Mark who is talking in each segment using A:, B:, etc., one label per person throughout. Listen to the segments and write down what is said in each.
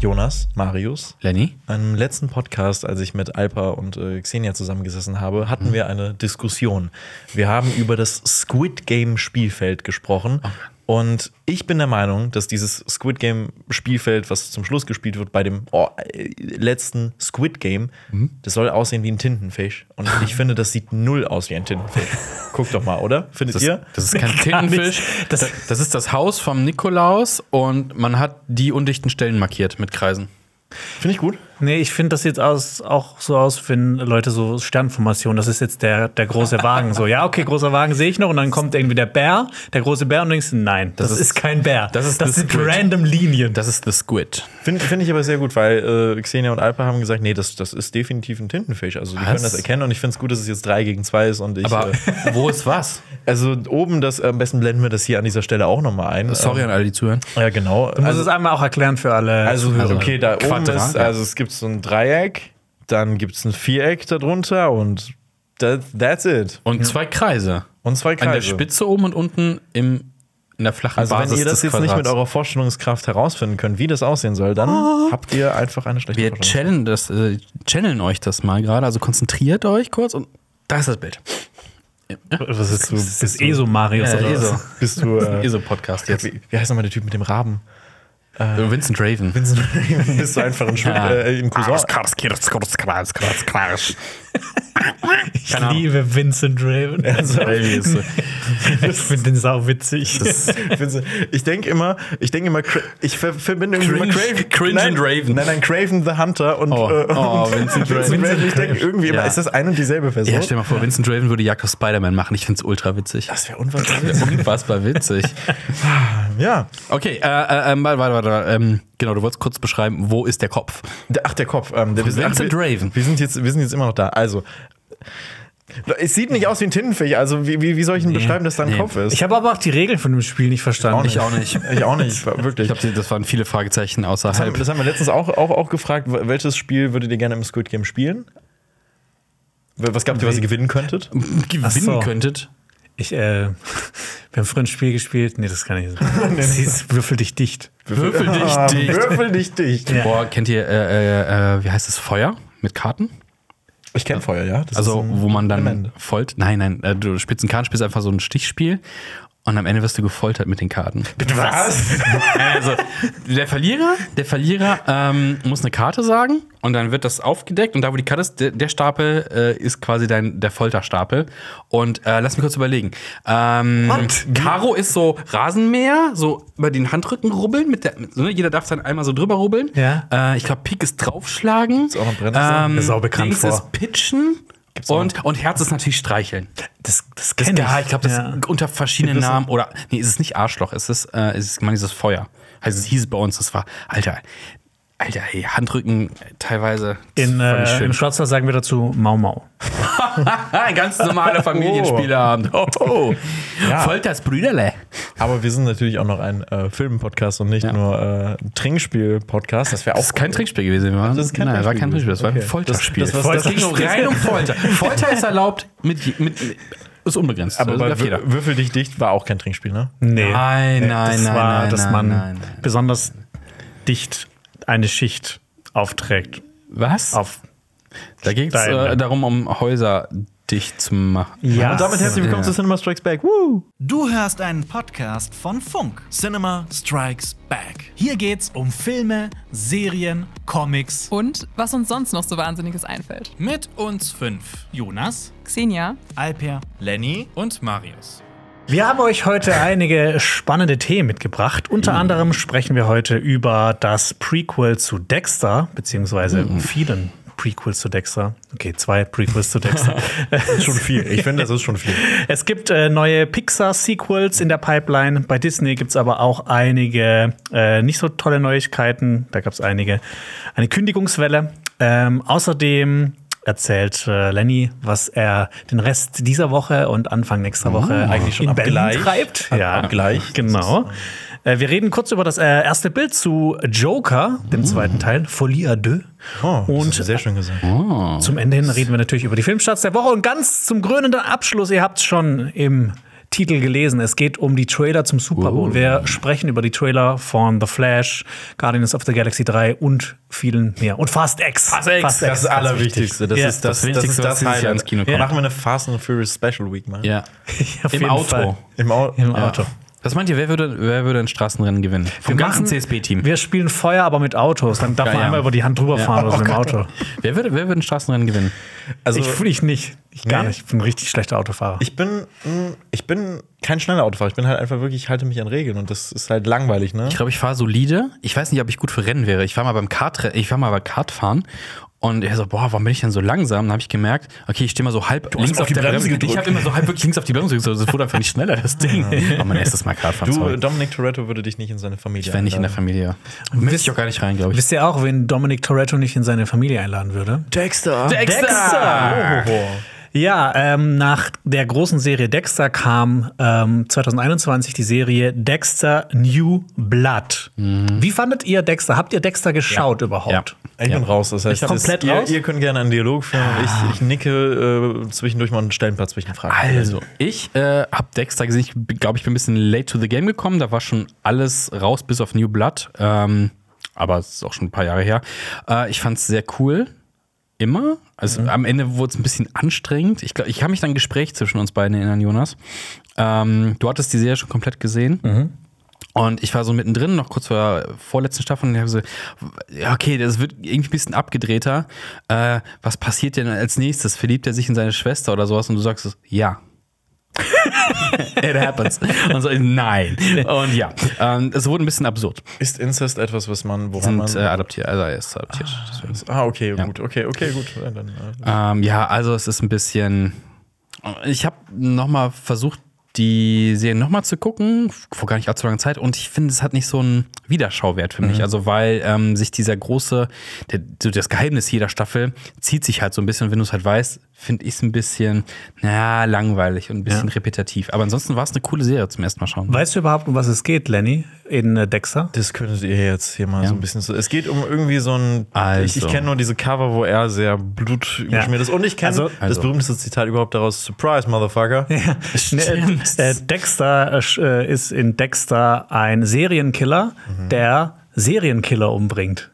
A: Jonas, Marius,
B: Lenny?
A: Im letzten Podcast, als ich mit Alpa und äh, Xenia zusammengesessen habe, hatten wir eine Diskussion. Wir haben über das Squid Game Spielfeld gesprochen. Und ich bin der Meinung, dass dieses Squid Game Spielfeld, was zum Schluss gespielt wird bei dem oh, äh, letzten Squid Game, das soll aussehen wie ein Tintenfisch. Und ich finde, das sieht null aus wie ein Tintenfisch. Guckt doch mal, oder? Findet
B: Das,
A: ihr?
B: das ist kein
A: Gar nicht.
B: Tintenfisch. Das, das ist das Haus vom Nikolaus und man hat die undichten Stellen markiert mit Kreisen.
A: Finde ich gut.
C: Nee, ich finde das jetzt aus, auch so aus, wenn Leute so Sternformation, das ist jetzt der, der große Wagen. So, ja, okay, großer Wagen sehe ich noch. Und dann kommt irgendwie der Bär, der große Bär, und du denkst, nein, das,
B: ist-
C: ist, kein Bär.
B: das ist
C: das
B: das
C: sind
B: Squid.
C: random Linien.
B: Das ist The Squid.
A: Finde find ich aber sehr gut, weil äh, Xenia und Alpa haben gesagt, nee, das, das ist definitiv ein Tintenfisch. Also die
B: Was?
A: können das erkennen und ich finde es gut, dass es jetzt 3 gegen 2 ist und ich.
B: Aber
A: äh,
B: wo ist was?
A: also oben, das am besten blenden wir das hier an dieser Stelle auch nochmal ein.
B: Sorry an alle, die zuhören.
A: Ähm, ja, genau.
C: Du musst es einmal auch erklären für alle.
A: Also,
C: Zuhörer.
A: also okay, da oben
B: Quadrat,
A: ist,
B: ja.
A: also es gibt so ein Dreieck, dann gibt es ein Viereck darunter und that, that's it.
B: Und zwei Kreise.
A: Und zwei Kreise.
B: An der Spitze oben und unten im, in der flachen
A: also
B: Basis
A: wenn ihr das
B: des
A: jetzt nicht mit
B: Quadrats.
A: eurer Vorstellungskraft herausfinden könnt, wie das aussehen soll, dann habt ihr einfach eine schlechte
B: Wir
A: Vorstellung.
B: channeln, das, äh, channeln euch das mal gerade, also konzentriert euch kurz und da ist das Bild.
C: was ist du? Bist eh so Marius oder was?
A: Bist du äh,
B: ESO-Podcast jetzt.
A: Wie, wie heißt nochmal der Typ mit dem Raben?
B: Äh, Vincent Raven.
A: Vincent Raven bist du einfach ein, Schw
B: Ja. Ah,
A: äh, ein Cousin.
C: Ich liebe Vincent Raven.
A: Also,
C: ich finde den sau witzig.
A: Vincent- Ich denke immer, ich denke immer, Cra- ich ver verbinde irgendwie immer
B: Cringe-
A: Craven,
B: Cringe
A: nein,
B: und Raven.
A: Nein, nein, Craven the Hunter und,
B: Oh,
A: äh, und
B: oh, Vincent Raven.
A: Ich denke irgendwie immer,
B: Ja.
A: ist das ein und dieselbe Person?
B: Ja, stell mal vor, Vincent Raven würde Jagd auf Spider-Man machen. Ich find's ultra witzig.
A: das wäre unwahrscheinlich.
B: Unfassbar witzig.
A: Ja.
B: Okay, äh, äh, ähm, warte, warte, warte. Ähm, genau, du wolltest kurz beschreiben, wo ist der Kopf?
A: Der- Ach, der Kopf. Ähm, der, wir sind-
B: Vincent
A: ach, wir,
B: Raven.
A: Wir sind, jetzt, wir sind jetzt immer noch da. Also, es sieht nicht aus wie ein Tintenfisch. Also, wie, wie, wie soll ich denn beschreiben, dass da ein
B: nee.
A: Kopf ist?
C: Ich habe aber auch die Regeln von dem Spiel nicht verstanden.
B: Ich auch nicht.
A: Ich auch nicht, wirklich.
B: Ich glaube, das waren viele Fragezeichen
A: Das haben,
B: außerhalb.
A: das haben wir letztens auch, auch, auch gefragt. w- Welches Spiel würdet ihr gerne im Squid Game spielen? W- Was gab ihr, was ihr gewinnen könntet?
B: Gewinnen
C: so.
B: könntet.
C: Ich, äh, wir haben früher ein Spiel gespielt. Nee, das kann ich nicht sagen. Sie ist würfel dich dicht.
B: Würfel dich
A: Ah,
B: dicht.
A: Würfel dich dicht.
B: Boah, kennt ihr, äh, äh, äh, wie heißt das, Feuer mit Karten?
A: Ich kenne Feuer, ja. Das
B: Also,
A: ist ein
B: wo man dann
A: Element.
B: foltert. Nein, nein, äh, du spielst einen Kartenspiel, ist einfach so ein Stichspiel. Und am Ende wirst du gefoltert mit den Karten.
A: Was?
B: Also, der Verlierer, der Verlierer ähm, muss eine Karte sagen und dann wird das aufgedeckt und da, wo die Karte ist, der, der Stapel äh, ist quasi dein, der Folterstapel. Und äh, lass mich kurz überlegen. Ähm, Karo ist so Rasenmäher, so über den Handrücken rubbeln. Mit der, mit, ne, jeder darf dann einmal so drüber rubbeln.
C: Ja.
B: Äh, ich glaube, Pik ist draufschlagen. Ist
A: auch ein Bremser.
B: Ähm,
C: Ist sau bekannt
B: Dings
C: vor.
B: ist Pitchen. Und, und Herz ist natürlich streicheln.
C: Das,
B: Das,
C: das kenn
B: ja, ich glaube, das
C: Ja.
B: unter verschiedenen Namen oder nee, es ist nicht Arschloch, es ist, äh, es ist ich meine, dieses Feuer. Also es hieß bei uns, das war Alter, Alter, hey, Handrücken äh, teilweise das
C: In,
B: fand ich
C: äh, Im
B: schön. Ah,
C: Schwarzwald sagen wir dazu Mau Mau.
B: Ein ganz normaler Familienspieleabend. Oh. oh.
A: Ja.
B: Folters Brüderle.
A: Aber wir sind natürlich auch noch ein äh, Film-Podcast und nicht nur äh, ein Trinkspiel-Podcast. Das wäre auch
B: Das ist kein Trickspiel gewesen. Wir waren,
A: Das ist kein
B: nein, war kein
A: Trickspiel
B: Trickspiel, das war ein
A: gewesen. Okay.
B: Folterspiel.
A: Das- das war-
B: es ging nur
C: Folterspiel.
B: rein um Folter. Folter ist erlaubt mit, mit ist unbegrenzt.
A: Aber
B: Also
A: bei
B: darf jeder.
A: Wür- Würfel dich dicht war auch kein Trinkspiel, ne?
C: Nee.
B: Nein, nein,
C: das
B: nein,
C: war,
B: nein,
C: dass
B: nein,
C: man
B: nein, nein.
C: besonders dicht eine Schicht aufträgt.
B: Was?
C: Auf
B: da geht es
C: Steine.
B: äh, darum, um Häuser dicht zu machen.
C: ja.
A: Und damit herzlich willkommen
B: Ja.
A: zu Cinema Strikes Back. Woo!
D: Du hörst einen Podcast von Funk. Cinema Strikes Back. Hier geht's um Filme, Serien, Comics.
E: Und was uns sonst noch so Wahnsinniges einfällt.
F: Mit uns fünf.
D: Jonas,
E: Xenia,
D: Alper, Lenny.
F: Und Marius.
C: Wir haben euch heute einige spannende Themen mitgebracht. Unter anderem sprechen wir heute über das Prequel zu Dexter, beziehungsweise vielen Prequels zu Dexter. Okay, zwei Prequels zu Dexter.
A: Schon viel. Ich finde, das ist schon viel.
C: Es gibt äh, neue Pixar-Sequels in der Pipeline. Bei Disney gibt es aber auch einige äh, nicht so tolle Neuigkeiten. Da gab es einige, eine Kündigungswelle. Ähm, außerdem erzählt äh, Lenny, was er den Rest dieser Woche und Anfang nächster Woche eigentlich schon in
A: ab
C: Berlin
A: gleich.
C: treibt.
A: Ab- ab gleich.
C: Genau. Äh, wir reden kurz über das äh, erste Bild zu Joker, dem zweiten Teil, Folie à deux.
A: Hm. Oh,
C: Und-
A: das ist sehr schön gesagt.
C: Zum Ende hin reden wir natürlich über die Filmstarts der Woche und ganz zum krönenden Abschluss, ihr habt es schon im Titel gelesen. Es geht um die Trailer zum Super
B: Uh.
C: Bowl. Wir sprechen über die Trailer von The Flash, Guardians of the Galaxy 3 und vielen mehr. Und Fast X. Fast
B: X,
A: Das ist das
C: ganz
A: Allerwichtigste. Das
C: Ja.
A: ist das,
B: Das
A: das, ist
B: Wichtigste, was
A: das
B: dieses Jahr
A: Highlight.
B: ins Kino kommt.
A: Machen wir eine Fast and Furious Special Week, mal.
B: Ja.
C: Auf
B: Im
C: jeden
B: Auto.
C: Fall.
A: Im, Au
C: Im Auto.
B: Was meint ihr, wer würde, wer würde ein Straßenrennen gewinnen? Vom ganzen
C: machen-
B: CSP-Team.
C: Wir spielen Feuer, aber mit Autos. Dann darf
B: Ja,
C: man
B: ja.
C: einmal über die Hand drüber
B: Ja.
C: fahren oder so mit dem Auto.
B: Wer würde, wer würde ein Straßenrennen gewinnen?
A: Also,
C: Ich
A: ich,
C: fühle ich nicht. Ich gar
A: Nee.
C: nicht. Ich bin ein richtig schlechter Autofahrer.
A: bin, mh, ich bin kein schneller Autofahrer. Ich bin halt einfach wirklich, ich halte mich an Regeln und das ist halt langweilig, ne?
B: Ich glaube, ich fahre solide. Ich weiß nicht, ob ich gut für Rennen wäre. Ich war mal beim Kart, ich war mal beim Kartfahren und er so, boah, warum bin ich denn so langsam? Dann habe ich gemerkt, okay, ich stehe mal so halb links
A: auf die Bremse gedrückt.
B: Ich habe immer so halb wirklich links auf die Bremse gedrückt. Das wurde einfach nicht schneller, das Ding. Oh, mein erstes Mal Kartfahren.
A: du,
B: sorry.
A: Dominic Toretto würde dich nicht in seine Familie
B: ich wäre nicht in der
A: einladen.
B: Familie. Müsste ich auch gar nicht rein, glaube ich.
C: Wisst ihr auch, wen Dominic Toretto nicht in seine Familie einladen würde?
A: Dexter!
B: Dexter!
C: Ja, ähm, nach der großen Serie Dexter kam ähm, 2021 die Serie Dexter New Blood. Wie fandet ihr Dexter? Habt ihr Dexter geschaut
B: Mhm. Ja.
C: überhaupt?
A: Ich bin raus, das heißt,
C: Ich komplett
A: das,
C: raus?
A: Ihr, ihr könnt gerne einen Dialog führen. und Ich, ich nicke äh, zwischendurch mal und stelle ein paar Zwischenfragen.
B: Also, ich äh, habe Dexter gesehen. Ich glaube, ich bin ein bisschen late to the game gekommen. Da war schon alles raus, bis auf New Blood. Ähm, aber es ist auch schon ein paar Jahre her. Äh, ich fand es sehr cool. Immer. Also am Ende wurde es ein bisschen anstrengend. Ich glaube, ich kann mich dann ein Gespräch zwischen uns beiden erinnern, Jonas. Ähm, du hattest die Serie schon komplett gesehen. Und ich war so mittendrin, noch kurz vor der vorletzten Staffel, und ich habe so, ja, okay, das wird irgendwie ein bisschen abgedrehter. Äh, was passiert denn als nächstes? Verliebt er sich in seine Schwester oder sowas? Und du sagst, es, ja. It happens. Und so, nein. Und ja, ähm, es wurde ein bisschen absurd.
A: Ist Incest etwas, was man, woran
B: Sind
A: man.
B: äh, adoptiert, also er ist adoptiert. Deswegen.
A: ah, okay, gut, okay, okay, gut. Ja, Dann, äh,
B: Ähm, ja, also es ist ein bisschen. Ich habe nochmal versucht, die Serie nochmal zu gucken, vor gar nicht allzu langer Zeit, und ich finde, es hat nicht so einen Wiederschauwert für mich. Also, weil ähm, sich dieser große, der, so das Geheimnis jeder Staffel zieht sich halt so ein bisschen, und wenn du es halt weißt, finde ich es ein bisschen, na, langweilig und ein bisschen repetitiv. Aber ansonsten war es eine coole Serie zum ersten Mal schauen.
C: Weißt du überhaupt, um was es geht, Lenny, in äh, Dexter?
A: das könntet ihr jetzt hier mal
B: Ja.
A: so ein bisschen so. Es geht um irgendwie so ein. Ich,
B: Also.
A: ich kenne nur diese Cover, wo er sehr blutgeschmiert ist. Und ich kenne
C: Also-
A: das
B: Also.
A: berühmteste Zitat überhaupt daraus: Surprise, Motherfucker.
B: Stimmt.
C: Äh, Dexter äh, ist in Dexter ein Serienkiller,
B: Mhm.
C: der Serienkiller umbringt.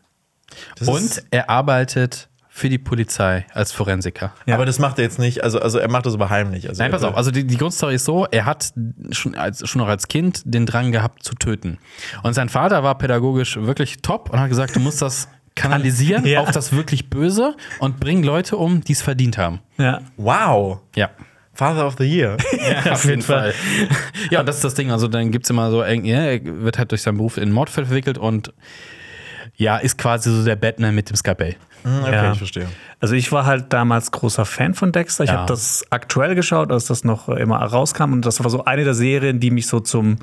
A: Das ist-
B: und er arbeitet für die Polizei als Forensiker.
C: Ja.
A: Aber das macht er jetzt nicht. Also, also er macht das aber heimlich. Also
B: Nein, pass
A: er,
B: auf. Also die, die Grundstory ist so, er hat schon, als, schon noch als Kind den Drang gehabt zu töten. Und sein Vater war pädagogisch wirklich top und hat gesagt, du musst das kanalisieren
C: Ja.
B: auf das wirklich Böse und bring Leute um, die es verdient haben.
C: Ja.
A: Wow!
B: Ja.
A: Father of the Year.
B: auf jeden Fall. ja, und das ist das Ding. Also dann gibt es immer so, eng- ja, er wird halt durch seinen Beruf in Mordfälle verwickelt und ja, ist quasi so der Batman mit dem Skalpell.
A: Hm, okay,
C: Ja.
A: ich verstehe.
C: Also ich war halt damals großer Fan von Dexter. Ich
B: Ja.
C: habe das aktuell geschaut, als das noch äh, immer rauskam. Und das war so eine der Serien, die mich so zum,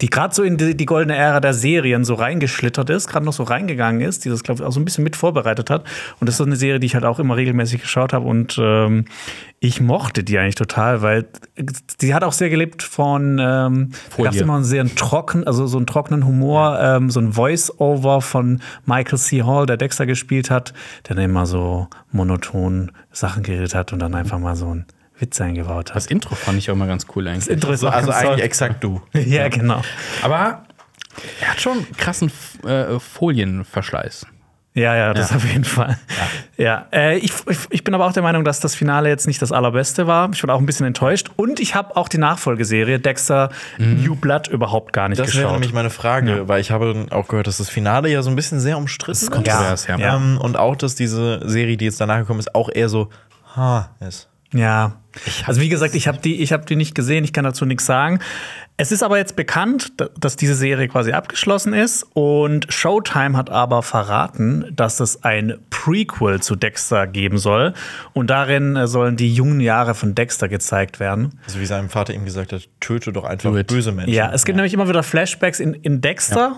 C: die gerade so in die, die goldene Ära der Serien so reingeschlittert ist, gerade noch so reingegangen ist, die das, glaube ich, auch so ein bisschen mit vorbereitet hat. Und das ist so eine Serie, die ich halt auch immer regelmäßig geschaut habe. Und ähm, ich mochte die eigentlich total, weil äh, die hat auch sehr gelebt von, ähm, da gab es
B: Folie.
C: immer einen sehr trockenen, also so einen trockenen Humor, ähm, so ein Voice-Over von Michael C. Hall, der Dexter gespielt hat, der dann immer so monoton Sachen geredet hat und dann einfach mal so einen Witz eingebaut hat.
B: Das Intro fand ich auch immer ganz cool eigentlich.
A: So,
C: Interessant.
A: also eigentlich exakt du.
C: ja, genau.
B: Aber er hat schon krassen F- äh, Folienverschleiß.
C: Ja, ja, das
B: Ja.
C: auf jeden Fall. Ja, Äh, ich, ich, ich bin aber auch der Meinung, dass das Finale jetzt nicht das allerbeste war. Ich wurde auch ein bisschen enttäuscht. Und ich habe auch die Nachfolgeserie Dexter New Blood überhaupt gar nicht
A: Mhm. Das wäre
C: geschaut.
A: nämlich meine Frage, weil ich habe auch gehört, dass das Finale ja so ein bisschen sehr umstritten ist.
B: kontrovers, ja.
C: Ja.
A: Ähm, und auch, dass diese Serie, die jetzt danach gekommen ist, auch eher so ha ist.
C: ja.
B: hab-
C: Also wie gesagt, ich habe die, ich hab die nicht gesehen, ich kann dazu nichts sagen. Es ist aber jetzt bekannt, da- dass diese Serie quasi abgeschlossen ist. Und Showtime hat aber verraten, dass es ein Prequel zu Dexter geben soll. Und darin äh, sollen die jungen Jahre von Dexter gezeigt werden.
A: Also wie seinem Vater ihm gesagt hat, töte doch einfach
B: Do it.
A: böse Menschen.
C: Ja, es gibt nämlich immer wieder Flashbacks in, in Dexter,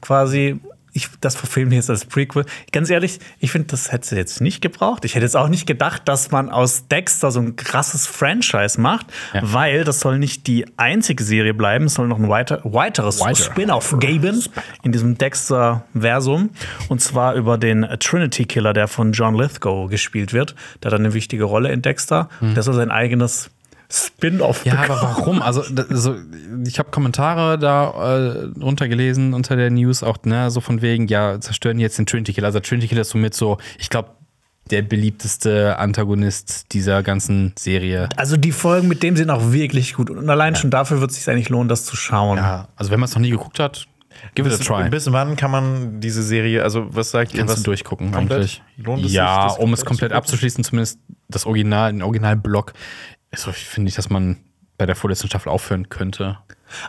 C: quasi. Ich, das verfilmen wir jetzt als Prequel. Ganz ehrlich, ich finde, das hätte sie jetzt nicht gebraucht. Ich hätte jetzt auch nicht gedacht, dass man aus Dexter so ein krasses Franchise macht,
B: Ja.
C: weil das soll nicht die einzige Serie bleiben. Es soll noch ein weiter, weiteres
B: Weiter.
C: Spin-off geben in diesem Dexter-Versum. Und zwar über den Trinity-Killer, der von John Lithgow gespielt wird. Der hat eine wichtige Rolle in Dexter. Der soll sein eigenes Spin-off.
B: Hm. Ja,
C: bekommen.
B: aber warum? Also, da- so, ich habe Kommentare da äh, runtergelesen unter der News auch, ne, so von wegen, ja, zerstören jetzt den Trinity Killer. Also Trinity Killer ist somit so, ich glaube, der beliebteste Antagonist dieser ganzen Serie.
C: also die Folgen mit dem sind auch wirklich gut. Und allein schon dafür wird es sich eigentlich lohnen, das zu schauen.
A: Ah.
B: Ja, also wenn man es noch nie geguckt hat, give it a
A: Bis,
B: try.
A: bis wann kann man diese Serie, also was sagt ihr?
B: Kannst
A: was
B: du durchgucken
A: komplett?
B: eigentlich.
A: Lohnt es sich,
B: ja,
A: das
B: um es
A: komplett
B: komplett
A: zu gucken?
B: abzuschließen, zumindest das Original, den Originalblock, also ich finde ich, dass man bei der vorletzten Staffel aufhören könnte.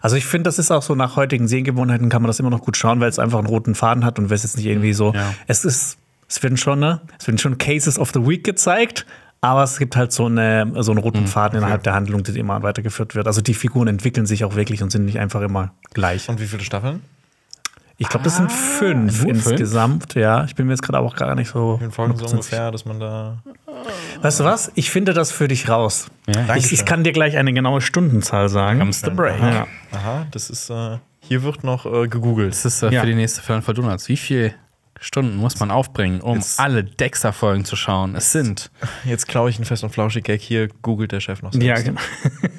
C: Also ich finde, das ist auch so nach heutigen Sehengewohnheiten kann man das immer noch gut schauen, weil es einfach einen roten Faden hat und weil es jetzt nicht irgendwie so.
B: Mhm. Ja.
C: Es ist, es werden schon, ne? Es werden schon Cases of the Week gezeigt, aber es gibt halt so, eine, so einen
B: Mhm.
C: roten Faden innerhalb der Handlung, der immer weitergeführt wird. Also die Figuren entwickeln sich auch wirklich und sind nicht einfach immer gleich.
A: Und wie viele Staffeln?
C: Ich glaube, das sind fünf
B: nur Ah. fünf?
C: insgesamt, ja. Ich bin mir jetzt gerade auch gar nicht so.
A: In den Folgen so
C: 100% sicher.
A: ungefähr, dass man da.
C: Weißt du was? Ich finde das für dich raus. Ich, ich kann dir gleich eine genaue Stundenzahl sagen.
B: Comes the break.
C: Ja.
A: Aha, das ist. Äh, hier wird noch äh, gegoogelt.
B: Das ist äh,
C: Ja.
B: für die nächste Fern von Donuts. Wie viel Stunden muss man aufbringen, um alle Dexter-Folgen zu schauen? Es sind.
A: Jetzt klaue ich einen Fest- und Flauschig-Gag. Hier googelt der Chef noch selbst.
C: Ja, genau.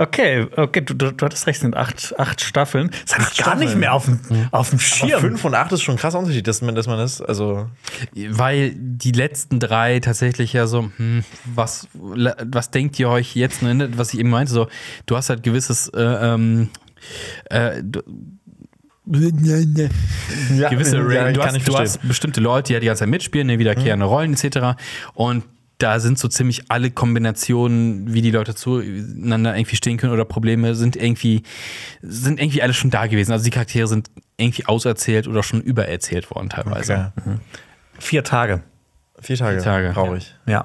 C: Okay, okay, du, du, du hattest recht, es sind acht, acht Staffeln. Das hatte ich gar nicht mehr auf dem, auf dem
A: Aber
C: Schirm.
A: fünf und acht ist schon ein krasser Unterschied, dass man, dass man das. Also,
B: Weil die letzten drei tatsächlich ja so, hm, was, was denkt ihr euch jetzt, ne? was ich eben meinte, so, du hast halt gewisses, äh, ähm, äh, du- gewisse
A: ja,
B: Regeln. Du,
A: kann Mhm. ich
B: hast, du hast bestimmte Leute, die ja die ganze Zeit mitspielen, ne, wiederkehrende Rollen etc. Und da sind so ziemlich alle Kombinationen, wie die Leute zueinander irgendwie stehen können oder Probleme, sind irgendwie, sind irgendwie alle schon da gewesen. Also die Charaktere sind irgendwie auserzählt oder schon übererzählt worden teilweise.
A: Okay.
C: Vier Tage.
A: Vier Tage.
B: Vier Tage,
A: Traurig.
C: Ja.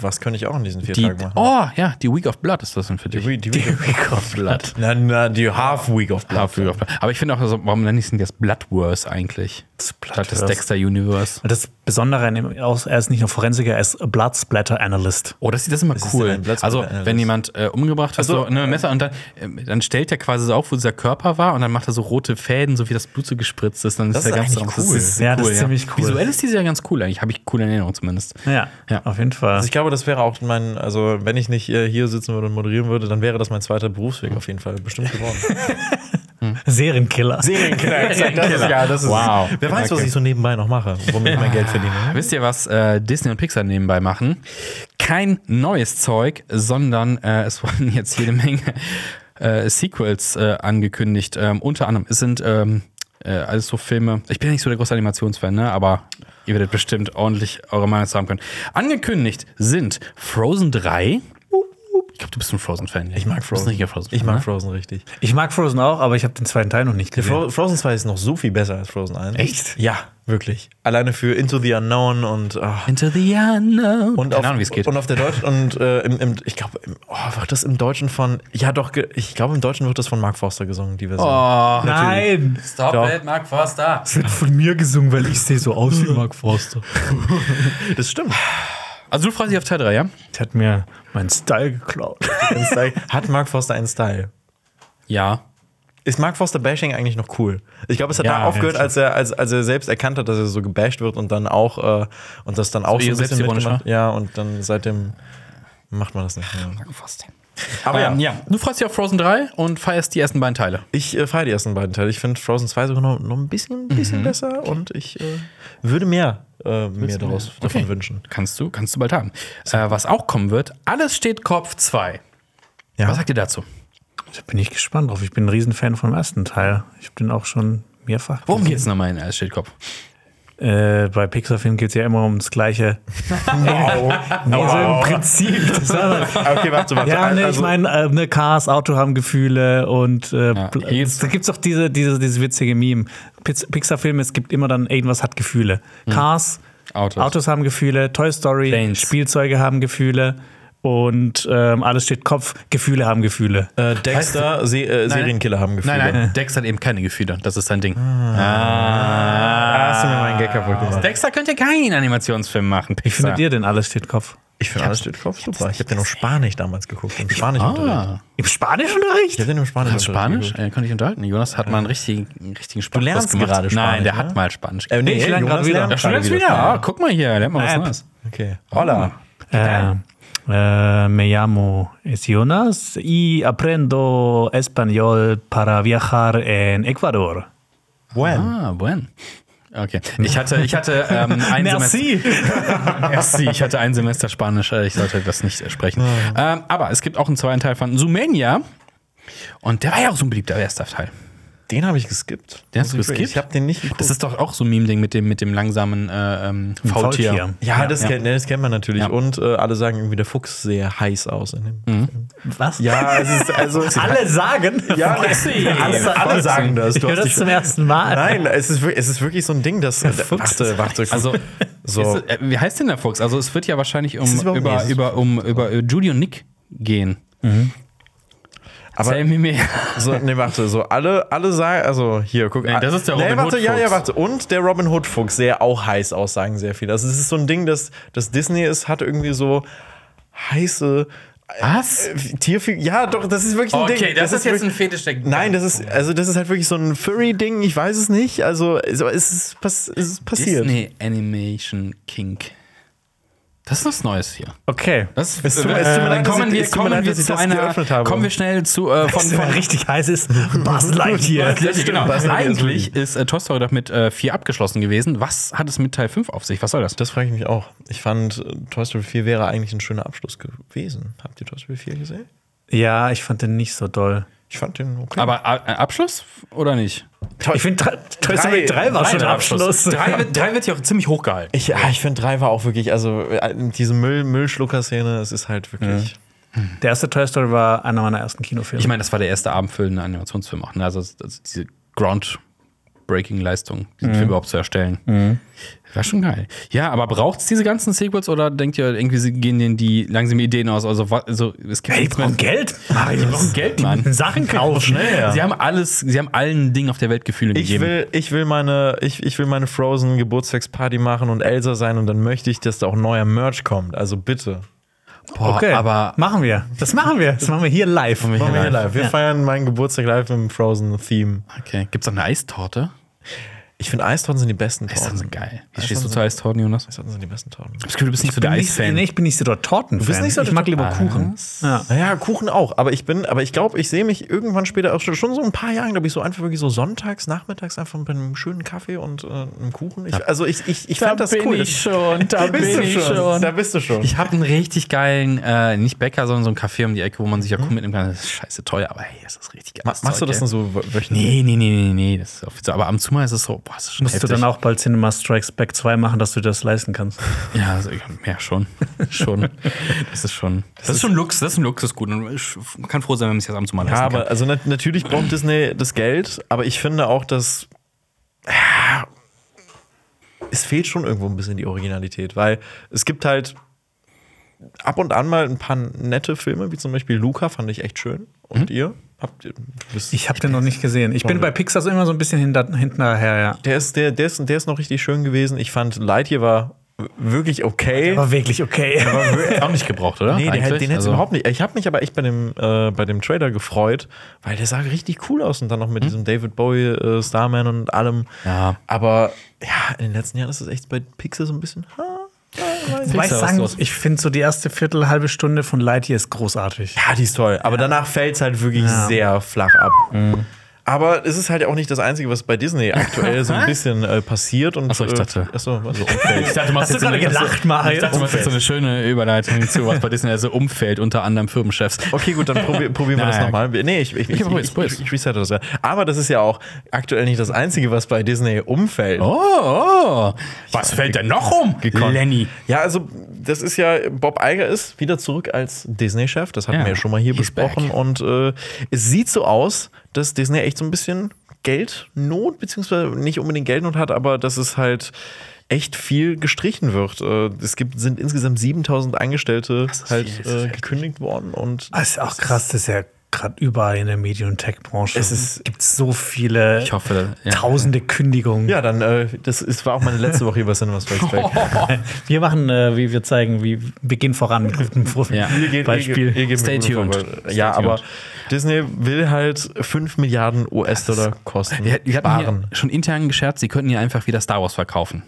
A: Was könnte ich auch in diesen vier
B: Die,
A: Tagen machen?
B: oh ja, die Week of Blood ist das denn für dich.
A: Die, die Week
C: Week of Blood.
A: na, na, die Half Week of Blood.
B: Half Week of Blood. Aber ich finde auch, also, warum nenne ich es denn jetzt Bloodverse eigentlich?
C: Halt Das
B: Statt des
C: Bloodverse.
B: Dexter Universe.
C: Und das Besondere an ihm aus, er ist nicht nur Forensiker, er ist Blood Splatter Analyst.
B: Oh, das, das ist immer
A: ist denn ein
B: cool.
A: Also, Blood
B: also,
A: Splatter Analyst?
B: wenn jemand äh, umgebracht hat,
A: so.
B: so, ne, Messer, und dann, ähm, dann stellt er quasi so auf, wo dieser Körper war, und dann macht er so rote Fäden, so wie das Blut so gespritzt ist. Dann
A: Das
B: ist
A: ist
B: der ganz
A: eigentlich
B: das
A: cool.
B: ist
C: Ja, das ist ziemlich cool.
B: Visuell ist die ja ganz cool eigentlich. Habe ich coole Erinnerung zumindest.
C: Ja,
B: Ja.
C: auf jeden Fall.
A: Also ich glaube, das wäre auch mein, also wenn ich nicht äh, hier sitzen würde und moderieren würde, dann wäre das mein zweiter Berufsweg auf jeden Fall bestimmt geworden.
C: Serienkiller.
A: Serienkiller, exakt,
B: ne?
A: das ist, ja, das ist,
B: Wow.
A: Wer weiß, was
B: Okay.
A: ich so nebenbei noch mache, womit ich mein Geld verdiene.
B: Wisst ihr, was äh, Disney und Pixar nebenbei machen? Kein neues Zeug, sondern äh, es wurden jetzt jede Menge äh, Sequels äh, angekündigt. Ähm, unter anderem, es sind ähm, äh, alles so Filme. Ich bin ja nicht so der große Animationsfan, ne? aber ihr werdet bestimmt ordentlich eure Meinung zu haben können. Angekündigt sind Frozen 3. Ich glaube, du bist ein Frozen-Fan. ne? Ich
A: mag Frozen.
B: Frozen
A: Ich mag Frozen richtig.
C: Ich mag Frozen auch, aber ich habe den zweiten Teil noch nicht
A: Der
C: gesehen.
A: Fro Frozen 2 ist noch so viel besser als Frozen 1.
B: Echt?
A: Ja, wirklich. Alleine für Into the Unknown und ah,
B: Into the Unknown.
A: Und
B: Keine
A: auf,
B: Ahnung, wie es geht.
A: Und auf der Deutschen und äh, im, im, ich glaube, im- oh, wird das im Deutschen von, ja doch, ge- ich glaube, im Deutschen wird das von Mark Forster gesungen, die Version.
B: oh,
C: Nein!
B: Stop it, Mark Forster.
C: Es wird von mir gesungen, weil ich sehe so aus wie Mark Forster.
B: Oh.
A: Das stimmt.
B: Also du freust dich auf Teil 3, ja?
C: Der hat mir meinen Style geklaut.
A: Ein Style. Hat Mark Forster einen Style?
B: Ja.
A: Ist Mark Forster Bashing eigentlich noch cool? Ich glaube, es hat
B: Ja,
A: da aufgehört,
B: ja,
A: als, er, als, als er selbst erkannt hat, dass er so gebasht wird und dann auch äh, und das dann auch so,
B: eher
A: ein bisschen
B: selbstironisch,
A: mitgemacht. Ja, und dann seitdem macht man das nicht mehr.
B: Aber ja,
A: Oh, Ähm,
B: ja, du freust dich auf Frozen 3 und feierst die ersten beiden Teile.
A: Ich äh, feiere die ersten beiden Teile. Ich finde Frozen 2 sogar noch, noch ein bisschen, ein
B: Mhm.
A: bisschen besser und ich äh, würde mehr, äh, mehr daraus, davon wünschen.
B: Kannst du, kannst du bald haben. Äh, was auch kommen wird, alles steht Kopf 2.
A: Ja.
B: Was sagt ihr dazu?
C: Da bin ich gespannt drauf. Ich bin ein Riesenfan vom ersten Teil. Ich habe den auch schon mehrfach.
B: Worum
A: Also,
B: geht's nochmal in Alles steht Kopf?
C: Äh, bei Pixar-Filmen geht es ja immer ums Gleiche. wow. Also im Prinzip. Das war-
B: Ah,
A: Okay, warte, warte.
C: ja, ne,
B: also
C: ich meine, äh, ne, Cars, Auto haben Gefühle und äh, bl-
B: hier geht's-
C: da gibt es auch diese, diese, dieses witzige Meme. Piz- Pixar-Filme, es gibt immer dann irgendwas hat Gefühle. Cars,
B: Hm. Autos.
C: Autos haben Gefühle, Toy Story,
B: Planes.
C: Spielzeuge haben Gefühle und ähm, alles steht Kopf, Gefühle haben Gefühle.
A: Äh, Dexter, Se äh, Serienkiller haben Gefühle.
B: Nein, nein, Dex hat eben keine Gefühle. Das ist sein Ding.
A: Ah, hast du mir meinen Gag kaputt gemacht.
B: Ah. Dexter könnte keinen Animationsfilm machen.
C: Wie findet ihr denn alles steht Kopf?
A: Ich finde, alles steht Kopf super. Ich habe den auf Spanisch damals geguckt. Im Spanisch Unterricht.
B: Ah,
C: Im Spanischunterricht?
A: Ich habe den im Spanisch
B: kannst du
A: Unterricht
B: Spanisch?
A: geguckt.
B: Äh, kann ich unterhalten. Jonas hat mal einen richtigen, einen richtigen Spaß
A: lernst
B: gemacht.
A: gerade Spanisch,
B: Nein, der
A: ne?
B: hat mal Spanisch.
A: Äh, nee,
C: Ich lerne
A: Jonas
C: gerade wieder.
A: lernt
C: Ja,
B: schon
A: gerade
B: jetzt wieder. Ah, guck mal hier, lernt mal was
C: App.
B: Neues.
A: Okay. Hola.
C: Äh, Äh, me llamo es Jonas y aprendo español para viajar en Ecuador.
A: When?
B: Ah, buen. Okay. Ich hatte, ich hatte ähm, ein Semester.
C: Merci.
B: Merci. Ich hatte ein Semester Spanisch, äh, ich sollte das nicht äh, sprechen.
A: Ah.
B: Ähm, aber es gibt auch einen zweiten Teil von Sumania. Und der war ja auch so ein beliebter erster Teil.
A: Den habe ich geskippt.
B: Den hast du
A: Muss ich-
B: geskippt?
A: Ich habe den nicht geguckt.
B: Das ist doch auch so ein Meme-Ding mit dem, mit dem langsamen äh, ähm,
C: Faultier.
B: Faultier.
A: ja, das, Kennt, ne, das kennt man natürlich.
B: Ja. Mhm.
A: Und äh, alle sagen irgendwie, der Fuchs sehe heiß aus. In dem
C: Was?
A: Ja, es ist also.
C: Alle sagen.
A: Ja, alle, alle sagen das.
C: Ich
A: Du
C: höre
A: hast
C: das
A: dich
C: zum ersten Mal.
A: Nein, es ist, wir- es ist wirklich so ein Ding, dass.
C: Fuchs
A: warte, warte.
B: Also,
A: so.
B: ist, äh, wie heißt denn der Fuchs? Also, es wird ja wahrscheinlich
A: Ist
B: um,
A: es überhaupt- nee,
B: über,
A: es ist-
B: über, um, über äh, Judy und Nick gehen.
A: Mhm. aber
B: Erzähl mir mehr.
A: so, nee, warte, so alle, alle sagen, also hier, guck.
B: Nee, das ist der Robin
A: warte,
B: Hood
A: ja, ja,
B: Fuchs.
A: warte. Und der Robin Hood Fuchs sehe auch heiß aus, sagen sehr viele. Also es ist so ein Ding, dass, dass Disney es hat irgendwie so heiße
B: Was?
A: äh, Tierfiguren. Ja, doch, das ist wirklich ein Ding.
B: Okay, das, ist jetzt ein
A: wirklich-
B: Fetisch. der-
A: Nein, das ist, also das ist halt wirklich so ein Furry-Ding, ich weiß es nicht. Also, es es ist, pass, es ist passiert.
B: Disney Animation Kink. Das ist was Neues hier.
C: Okay.
B: Das äh,
A: Es tut mir- es tut mir leid, dass
B: kommen
A: ich-
B: wir,
A: es tut mir
B: kommen
A: leid,
B: wir
A: dass ich
B: zu
A: das
B: einer.
A: geöffnet habe.
B: Kommen wir schnell zu äh, von,
C: Wenn man
B: von
C: richtig heiß ist, Buzz Lightyear.
B: Das genau.
A: Das ist
B: Eigentlich ist äh, Toy Story doch mit äh, 4 abgeschlossen gewesen. Was hat es mit Teil 5 auf sich? Was soll das?
A: Das frage ich mich auch. Ich fand, äh, Toy Story 4 wäre eigentlich ein schöner Abschluss gewesen. Habt ihr Toy Story 4 gesehen?
C: Ja, ich fand den nicht so doll.
A: Ich fand den okay.
B: Aber A- äh, Abschluss oder nicht?
C: Ich finde, Toy
A: Drei-
C: Story 3 war schon
B: Nein,
C: Abschluss.
B: Drei, wird- drei wird ja auch ziemlich hoch gehalten.
A: ich, ja, ich finde 3 war auch wirklich, also äh, diese Müll, Müllschlucker-Szene, es ist halt wirklich.
C: Der erste Toy Story war einer meiner ersten Kinofilme.
B: Ich meine, das war der erste abendfüllende Animationsfilm auch. Ne? Also, das- das- diese Groundbreaking-Leistung,
C: Mhm.
B: diesen Film überhaupt zu erstellen. War schon geil. Ja, aber braucht es diese ganzen Sequels oder denkt ihr, irgendwie sie gehen denen die langsam Ideen aus? Also, wa- also es gibt
C: Ey, die
B: nichts mehr-
C: brauchen Geld. Marius. Die brauchen
B: Geld, Mann.
C: Sachen kaufen.
B: Sie haben alles, sie haben allen Dingen auf der Welt Gefühle
A: Ich
B: gegeben.
A: will, ich will meine, ich, ich will meine Frozen Geburtstagsparty machen und Elsa sein und dann möchte ich, dass da auch neuer Merch kommt. Also bitte.
B: Boah,
C: Okay,
B: aber
C: machen wir. Das machen wir. Das machen wir hier live.
A: Machen wir hier
B: live.
A: live. Wir feiern meinen Geburtstag live im Frozen-Theme.
B: okay. Gibt's noch eine Eistorte?
A: Ich finde Eistorten sind die besten Torten.
B: Eistorten sind geil. Wie
A: Eistorten
B: stehst du
A: sind-
B: zu Eistorten, Jonas? Ich
A: Eistorten sind die besten Torten.
B: das Gefühl, du bist nicht so der
C: Bin nicht,
B: Eisfan.
C: nee, ich bin nicht so der Tortenfan.
A: bist nicht so der
C: ich mag lieber
B: Torten-
C: Kuchen. Ja.
A: Naja, Kuchen auch. Aber ich bin, aber ich glaube, ich sehe mich irgendwann später, auch schon, schon so ein paar Jahren, glaube ich, so einfach wirklich so sonntags, nachmittags einfach mit einem schönen Kaffee und äh, einem Kuchen. Ich, also ich, ich, ich fand das cool.
B: schon,
A: da
B: da
A: bist du schon. Da bist du schon.
B: Ich habe einen richtig geilen, äh, nicht Bäcker, sondern so einen Café um die Ecke, wo man sich ja cool mitnehmen kann. Das ist scheiße teuer, aber hey, das ist richtig geil.
A: Ma machst du das denn
B: noch
A: so wö- wöchentlich?
B: Nee, nee, nee, nee, nee. Das ist auch viel zu, aber am Zumal ist es so, boah, das ist schon
C: Musst du
B: heftig.
C: dann auch bald Cinema Strikes Back 2 machen, dass du das leisten kannst.
B: Ja, also, ja, schon. schon. Das ist schon. Das, ist schon Lux, das ist ein Luxusgut. Und ich- Man kann froh sein, wenn man sich das am Zumal
A: Ja,
B: leisten
A: aber also nat natürlich braucht Disney das Geld, aber ich finde auch, dass ja, es fehlt schon irgendwo ein bisschen die Originalität, weil es gibt halt ab und an mal ein paar nette Filme, wie zum Beispiel Luca, fand ich echt schön. Und ihr? Habt ihr? wisst-
C: Ich habe den noch nicht gesehen. Ich bin bei Pixar so immer so ein bisschen hinter, hinterher, ja.
A: der ist, der, der, ist, der ist noch richtig schön gewesen. Ich fand Lightyear war wirklich okay.
C: War wirklich okay.
B: kann. Auch nicht gebraucht, oder?
A: Nee, den, hätt-
B: Eigentlich?
A: den hättest
B: Also-
A: du überhaupt nicht. Ich habe mich aber echt bei dem, äh, bei dem Trailer gefreut, weil der sah richtig cool aus und dann noch mit diesem David Bowie, äh, Starman und allem.
B: Hm? Ja.
A: Aber ja, in den letzten Jahren ist es echt bei Pixar so ein bisschen. Ha, ha, weiß
C: Wobei ich
B: Pixar, was
C: sagen
B: los?
C: muss, ich finde so die erste Viertel, halbe Stunde von Lightyear ist großartig.
A: ja, die ist toll. Aber danach fällt es halt wirklich sehr flach ab.
B: Mhm.
A: Aber es ist halt auch nicht das Einzige, was bei Disney aktuell so ein bisschen äh, passiert. Und,
B: Achso, ich dachte-
A: Äh, achso, also umfällt.
B: Ich dachte, machst
C: Hast du
B: jetzt so
C: gerade
B: eine-
C: gelacht, Mario?
B: Ich dachte, du machst jetzt so eine schöne Überleitung zu, was bei Disney also umfällt, unter anderem Firmenchefs.
A: Okay, gut, dann probi probieren wir das
B: Naja,
A: nochmal. Nee, ich, ich, ich,
B: Okay, probier's,
A: ich,
B: probier's.
A: ich, ich resette das ja. Aber das ist ja auch aktuell nicht das Einzige, was bei Disney umfällt.
B: Oh, oh. was fällt denn noch um? Lenny.
A: Ja, also das ist ja, Bob Iger ist wieder zurück als Disney-Chef, das hatten
B: Ja,
A: wir ja schon mal hier
B: he's
A: besprochen.
B: back.
A: Und äh, es sieht so aus, dass Disney echt so ein bisschen Geldnot, beziehungsweise nicht unbedingt Geldnot hat, aber dass es halt echt viel gestrichen wird. Äh, Es gibt, sind insgesamt 7000 Angestellte halt
B: viel, das ist Also
A: äh, gekündigt worden und
C: Das ist auch krass, das ist ja gerade überall in der Medien- und Tech-Branche.
A: Es ist-
C: gibt so viele
B: Ich hoffe, ja.
C: tausende Kündigungen.
A: ja, dann, äh, das ist, war auch meine letzte Woche über Cinema Strikes Back.
C: Wir machen, äh, wie wir zeigen, wie, wir gehen voran mit gutem Profi.
B: Ja.
A: Ihr geht-
C: Beispiel.
A: ihr geht- ihr geht
B: Stay
A: mit gutem
B: tuned.
A: Vorbei.
B: Stay
A: Ja,
B: tuned.
A: aber Disney will halt 5 Milliarden US-Dollar Kosten
B: Wir, wir hatten
A: sparen.
B: hier schon intern gescherzt, sie könnten ja einfach wieder Star Wars verkaufen.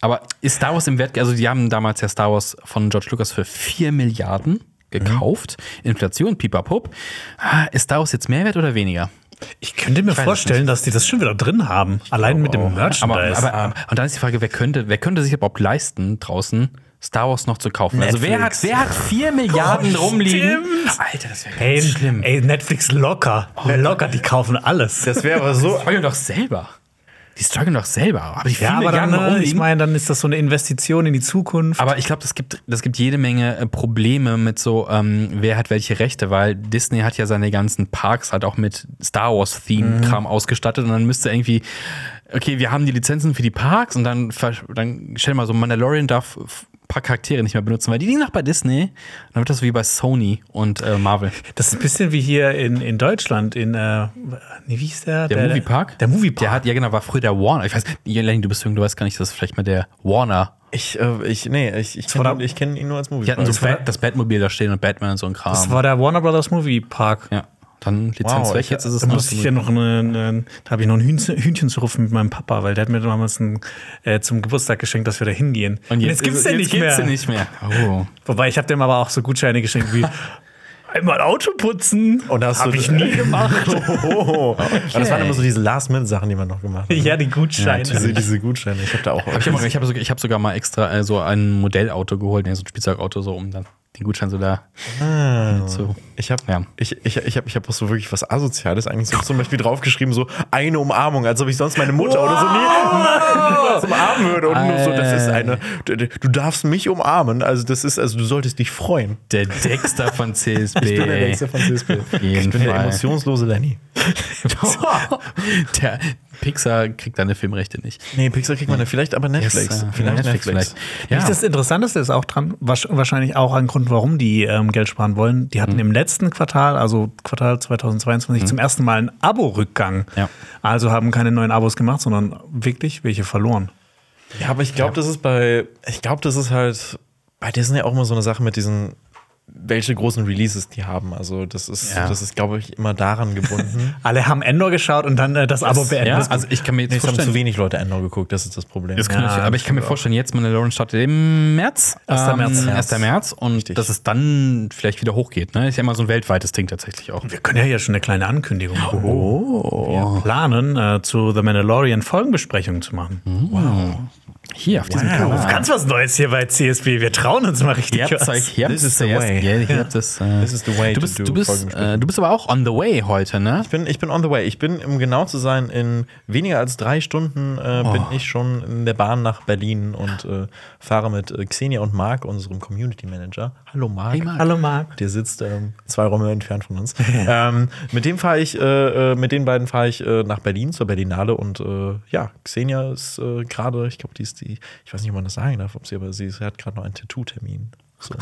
B: Aber ist Star Wars im Wert, also die haben damals ja Star Wars von George Lucas für 4 Milliarden gekauft. Inflation, pipapup. Ah, Ist Star Wars jetzt mehr wert oder weniger?
C: Ich könnte mir
B: weiß es Oh,
C: vorstellen, dass die das schon wieder drin haben. Allein mit dem Merchandise.
B: Aber, aber, aber und dann ist die Frage, wer könnte, wer könnte sich überhaupt leisten, draußen Star Wars noch zu kaufen? Also wer hat,
A: Netflix.
B: wer hat 4 Milliarden rumliegen?
C: Oh, stimmt.
B: Alter, das wäre
C: ey,
B: ganz schlimm. Oh,
C: ey, Netflix locker. Äh, Locker, die kaufen alles.
A: Das wäre aber
B: Die
A: so.
B: strugglen doch selber. Die strugglen doch selber. Aber die 4
C: ja, aber dann,
B: Milliarden
C: äh, ich
B: rumliegen.
C: meine, dann ist das so eine Investition in die Zukunft.
B: Aber ich glaube, das gibt, das gibt jede Menge äh, Probleme mit so, ähm, wer hat welche Rechte, weil Disney hat ja seine ganzen Parks halt auch mit Star
A: Mhm.
B: Wars-Theme-Kram ausgestattet und dann müsste irgendwie, okay, wir haben die Lizenzen für die Parks und dann, versch- dann stell mal so, Mandalorian darf f- ein paar Charaktere nicht mehr benutzen, weil die liegen noch bei Disney. Dann wird das so wie bei Sony und äh, Marvel.
C: Das ist ein bisschen wie hier in, in Deutschland, in, äh, nee, wie hieß der?
B: Der, Moviepark?
C: Der Moviepark.
B: Der hat, ja genau, war früher der Warner. Ich weiß, Lenny, du bist jung, du weißt gar nicht, dass es vielleicht mal der Warner.
A: Ich, äh, ich, nee, ich, ich
C: war
A: kenne
C: da-
A: ich kenn ihn nur als Movie.
B: Die hatten so
C: war-
B: Bat- das Batmobil da stehen und Batman und so ein Kram.
C: das war der Warner Brothers Moviepark.
B: Ja, dann Lizenz
A: Wow,
B: weg,
A: ich-
B: jetzt ist es
C: Da
B: noch
C: musste ich ja noch eine, eine, da habe ich noch ein Hühnchen, Hühnchen zu rufen mit meinem Papa, weil der hat mir damals ein, äh, zum Geburtstag geschenkt, dass wir da hingehen.
B: Und jetzt,
C: gibt's
B: ist-
C: den
B: jetzt gibt's den nicht mehr. Oh.
C: Wobei ich habe dem aber auch so Gutscheine geschenkt wie einmal Auto putzen.
A: Und hast
C: habe
A: du-
C: ich nie gemacht.
A: Oh, aber das waren immer so diese Last-Minute-Sachen, die man noch gemacht hat.
C: ja, die Gutscheine.
A: diese, diese Gutscheine. Ich habe da auch.
B: Hab ich hab- ich habe sogar, ich hab sogar mal extra äh, so ein Modellauto geholt, nee, so ein Spielzeugauto, so um dann den Gutschein so da zu.
A: Ich habe
B: Ja.
A: ich, ich, ich hab, ich hab auch so wirklich was Asoziales eigentlich so zum Beispiel draufgeschrieben, so eine Umarmung, als ob ich sonst meine Mutter oder so nie zum Armen würde. Und nur so, das ist eine, du, du darfst mich umarmen, also das ist, also du solltest dich freuen.
B: Der Dexter von CSB.
A: Ich bin der Nächste von CSP.
B: jeden
A: Ich bin der
B: Fall.
A: emotionslose Lenny.
B: der Pixar kriegt deine Filmrechte nicht.
A: Nee, Pixar kriegt man ja vielleicht, aber Netflix.
B: Yes, äh,
A: vielleicht Netflix.
B: Ja.
C: Nicht das Interessanteste ist auch dran, wasch- wahrscheinlich auch ein Grund, warum die ähm, Geld sparen wollen. Die hatten im letzten Quartal, also Quartal 2022, zum ersten Mal einen Abo-Rückgang.
B: Ja.
C: Also haben keine neuen Abos gemacht, sondern wirklich welche verloren.
A: Ja, aber ich glaube, das ist bei, ich glaube, das ist halt bei Disney auch immer so eine Sache mit diesen, welche großen Releases die haben. Also das ist,
B: Ja.
A: das ist, glaube ich, immer daran gebunden.
C: Alle haben Endor geschaut und dann äh, das Abo beendet.
B: ja, also ich kann mir jetzt
A: Nee, es haben zu
B: vorstellen,
A: wenig Leute Endor geguckt, das ist das Problem.
B: Das kann
C: Ja,
B: ich, aber ich kann mir vorstellen, jetzt Mandalorian startet im März.
C: 1. März.
B: 1. März. Und dass es dann vielleicht wieder hochgeht. Ne? Ist ja immer so ein weltweites Ding tatsächlich auch.
C: Wir können ja hier schon eine kleine Ankündigung machen. Oh. Wir planen, äh, zu The Mandalorian Folgenbesprechungen zu machen.
B: Hier auf diesem
C: Auf
B: Kanal.
C: Ganz was Neues hier bei CSB. Wir trauen uns mal richtig
B: Ihr habt
C: was.
B: euch, hier
A: This is the way.
B: das. äh,
A: This is the way to
B: Du bist,
A: do
B: du, bist,
A: Folgenbesprechung.
B: äh, du bist aber auch on the way heute, ne?
A: Ich bin, ich bin on the way. Ich bin, um genau zu sein, in weniger als drei Stunden äh, bin ich schon in der Bahn nach Berlin und äh, fahre mit äh, Xenia und Marc, unserem Community Manager. Hallo Marc.
B: Marc.
C: Hallo Marc.
A: Der sitzt ähm, zwei Räume entfernt von uns. ähm, mit dem fahre ich, äh, äh, mit den beiden fahre ich äh, nach Berlin zur Berlinale und äh, ja, Xenia ist äh, gerade, ich glaube, die ist die, ich weiß nicht, ob man das sagen darf, ob sie, aber sie, ist- sie hat gerade noch einen Tattoo-Termin. So.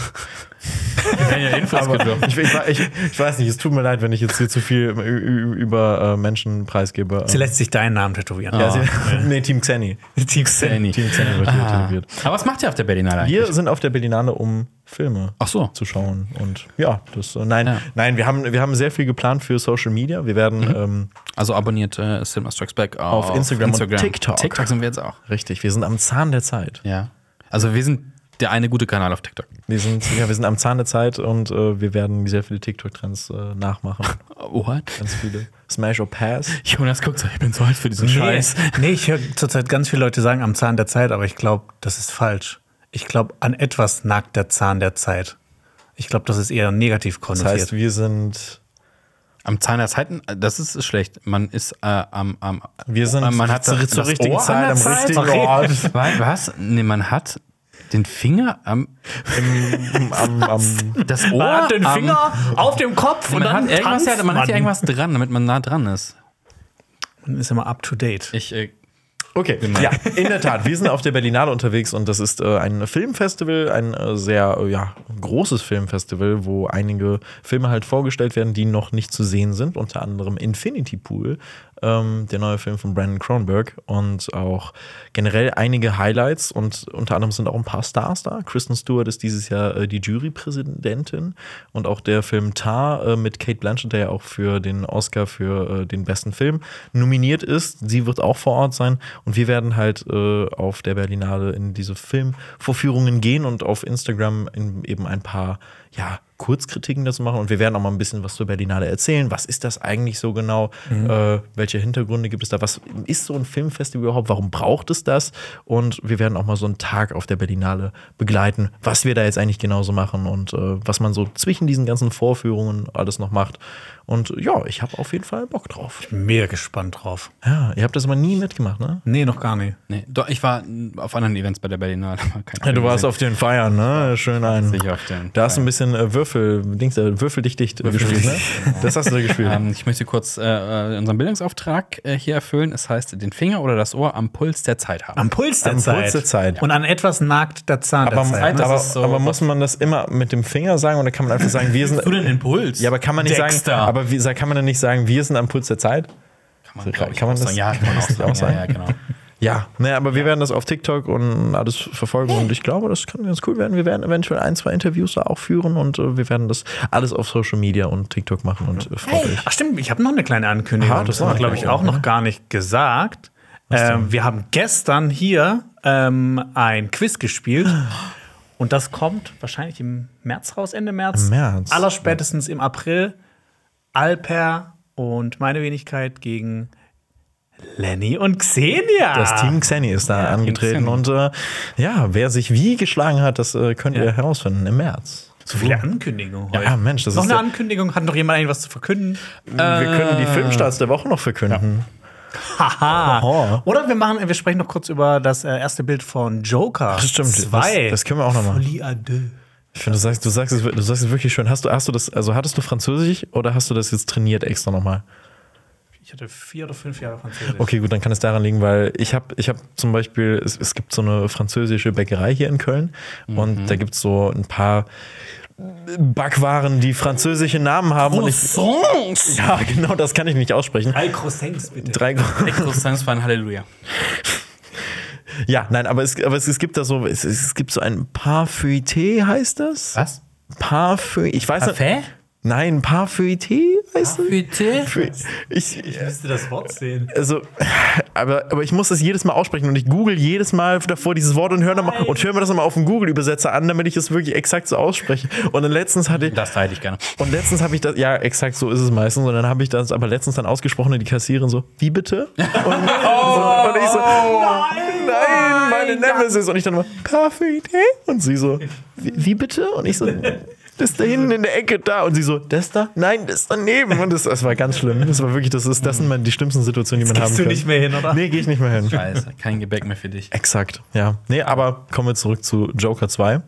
A: Aber ich, ich, ich, ich weiß nicht, es tut mir leid, wenn ich jetzt hier zu viel ü- ü- über äh, Menschen preisgebe.
C: Sie lässt sich deinen Namen tätowieren.
A: ja, sie,
B: Ah,
A: nee, Team Xeni.
C: Team Xen.
B: Danny.
A: Team Xeni wird hier tätowiert.
B: Aber was macht ihr auf der Berlinale Ah. eigentlich?
A: Wir sind auf der Berlinale, um Filme
B: Ach so.
A: zu schauen. Und ja, das, äh, nein,
B: Ja.
A: nein, wir haben, wir haben sehr viel geplant für Social Media. Wir werden, ähm,
B: Also abonniert äh, Cinema Strikes Back auf,
A: Auf Instagram und TikTok.
B: TikTok sind wir jetzt auch.
A: richtig, wir sind am Zahn der Zeit.
B: Ja. Also wir sind der eine gute Kanal auf TikTok.
A: Wir sind, ja, wir sind am Zahn der Zeit und äh, wir werden sehr viele TikTok-Trends äh, nachmachen. Oh,
B: Oha.
A: Ganz viele. Smash or Pass.
B: Jonas guckt so, ich bin so alt für diesen
C: Nee,
B: Scheiß.
C: nee, ich höre zurzeit ganz viele Leute sagen am Zahn der Zeit, aber ich glaube, das ist falsch. Ich glaube, an etwas nagt der Zahn der Zeit. Ich glaube, das ist eher negativ
A: Das
C: konnotiert.
A: heißt, wir sind,
B: Am Zahn der Zeiten, äh, das ist, ist schlecht. Man ist äh, am, am.
A: wir sind
B: äh, man hat
A: zur,
B: das-
A: zur
B: das
A: richtigen
B: Ohr an
A: Zeit,
B: der
A: am
B: Zeit.
A: richtigen Ort.
B: Wa- Was? Nee, man hat den Finger am.
A: Im- am, am,
B: Das Ohr.
C: man hat den
B: am-
C: Finger auf dem Kopf und
B: Man,
C: dann
B: hat, irgendwas,
C: tanzt
B: ja, man hat ja
C: man.
B: irgendwas dran, damit man nah dran ist.
C: Man ist immer up to date.
B: Ich, äh,
A: Okay, ja, in der Tat. Wir sind auf der Berlinale unterwegs und das ist äh, ein Filmfestival, ein äh, sehr äh, ja, großes Filmfestival, wo einige Filme halt vorgestellt werden, die noch nicht zu sehen sind. Unter anderem Infinity Pool, ähm, der neue Film von Brandon Cronenberg und auch generell einige Highlights und unter anderem sind auch ein paar Stars da. Kristen Stewart ist dieses Jahr äh, die Jurypräsidentin und auch der Film Tar äh, mit Kate Blanchett, der ja auch für den Oscar für äh, den besten Film nominiert ist. Sie wird auch vor Ort sein und wir werden halt äh, auf der Berlinale in diese Filmvorführungen gehen und auf Instagram in, eben ein paar, ja, Kurzkritiken dazu machen und wir werden auch mal ein bisschen was zur Berlinale erzählen. Was ist das eigentlich so genau? Äh, welche Hintergründe gibt es da? Was ist so ein Filmfestival überhaupt? Warum braucht es das? Und wir werden auch mal so einen Tag auf der Berlinale begleiten, was wir da jetzt eigentlich genauso machen und äh, was man so zwischen diesen ganzen Vorführungen alles noch macht. Und ja, ich habe auf jeden Fall Bock drauf.
C: Mega gespannt drauf.
A: Ja, ihr habt das mal nie mitgemacht, ne?
C: Nee, noch gar nicht.
B: Nee, doch, ich war mm, auf anderen Events bei der Berlinale. aber kein
A: Ja, du
B: Film
A: warst
B: gesehen.
A: auf den Feiern, ne? Schön ein.
B: Sicher auf den
A: Da hast du ein bisschen äh, Würfel, Dings, äh, Würfeldicht gespielt, ne? Das hast du da gespielt.
B: Ähm, ich möchte kurz äh, äh, unseren Bildungsauftrag äh, hier erfüllen. Es heißt, den Finger oder das Ohr am Puls der Zeit haben.
C: Am Puls der
A: Am
C: Zeit.
A: Puls der Zeit.
C: Und an etwas nagt der Zahn
A: Aber,
C: der Zeit. ne?
B: das
A: aber,
B: ist so
A: aber
B: was-
A: muss man das immer mit dem Finger sagen oder kann man einfach sagen, wir sind.
F: Du den Impuls?
A: Ja, aber kann man nicht
B: Dexter.
A: sagen, aber wie, sa- kann man denn nicht sagen, wir sind am Puls der Zeit?
B: Kann
A: man,
B: glaub ich,
A: kann man
B: auch
A: das-
B: sagen. Ja, kann man auch sagen.
A: sagen?
B: Ja, ja, genau.
A: Ja, naja, aber wir werden das auf TikTok und alles verfolgen und ich glaube, das kann ganz cool werden. Wir werden eventuell ein, zwei Interviews da auch führen und äh, wir werden das alles auf Social Media und TikTok machen und äh, freut euch.
C: Ach stimmt, ich habe noch eine kleine Ankündigung.
A: Aha, das
C: das haben
A: war
C: wir, glaube ich,
A: eine ne?
C: auch noch gar nicht gesagt. Ähm, wir haben gestern hier ähm, ein Quiz gespielt. Und das kommt wahrscheinlich im März raus, Ende März.
A: Im März.
C: Allerspätestens im April. Alper und meine Wenigkeit gegen Lenny und Xenia.
A: Das Ah. Team Xeni ist da angetreten und äh, ja, wer sich wie geschlagen hat, das äh, könnt ihr herausfinden im März.
C: So viele Ankündigungen heute.
A: Mhm. Ja, Mensch, das
C: noch
A: ist
C: eine
A: der-
C: Ankündigung? Hat noch jemand eigentlich was zu verkünden?
A: wir können die Filmstarts der Woche noch verkünden.
C: Haha. Oder wir machen, wir sprechen noch kurz über das äh, erste Bild von Joker.
A: Ach, stimmt.
C: Zwei.
A: Das- das können wir auch noch machen.
C: Folie à deux.
A: Ich finde, du sagst, du sagst, es, wir- du sagst es wirklich schön. Hast du, hast du das, also hattest du Französisch oder hast du das jetzt trainiert extra nochmal?
C: Ich hatte vier oder fünf Jahre Französisch.
A: Okay, gut, dann kann es daran liegen, weil ich habe ich hab zum Beispiel, es, es gibt so eine französische Bäckerei hier in Köln und da gibt es so ein paar Backwaren, die französische Namen haben. Und ich,
B: Croissants!
A: ja, genau, das kann ich nicht aussprechen.
C: Drei Croissants bitte.
A: Drei,
B: Croissants waren Halleluja.
A: ja, nein, aber es, aber es, es gibt da so, es, es gibt so ein Parfumité, heißt das?
B: Was?
A: Parfum, ich weiß nicht.
B: Parfait?
A: Nein, Parfumité heißt das?
B: Bitte?
A: Ich,
C: Müsste das Wort sehen.
A: also, aber, aber ich muss das jedes Mal aussprechen und ich google jedes Mal davor dieses Wort und höre nochmal und höre mir das nochmal auf dem Google-Übersetzer an, damit ich es wirklich exakt so ausspreche. Und dann letztens hatte ich.
B: Das teile ich gerne.
A: Und letztens habe ich das, ja, exakt so ist es meistens. Und dann habe ich das aber letztens dann ausgesprochen und die Kassiererin so, wie bitte? Und, und, und ich so, nein, nein, meine Nemesis. Und ich dann immer, Parfait, hä? Und sie so, wie, wie bitte? Und ich so, das da hinten in der Ecke da. Und sie so, das da? Nein, das daneben. Und das, das war ganz schlimm. Das war wirklich, das, ist, das sind mal die schlimmsten Situationen, die man haben
C: Gehst du
A: kann.
C: nicht mehr hin, oder?
A: Nee, gehe ich nicht mehr hin.
B: Scheiße, kein Gebäck mehr für dich.
A: Exakt, ja. Nee, aber kommen wir zurück zu Joker 2.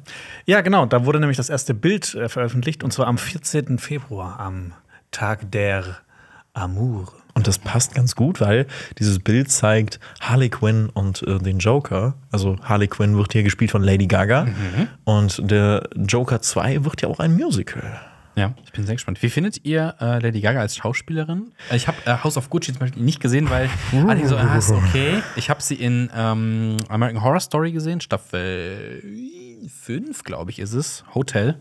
C: Ja, genau. Da wurde nämlich das erste Bild äh, veröffentlicht und zwar am 14. Februar, am Tag der Amour.
A: Und das passt ganz gut, weil dieses Bild zeigt Harley Quinn und äh, den Joker. Also Harley Quinn wird hier gespielt von Lady Gaga.
B: Mhm.
A: Und der Joker 2 wird ja auch ein Musical.
B: Ja, ich bin sehr gespannt. Wie findet ihr äh, Lady Gaga als Schauspielerin? Äh, Ich habe äh, House of Gucci zum Beispiel nicht gesehen, weil alle die so, ah, ist okay. Ich habe sie in ähm, American Horror Story gesehen, Staffel 5, glaube ich, ist es. Hotel.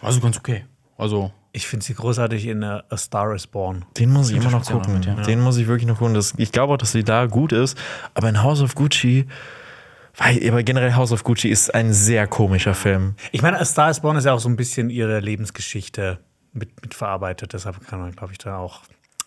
B: Also ganz okay. Also,
C: Ich finde sie großartig in äh, A Star is Born.
A: Den muss ich immer noch
B: Unterstütze ich auch
A: gucken.
B: noch mit,
A: Den muss ich wirklich noch gucken. Das, ich glaube auch, dass sie da gut ist. Aber in House of Gucci, weil, aber generell House of Gucci ist ein sehr komischer Film.
C: Ich meine, A Star is Born ist ja auch so ein bisschen ihre Lebensgeschichte mit, mit verarbeitet. Deshalb kann man, glaube ich, da auch,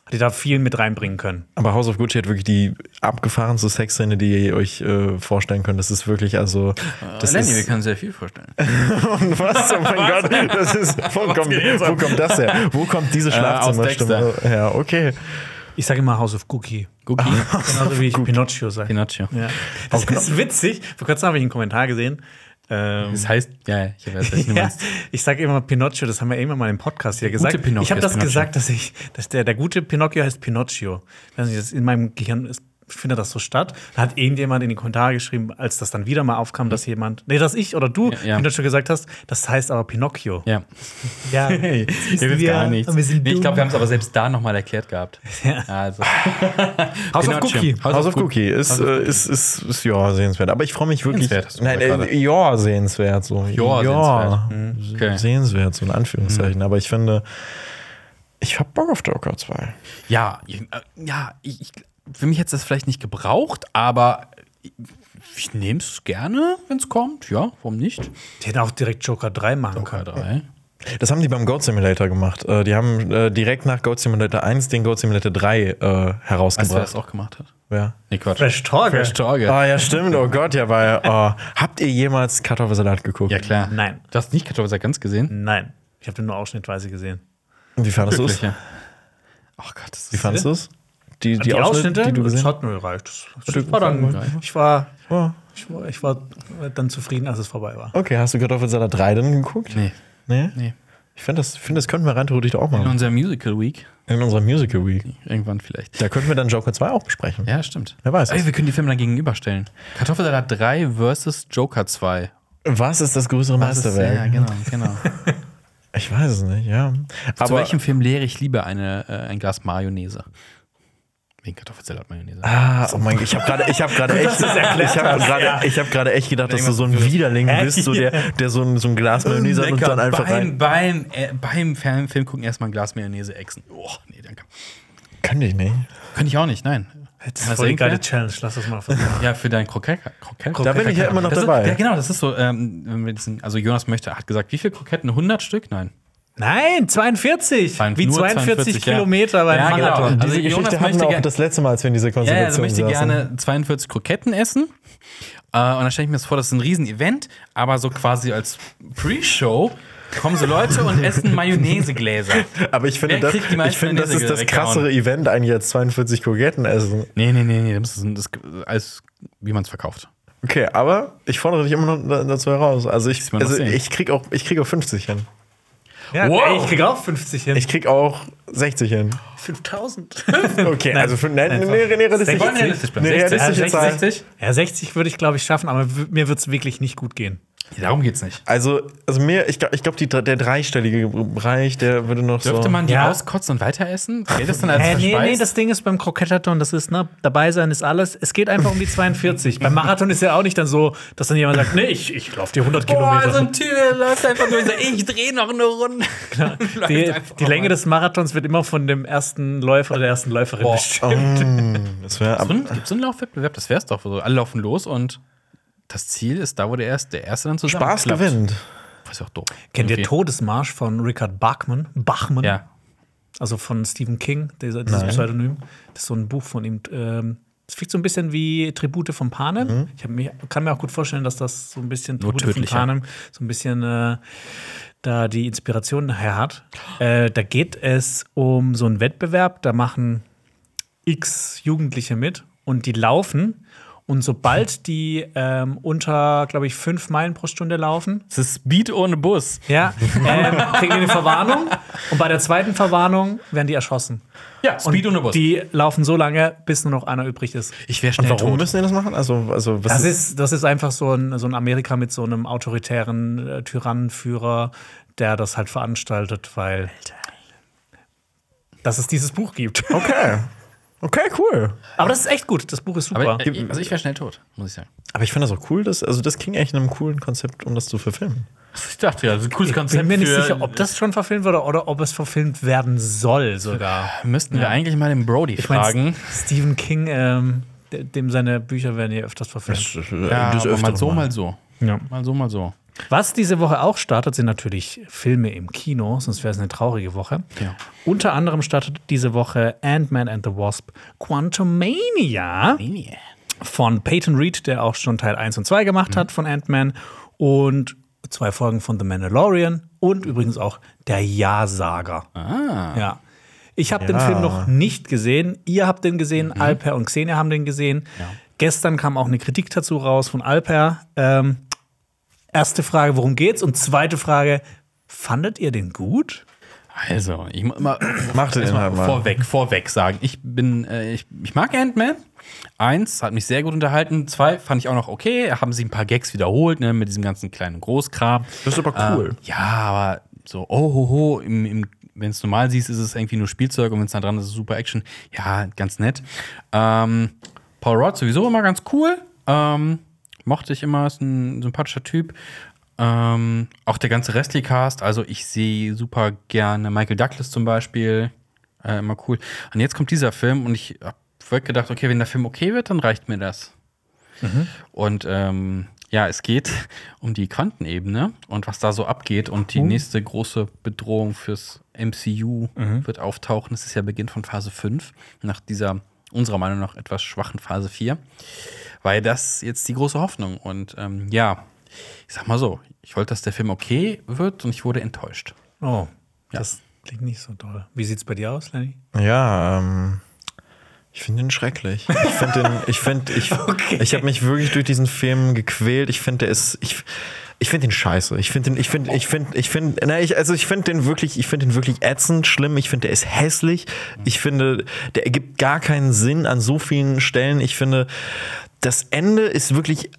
C: hat die da viel mit reinbringen können.
A: Aber House of Gucci hat wirklich die abgefahrenste Sexszene, die ihr euch äh, vorstellen könnt. Das ist wirklich, also. Das
B: Lenny, wir
A: ist,
B: können sehr viel vorstellen.
A: Was? Oh mein Gott, das ist vollkommen. Wo kommt das her? Wo kommt diese Schlafzimmerstimme
B: Äh, Dexter.
A: her? Ja, okay.
C: Ich sage immer House of Cookie.
B: Gucci,
C: Genauso wie ich Pinocchio sage.
B: Pinocchio.
C: Ja. Das ist witzig. Vor kurzem habe ich einen Kommentar gesehen. Ähm,
B: Das heißt, ja, ja, ich weiß nicht,
C: ja,
B: ja.
C: ich sage immer Pinocchio, das haben wir irgendwann mal im Podcast hier gesagt.
B: Pinocchio
C: ich habe
B: ist
C: das
B: Pinocchio.
C: gesagt, dass ich, dass der, der gute Pinocchio heißt Pinocchio. Ich Weiß nicht, das in meinem Gehirn ist findet das so statt? Da hat irgendjemand in die Kommentare geschrieben, als das dann wieder mal aufkam, dass jemand, nee, dass ich oder du,
B: Ja, ja.
C: wie du schon gesagt hast, das heißt aber Pinocchio.
B: Ja.
C: Ja,
B: Ihr wisst gar nichts. Nee, ich glaube, wir haben es aber selbst da nochmal erklärt gehabt. Ja. Also.
C: House of
B: Pinocchio.
C: Cookie.
A: House of Cookie ist, äh, ist, ist, ist ja sehenswert. Aber ich freue mich wirklich.
B: Sehenswert,
A: Nein, äh, ja, sehenswert. So.
B: Ja, Hm,
A: sehenswert.
B: Okay. Hm.
A: Sehenswert, so in Anführungszeichen. Aber ich finde, ich habe Bock auf Joker 2.
B: Ja, ich- äh, ja, ich, ich, für mich hätte es das vielleicht nicht gebraucht, aber ich, ich nehme es gerne, wenn es kommt. Ja, warum nicht?
C: Die hätten auch direkt Joker 3 machen können.
B: K3.
A: Das haben die beim Goat Simulator gemacht. Äh, die haben äh, direkt nach Goat Simulator 1 den Goat Simulator 3 äh,
B: Weißt du, wer
A: herausgebracht.
B: das auch gemacht hat?
A: ja.
B: Nee, Quatsch.
C: Fresh Talk.
B: Fresh Torge.
A: Ah, ja, stimmt. Oh Gott, ja, weil. Oh. Habt ihr jemals Kartoffelsalat geguckt?
B: Ja, klar.
C: Nein.
B: Du hast nicht Kartoffelsack ganz gesehen?
C: Nein, ich habe den nur ausschnittweise gesehen.
A: Wie fandest du es?
B: Wirklich, ja. Oh Gott, das ist
A: Wie fandest du es? Die, die, die du
C: das
A: gesehen hast?
C: hat mir gereicht. Das- Das war dann, ich, war, ich war, ich war dann zufrieden, als es vorbei war.
A: Okay, hast du Kartoffelsalat 3 dann geguckt?
B: Nee.
A: Nee?
B: Nee.
A: Ich finde, das, find, das könnten wir rein theoretisch auch
B: In
A: machen.
B: unserer Musical Week.
A: In unserer Musical Week.
B: Irgendwann vielleicht.
A: Da könnten wir dann Joker 2 auch besprechen.
B: Ja, stimmt.
A: Wer weiß es.
B: Ey, wir können die Filme dann gegenüberstellen. Kartoffelsalat 3 versus Joker 2.
A: Was ist das größere
B: Das ist-
A: Meisterwerk?
B: Ja, genau, genau.
A: Ich weiß es nicht, ja.
B: Zu
A: Aber
B: welchem Film leere ich lieber eine, äh, ein Glas Mayonnaise? Wegen Kartoffelsalat-Mayonnaise.
A: Ah, oh mein Gott, ich habe gerade ich hab gerade echt ich habe gerade ich hab gerade echt gedacht, dass du so ein Widerling bist, so der der so ein, so ein Glas Mayonnaise hat und dann einfach rein.
B: beim, beim, äh, beim Fern- Film gucken erstmal ein Glas Mayonnaise exen. Oh, nee, danke.
A: Kann ich nicht.
B: Könnte ich auch nicht, nein.
C: Das
B: Kann
C: ist voll die
B: irgendwer?
C: geile Challenge, lass das mal versuchen.
B: Ja, für deinen Krokecker. Krokecker.
A: Da bin ich ja immer noch
B: das
A: dabei.
B: Ist, ja, genau, das ist so. Ähm, wenn wir diesen- also, Jonas möchte, hat gesagt, wie viel Kroketten? 100 Stück? Nein.
C: Nein, 42!
B: Fein,
C: Wie
B: nur
C: 42
B: 42, ja.
C: Kilometer beim
B: Ja, genau.
C: Marathon.
B: Also
A: Diese
B: Jonas
A: Geschichte hatten
B: möchte
A: wir auch
B: gern-
A: das letzte Mal, als wir in dieser
B: Ja, ja,
A: Konstellation
B: also möchte
A: saßen.
B: gerne 42 Kroketten essen. Äh, und dann stelle ich mir das vor, das ist ein Riesen-Event, aber so quasi als Pre-Show kommen so Leute und essen Mayonnaisegläser.
A: Aber ich finde,
B: Wer
A: das,
B: kriegt die meisten
A: ich finde das ist
B: Mayonnaise
A: das
B: weggehauen?
A: krassere Event, eigentlich als 42 Kroketten essen.
B: Nee, nee, nee, nee, das ist das, als wie man es verkauft.
A: Okay, aber ich fordere dich immer noch da- dazu heraus. Also ich,
B: man noch
A: also
B: sehen.
A: ich krieg auch ich krieg auch 50 hin.
C: Ja,
B: Wow.
C: ey, ich krieg auch 50 hin.
A: Ich krieg auch 60 hin.
C: 5000.
B: Hm.
A: Okay, also für, nein, nein, nee, nee, realistisch.
B: Wollen wir realistisch bleiben?
A: Eine
B: 60?
A: Ne- realistische
B: Ja,
A: Zahl.
B: 60?
C: ja, 60 würde ich, glaube ich, schaffen, aber w- mir wird es wirklich nicht gut gehen.
B: Ja, darum geht's nicht.
A: Also, also mir, ich glaube, ich glaub, die, der dreistellige Bereich, der würde noch
B: Dürfte
A: so.
B: man die
C: Ja.
B: auskotzen und weiter essen? Geht das dann als
C: Äh, nee, nee,
B: Verspeis?
C: das Ding ist beim Krokettathon, das ist, ne, dabei sein ist alles. Es geht einfach um die 42. beim Marathon ist ja auch nicht dann so, dass dann jemand sagt, nee, ich, ich laufe die 100
B: Boah,
C: Kilometer.
B: so ein Typ der läuft einfach durch und sagt, ich drehe noch eine Runde. Läuft
C: die,
B: einfach
C: die Länge
B: mal.
C: des Marathons wird immer von dem ersten Läufer oder der ersten Läuferin
B: Boah.
C: bestimmt.
A: das wär, ab,
B: So ein- Gibt's so einen Laufwettbewerb? Das wär's doch so. Alle laufen los und das Ziel ist da, wo der Erste, der Erste dann zusammen
A: Spaß gewinnt.
B: Ist ja auch doof.
C: Kennt ihr
B: Irgendwie.
C: Todesmarsch von Richard Bachman? Bachman?
B: Ja.
C: Also von Stephen King, dieser, dieses Pseudonym. Das ist so ein Buch von ihm. ähm, Das klingt so ein bisschen wie Tribute von Panem. Ich hab mir, kann mir auch gut vorstellen, dass das so ein bisschen
B: Mhm. Nur
C: Tribute von
B: tödlicher.
C: Panem so ein bisschen äh, da die Inspiration daher hat. Äh, da geht es um so einen Wettbewerb. Da machen x Jugendliche mit und die laufen. Und sobald die ähm, unter, glaube ich, fünf Meilen pro Stunde laufen,
B: Es ist Speed ohne Bus.
C: ja, ähm, kriegen die eine Verwarnung und bei der zweiten Verwarnung werden die erschossen.
B: Ja,
C: Und
B: Speed ohne Bus.
C: Die laufen so lange, bis nur noch einer übrig ist.
B: ich wäre
A: Und
B: schnell
A: warum
B: tot.
A: müssen die das machen? Also, also was
C: Das ist, das ist einfach so ein, so ein Amerika mit so einem autoritären äh, Tyrannenführer, der das halt veranstaltet, weil. Dass es dieses Buch gibt.
A: Okay. Okay, cool.
C: Aber das ist echt gut. Das Buch ist super.
B: Aber, äh, also ich wäre schnell tot, muss ich sagen.
A: Aber ich finde das auch cool, dass, also das klingt echt in einem coolen Konzept, um das zu verfilmen.
B: Ich dachte ja, das ist ein cooles
C: ich bin mir nicht sicher, ob das schon verfilmt wurde oder ob es verfilmt werden soll sogar.
B: Müssten wir eigentlich mal den Brody
C: Ich mein,
B: fragen.
C: Stephen King, ähm, de- dem seine Bücher werden ja öfters verfilmt.
B: Ja,
A: das
B: aber mal so,
A: mal.
B: mal so.
C: Ja.
B: Mal so, mal so.
C: Was diese Woche auch startet, sind natürlich Filme im Kino, sonst wäre es eine traurige Woche.
B: Ja.
C: Unter anderem startet diese Woche Ant-Man and the Wasp Quantumania von Peyton Reed, der auch schon Teil 1 und 2 gemacht hat von Ant-Man und zwei Folgen von The Mandalorian und übrigens auch der Ja-Sager. Ah. Ja. Ich habe den Film noch nicht gesehen. Ihr habt den gesehen, Alper und Xenia haben den gesehen. Gestern kam auch eine Kritik dazu raus von Alper. Ähm, erste Frage, worum geht's? Und zweite Frage, fandet ihr den gut?
B: Also, ich muss mal,
A: Mach den
B: erstmal
A: Inhalt mal.
B: vorweg, vorweg sagen. Ich bin, äh, ich, ich mag Ant-Man. Eins hat mich sehr gut unterhalten. Zwei fand ich auch noch okay. Haben sie ein paar Gags wiederholt, ne, mit diesem ganzen kleinen Großkram.
A: Das ist aber cool.
B: Ähm, ja, aber so, oh, ho, ho, im, im, wenn es normal siehst, ist es irgendwie nur Spielzeug und wenn es da dran ist, ist es super Action. Ja, ganz nett. Ähm, Paul Rudd sowieso immer ganz cool. Ähm, mochte ich immer, ist ein sympathischer Typ. Ähm, auch der ganze restliche Cast, also ich sehe super gerne Michael Douglas zum Beispiel. Äh, immer cool. Und jetzt kommt dieser Film und ich habe wirklich gedacht, okay, wenn der Film okay wird, dann reicht mir das. Und ähm, ja, es geht um die Quantenebene und was da so abgeht. Und die nächste große Bedrohung fürs MCU wird auftauchen. Es ist ja Beginn von Phase 5, nach dieser unserer Meinung nach etwas schwachen Phase 4. Weil das jetzt die große Hoffnung. Und ähm, ja, ich sag mal so, ich wollte, dass der Film okay wird und ich wurde enttäuscht.
C: Oh, das klingt nicht so toll. Wie sieht's bei dir aus, Lenny?
A: Ja, ähm, ich finde ihn schrecklich. Ich finde den, ich finde, ich, ich habe mich wirklich durch diesen Film gequält. Ich finde, der ist, ich, ich finde ihn scheiße. Ich finde den, ich finde, ich finde, ich finde, na, ich, also ich finde den wirklich, ich finde den wirklich ätzend, schlimm. Ich finde, der ist hässlich. Ich finde, der ergibt gar keinen Sinn an so vielen Stellen. Ich finde, das Ende ist wirklich,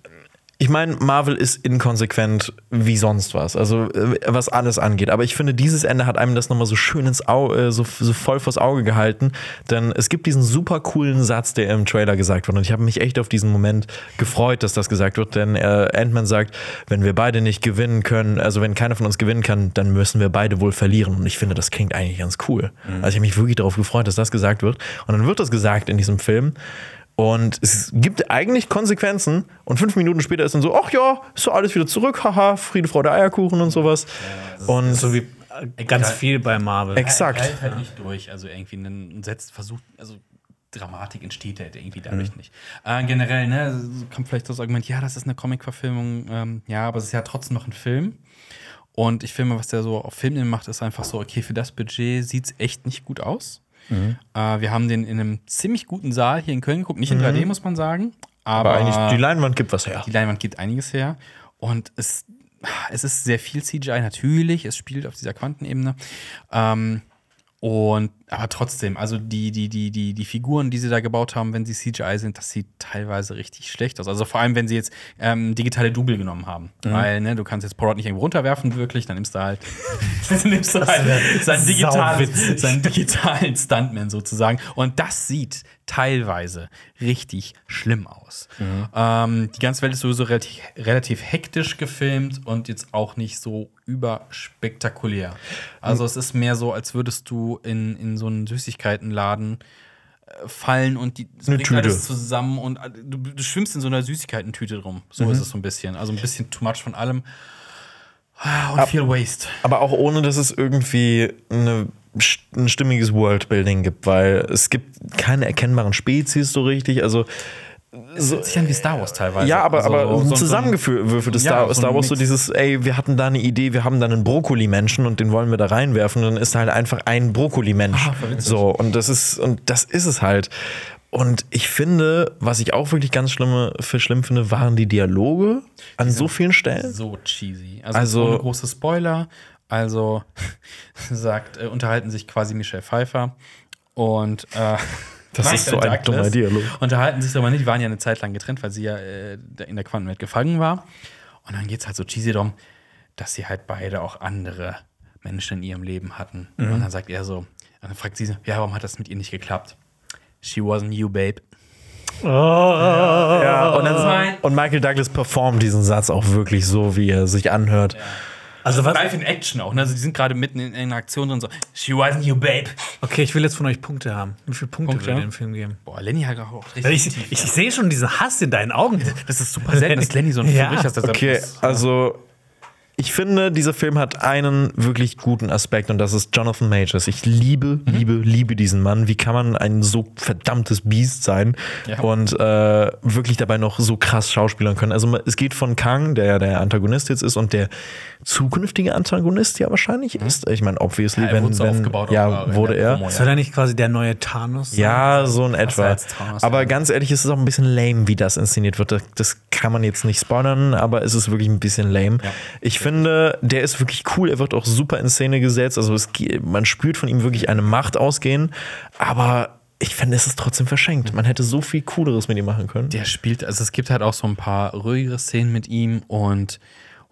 A: ich meine, Marvel ist inkonsequent wie sonst was, also äh, was alles angeht. Aber ich finde, dieses Ende hat einem das nochmal so schön ins Auge, äh, so, so voll vors Auge gehalten. Denn es gibt diesen super coolen Satz, der im Trailer gesagt wird. Und ich habe mich echt auf diesen Moment gefreut, dass das gesagt wird. Denn äh, Ant-Man sagt, wenn wir beide nicht gewinnen können, also wenn keiner von uns gewinnen kann, dann müssen wir beide wohl verlieren. Und ich finde, das klingt eigentlich ganz cool. Also ich habe mich wirklich darauf gefreut, dass das gesagt wird. Und dann wird das gesagt in diesem Film. Und es gibt eigentlich Konsequenzen. Und fünf Minuten später ist dann so, ach ja, ist so alles wieder zurück, haha, Friede, Freude, Eierkuchen und sowas. Und
C: So wie äh, ganz
B: Egal.
C: viel bei Marvel.
A: exakt.
B: Er greift halt nicht durch. Also irgendwie einen setzt, versucht, also Dramatik entsteht halt irgendwie
A: Mhm.
B: dadurch nicht. Äh, generell, ne, kommt vielleicht das Argument, ja, das ist eine Comic-Verfilmung, ähm, ja, aber es ist ja trotzdem noch ein Film. Und ich filme, was der so auf Filmen macht, ist einfach so, okay, für das Budget sieht's echt nicht gut aus.
A: Mhm.
B: Äh, wir haben den in einem ziemlich guten Saal hier in Köln geguckt, nicht in 3D, muss man sagen. Aber,
A: Mhm. Aber eigentlich, die Leinwand gibt was her.
B: die Leinwand gibt einiges her. Und es, es ist sehr viel CGI, natürlich. Es spielt auf dieser Quantenebene. Ähm, und, aber trotzdem, also die, die, die, die, die Figuren, die sie da gebaut haben, wenn sie CGI sind, das sieht teilweise richtig schlecht aus. Also vor allem, wenn sie jetzt ähm, digitale Double genommen haben. Weil, ne, du kannst jetzt Porod nicht irgendwo runterwerfen, wirklich, dann nimmst du halt, dann nimmst du halt sein digitales,
C: sauwitzig.
B: seinen digitalen Stuntman sozusagen. Und das sieht teilweise richtig schlimm aus.
A: Mhm.
B: Ähm, die ganze Welt ist sowieso relativ, relativ hektisch gefilmt und jetzt auch nicht so überspektakulär.
A: Mhm.
B: Also es ist mehr so, als würdest du in, in so einen Süßigkeitenladen äh, fallen und die es
A: Eine
B: bringt
A: Tüte.
B: alles zusammen und äh, du, du schwimmst in so einer Süßigkeiten-Tüte rum. So
A: Mhm.
B: ist es so ein bisschen. Also ein bisschen too much von allem. Ah, Und viel Waste.
A: Aber auch ohne, dass es irgendwie eine, st- ein stimmiges Worldbuilding gibt, weil es gibt keine erkennbaren Spezies so richtig. Also
B: So, sich an wie Star Wars teilweise.
A: Ja, aber,
B: Also
A: aber
B: so- so- so-
A: zusammengewürfeltes
B: Ja,
A: Star,
B: so ein
A: Star Wars, so
B: Mix.
A: dieses, ey, wir hatten da eine Idee, wir haben da einen Brokkoli-Menschen und den wollen wir da reinwerfen, dann ist halt einfach ein
B: Ah,
A: Brokkoli-Mensch. so, und das ist, und das ist es halt. Und ich finde, was ich auch wirklich ganz schlimme, für schlimm finde, waren die Dialoge an so vielen Stellen.
B: so cheesy. Also,
A: Also-
B: ohne große Spoiler. Also sagt, äh, unterhalten sich quasi Michelle Pfeiffer und äh,
A: Das ist so
B: Michael
A: ein dummer Dialog.
B: Unterhalten sich darüber nicht, die waren ja eine Zeit lang getrennt, weil sie ja äh, in der Quantenwelt gefangen war. Und dann geht es halt so cheesy darum, dass sie halt beide auch andere Menschen in ihrem Leben hatten.
A: Mhm.
B: Und dann sagt er so, und dann fragt sie, so, ja, warum hat das mit ihr nicht geklappt? She wasn't you, babe.
A: Ja, und,
B: Nein.
A: dann, und Michael Douglas performt diesen Satz auch wirklich so, wie er sich anhört.
C: Also was?
B: Live in Action auch, ne? Also die sind gerade mitten in einer Aktion drin, so, she wasn't you, babe.
C: Okay, ich will jetzt von euch Punkte haben. Wie viele Punkte,
B: Punkte?
C: würde ihr dem Film geben?
B: Boah, Lenny hat auch richtig.
C: Ich,
B: tief.
C: ich, sehe schon diesen Hass in deinen Augen.
B: das ist super selten, dass Lenny so einen
C: Ja.
B: Film hat.
A: Okay,
B: Ist,
A: also ich finde, dieser Film hat einen wirklich guten Aspekt und das ist Jonathan Majors. Ich
B: Mhm.
A: liebe, liebe, liebe diesen Mann. Wie kann man ein so verdammtes Biest sein
B: Ja.
A: und äh, wirklich dabei noch so krass schauspielern können? Also es geht von Kang, der ja der Antagonist jetzt ist und der zukünftige Antagonist ja wahrscheinlich ist. Ich meine, obviously,
B: Mhm. Ja, er wurde
A: wenn,
B: so
A: wenn
B: aufgebaut, auch, äh,
A: ja,
B: in
A: wurde
B: der
A: er.
B: Promo, ja.
C: Soll er nicht quasi der neue Thanos sein?
A: Ja, so in etwa.
B: als Thanos,
A: Aber
B: ja.
A: ganz ehrlich, es ist auch ein bisschen lame, wie das inszeniert wird. Das, das kann man jetzt nicht spoilern, aber es ist wirklich ein bisschen lame. Ich finde, der ist wirklich cool. Er wird auch super in Szene gesetzt. Also es, ge- man spürt von ihm wirklich eine Macht ausgehen. Aber ich finde, es ist trotzdem verschenkt. Man hätte so viel Cooleres mit ihm machen können.
B: Der spielt, also es gibt halt auch so ein paar ruhigere Szenen mit ihm und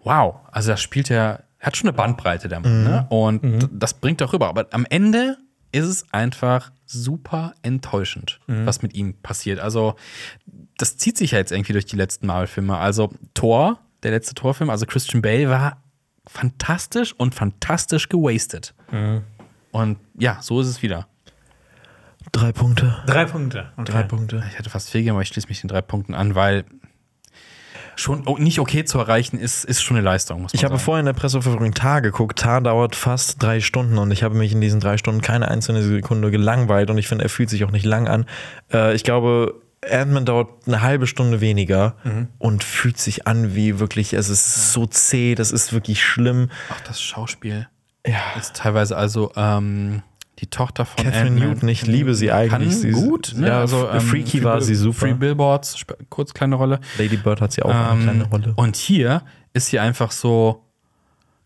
B: wow, also da spielt er, hat schon eine Bandbreite damit, ne? Und d- das bringt er rüber. Aber am Ende ist es einfach super enttäuschend, was mit ihm passiert. Also das zieht sich ja jetzt irgendwie durch die letzten Marvel-Filme. Also Thor, der letzte Thor-Film, also Christian Bale war fantastisch und fantastisch gewastet. Und ja, so ist es wieder.
A: Drei Punkte.
C: Drei Punkte. Okay.
A: Drei Punkte.
B: Ich hätte fast fehlgegeben, aber ich schließe mich den drei Punkten an, weil schon oh, nicht okay zu erreichen ist, ist schon eine Leistung. Muss man
A: Ich habe
B: sagen.
A: vorhin in der Presseverführung Tar geguckt. Tar dauert fast drei Stunden und ich habe mich in diesen drei Stunden keine einzelne Sekunde gelangweilt und ich finde, er fühlt sich auch nicht lang an. Äh, ich glaube, Ant-Man dauert eine halbe Stunde weniger und fühlt sich an wie wirklich, es ist so zäh, das ist wirklich schlimm.
B: Ach, das Schauspiel
A: Ja.
B: ist teilweise also ähm, die Tochter von
A: Catherine
B: Ant-Man.
A: Newton, ich liebe sie eigentlich.
B: Kann
A: Sie ist-
B: gut, ne?
A: Ja, ähm, freaky
B: Free
A: war
B: Bill-
A: sie super.
B: Free Billboards, sp- kurz kleine Rolle.
A: Lady Bird hat sie auch eine
B: Ähm,
A: kleine Rolle.
B: Und hier ist sie einfach so,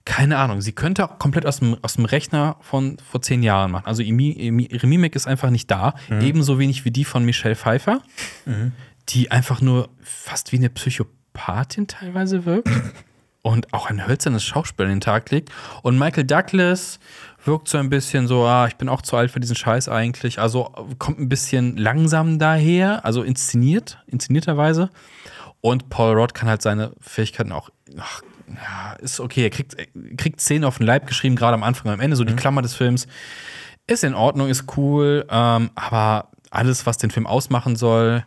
B: keine Ahnung, sie könnte komplett aus dem, aus dem Rechner von vor zehn Jahren machen. Also ihr Mi- ihr Mi- ihre Mimik ist einfach nicht da.
A: Mhm.
B: Ebenso wenig wie die von Michelle Pfeiffer, die einfach nur fast wie eine Psychopathin teilweise wirkt. Und auch ein hölzernes Schauspiel an den Tag legt. Und Michael Douglas wirkt so ein bisschen so, ah, ich bin auch zu alt für diesen Scheiß eigentlich. Also kommt ein bisschen langsam daher, also inszeniert, inszenierterweise. Und Paul Rudd kann halt seine Fähigkeiten auch. Ach, ja, ist okay. Er kriegt, er kriegt Szenen auf den Leib geschrieben, gerade am Anfang und am Ende, so die Klammer des Films. Ist in Ordnung, ist cool, ähm, aber alles, was den Film ausmachen soll,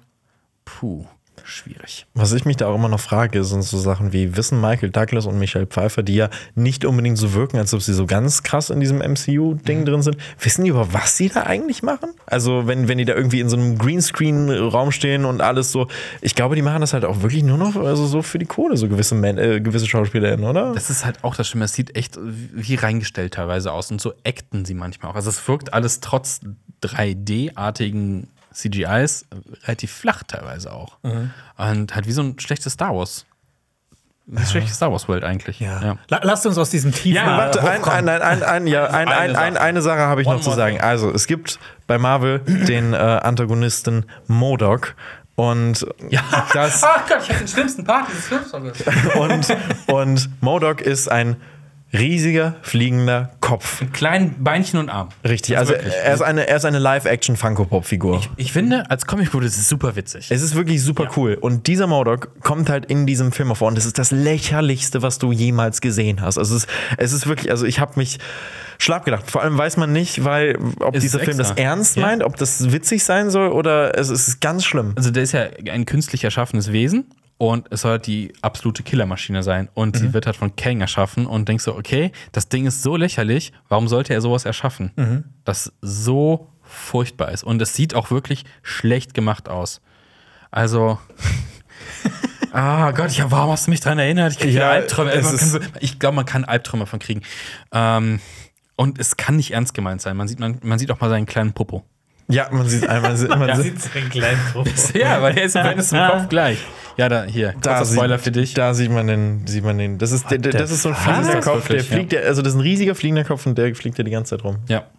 B: puh, schwierig.
A: Was ich mich da auch immer noch frage, sind so Sachen wie, wissen Michael Douglas und Michelle Pfeiffer, die ja nicht unbedingt so wirken, als ob sie so ganz krass in diesem MCU-Ding drin sind, wissen die über was sie da eigentlich machen? Also wenn, wenn die da irgendwie in so einem Greenscreen-Raum stehen und alles so, ich glaube, die machen das halt auch wirklich nur noch also so für die Kohle, so gewisse, Man äh, gewisse SchauspielerInnen, oder?
B: Das ist halt auch das Schlimme. Es sieht echt wie reingestellt teilweise aus. Und so acten sie manchmal auch. Also es wirkt alles trotz 3D-artigen CGIs relativ flach teilweise auch. Und halt wie so ein schlechtes Star Wars. Ein schlechtes Star Wars World eigentlich.
C: Ja. La lasst uns aus diesem Tiefen.
B: Ja,
A: Warte, ein, ein, ein, ein, ein, ja, ein,
B: Äh, Eine
A: ein, ein,
B: Sache.
A: eine Sache habe ich
B: One
A: noch zu
B: more
A: sagen.
B: thing.
A: Also, es gibt bei Marvel den äh, Antagonisten Modok. Und das
B: Gott, ich habe den schlimmsten Part dieses Films vergessen.
A: und, und Modok ist ein riesiger fliegender Kopf.
B: Kleinen Beinchen und Arm.
A: Richtig, also er ist eine, er ist eine Live-Action-Funko-Pop-Figur.
B: Ich finde, als Comicbuch ist es super witzig.
A: Es ist wirklich super cool. Und dieser Modok kommt halt in diesem Film vor. Und das ist das lächerlichste, was du jemals gesehen hast. Also es ist, es ist wirklich, also ich habe mich schlapp gedacht. Vor allem weiß man nicht, weil, ob
B: Es ist
A: dieser Film das
B: extra.
A: ernst
B: Ja.
A: meint, ob das witzig sein soll oder es, es ist ganz schlimm.
B: Also, der ist ja ein künstlich erschaffenes Wesen und es soll halt die absolute Killermaschine sein. Und
A: Mhm.
B: sie wird halt von Kang erschaffen und denkst so, okay, das Ding ist so lächerlich, warum sollte er sowas erschaffen?
A: Mhm.
B: Das so furchtbar ist. Und es sieht auch wirklich schlecht gemacht aus. Also. Ah Gott, ich, warum hast du mich daran erinnert? Ich kriege
A: Ja,
B: ja, Albträume.
A: es
B: Man
A: ist-
B: kann so, ich glaube, man kann Albträume von kriegen. Ähm, und es kann nicht ernst gemeint sein. Man sieht, man, man sieht auch mal seinen kleinen Popo.
A: Ja, man sieht einmal, man sieht, man sieht,
C: ein kleinen Trupp.
B: Ja, weil der ist zumindest im Kopf gleich. Ja, da, hier.
A: da
B: kurzer Spoiler
A: sieht,
B: für dich.
A: Da sieht man den, sieht man den. Das ist, der, der, das ist so ein
B: Ist
A: fliegender
B: das
A: Kopf, der
B: wirklich, ja.
A: fliegt, der, also das ist ein riesiger fliegender Kopf und der fliegt ja die ganze Zeit rum.
B: Ja.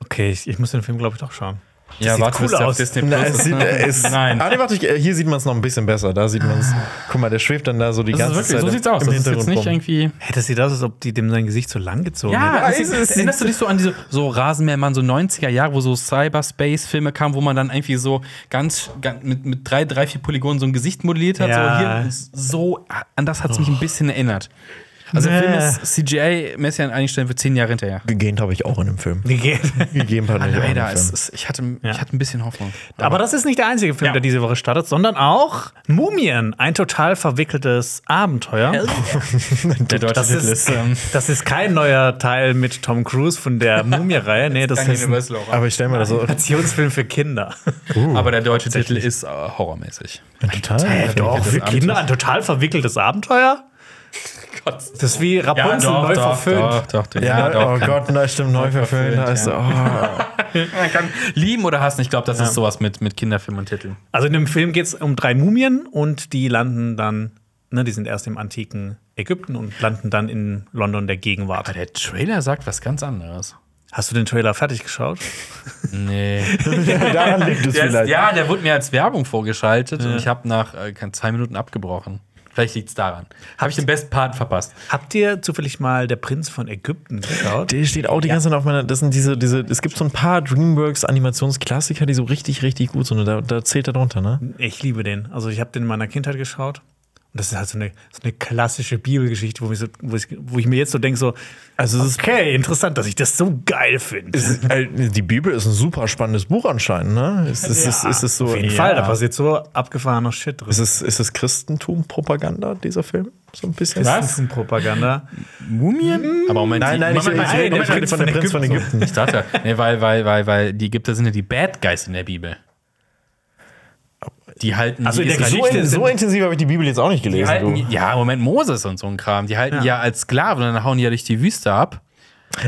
C: Okay, ich, ich muss den Film, glaube ich, doch schauen.
B: Ja,
C: sieht
B: warte,
C: cool
B: bis der auf
C: aus.
B: Disney
A: Na, es
B: ist,
A: sieht,
B: ne?
A: es,
B: Nein.
A: Ah, nee, warte, ich, äh, hier sieht man es noch ein bisschen besser. Da sieht man es. Guck mal, der schwebt dann da so die
B: Das
A: ganze
B: ist wirklich,
A: Zeit.
B: so sieht's aus.
A: Im
B: Das ist
A: Hintergrund
B: jetzt nicht
A: rum.
B: irgendwie.
C: Hey, das sieht aus, als ob die dem sein Gesicht so lang gezogen hätten.
B: Ja, das
A: es
B: ist,
A: ist-
B: erinnerst du dich so an diese so Rasenmähermann, so 90er Jahre, wo so Cyberspace-Filme kamen, wo man dann irgendwie so ganz, ganz mit, mit drei, drei, vier Polygonen so ein Gesicht modelliert hat?
C: Ja.
B: So, hier, so an das hat es mich ein bisschen erinnert. Also der
C: Nee.
B: Film ist CGI-mäßig an einigen Stellen für zehn Jahre hinterher.
A: Gegähnt habe ich auch in dem Film.
C: Wie geht-
A: Gegeben hat er
B: Leider,
A: auch im
B: es,
A: Film.
B: es, ich, hatte,
C: Ja.
B: ich hatte ein bisschen Hoffnung.
C: Aber das ist nicht der einzige Film,
B: Ja.
C: der diese Woche startet, sondern auch Mumien, ein total verwickeltes Abenteuer.
B: Der deutsche
C: Das ist,
B: ähm.
C: das ist kein neuer Teil mit Tom Cruise von der Mumie-Reihe. Nee, das ist ein
A: Aber ich stelle mir das so.
C: Animationsfilm für Kinder.
B: Aber der deutsche Titel ist äh, horrormäßig.
A: Total.
C: Doch, für Kinder ein total verwickeltes Abenteuer?
B: Gott.
C: Das ist wie Rapunzel
B: doch,
C: neu
B: doch,
C: verföhnt.
B: Doch, doch, doch,
A: Ja,
B: ja, doch.
A: oh
B: kann-
A: Gott, na stimmt, neu verföhnt.
B: verföhnt,
A: heißt, oh.
B: Man kann lieben oder hassen, ich glaube, das ist sowas mit, mit Kinderfilmen und Titeln.
C: Also in dem Film geht es um drei Mumien und die landen dann, ne, die sind erst im antiken Ägypten und landen dann in London der Gegenwart.
B: Der Trailer sagt was ganz anderes.
C: Hast du den Trailer fertig geschaut?
B: Nee.
A: Daran liegt es
B: Der ist,
A: vielleicht.
B: ja, der wurde mir als Werbung vorgeschaltet und ich habe nach äh, kein- zwei Minuten abgebrochen. Vielleicht liegt es daran. Habe ich den besten Part verpasst.
C: Habt ihr zufällig mal Der Prinz von Ägypten geschaut?
A: Der steht auch die ganze Zeit auf meiner. Das sind diese, diese. Es gibt so ein paar DreamWorks-Animationsklassiker, die so richtig, richtig gut sind. Und da, da zählt er drunter, ne?
C: Ich liebe den. Also ich habe den in meiner Kindheit geschaut. Und das ist halt so eine, so eine klassische Bibelgeschichte, wo, mich so, wo, ich, wo ich mir jetzt so denke, so, also es ist okay, interessant, dass ich das so geil finde. Auf
A: Äh, Die Bibel ist ein super spannendes Buch anscheinend, ne? Ist, ist, ist, ist es so. Auf
C: jeden Fall, da passiert so abgefahrener Shit drin.
A: Ist es, ist es Christentum-Propaganda, dieser Film? So ein bisschen.
C: Propaganda.
B: Mumien? Aber Moment,
A: Nein, nein, ich, ich,
B: Moment, Moment,
A: rede, ich
B: Moment,
A: rede
B: Moment,
A: von dem Prinz von Ägypten.
B: Ich dachte, nee, weil, weil, weil, weil die Ägypter sind ja die Bad Guys in der Bibel. Die halten
C: Also
B: die
C: in der
B: Israeliten-
A: So, in, so intensiv habe ich die Bibel jetzt auch nicht
B: Die
A: gelesen.
B: halten,
A: du.
B: ja, Moment, Moses und so ein Kram. Die halten ja, als Sklaven und dann hauen die ja durch die Wüste ab.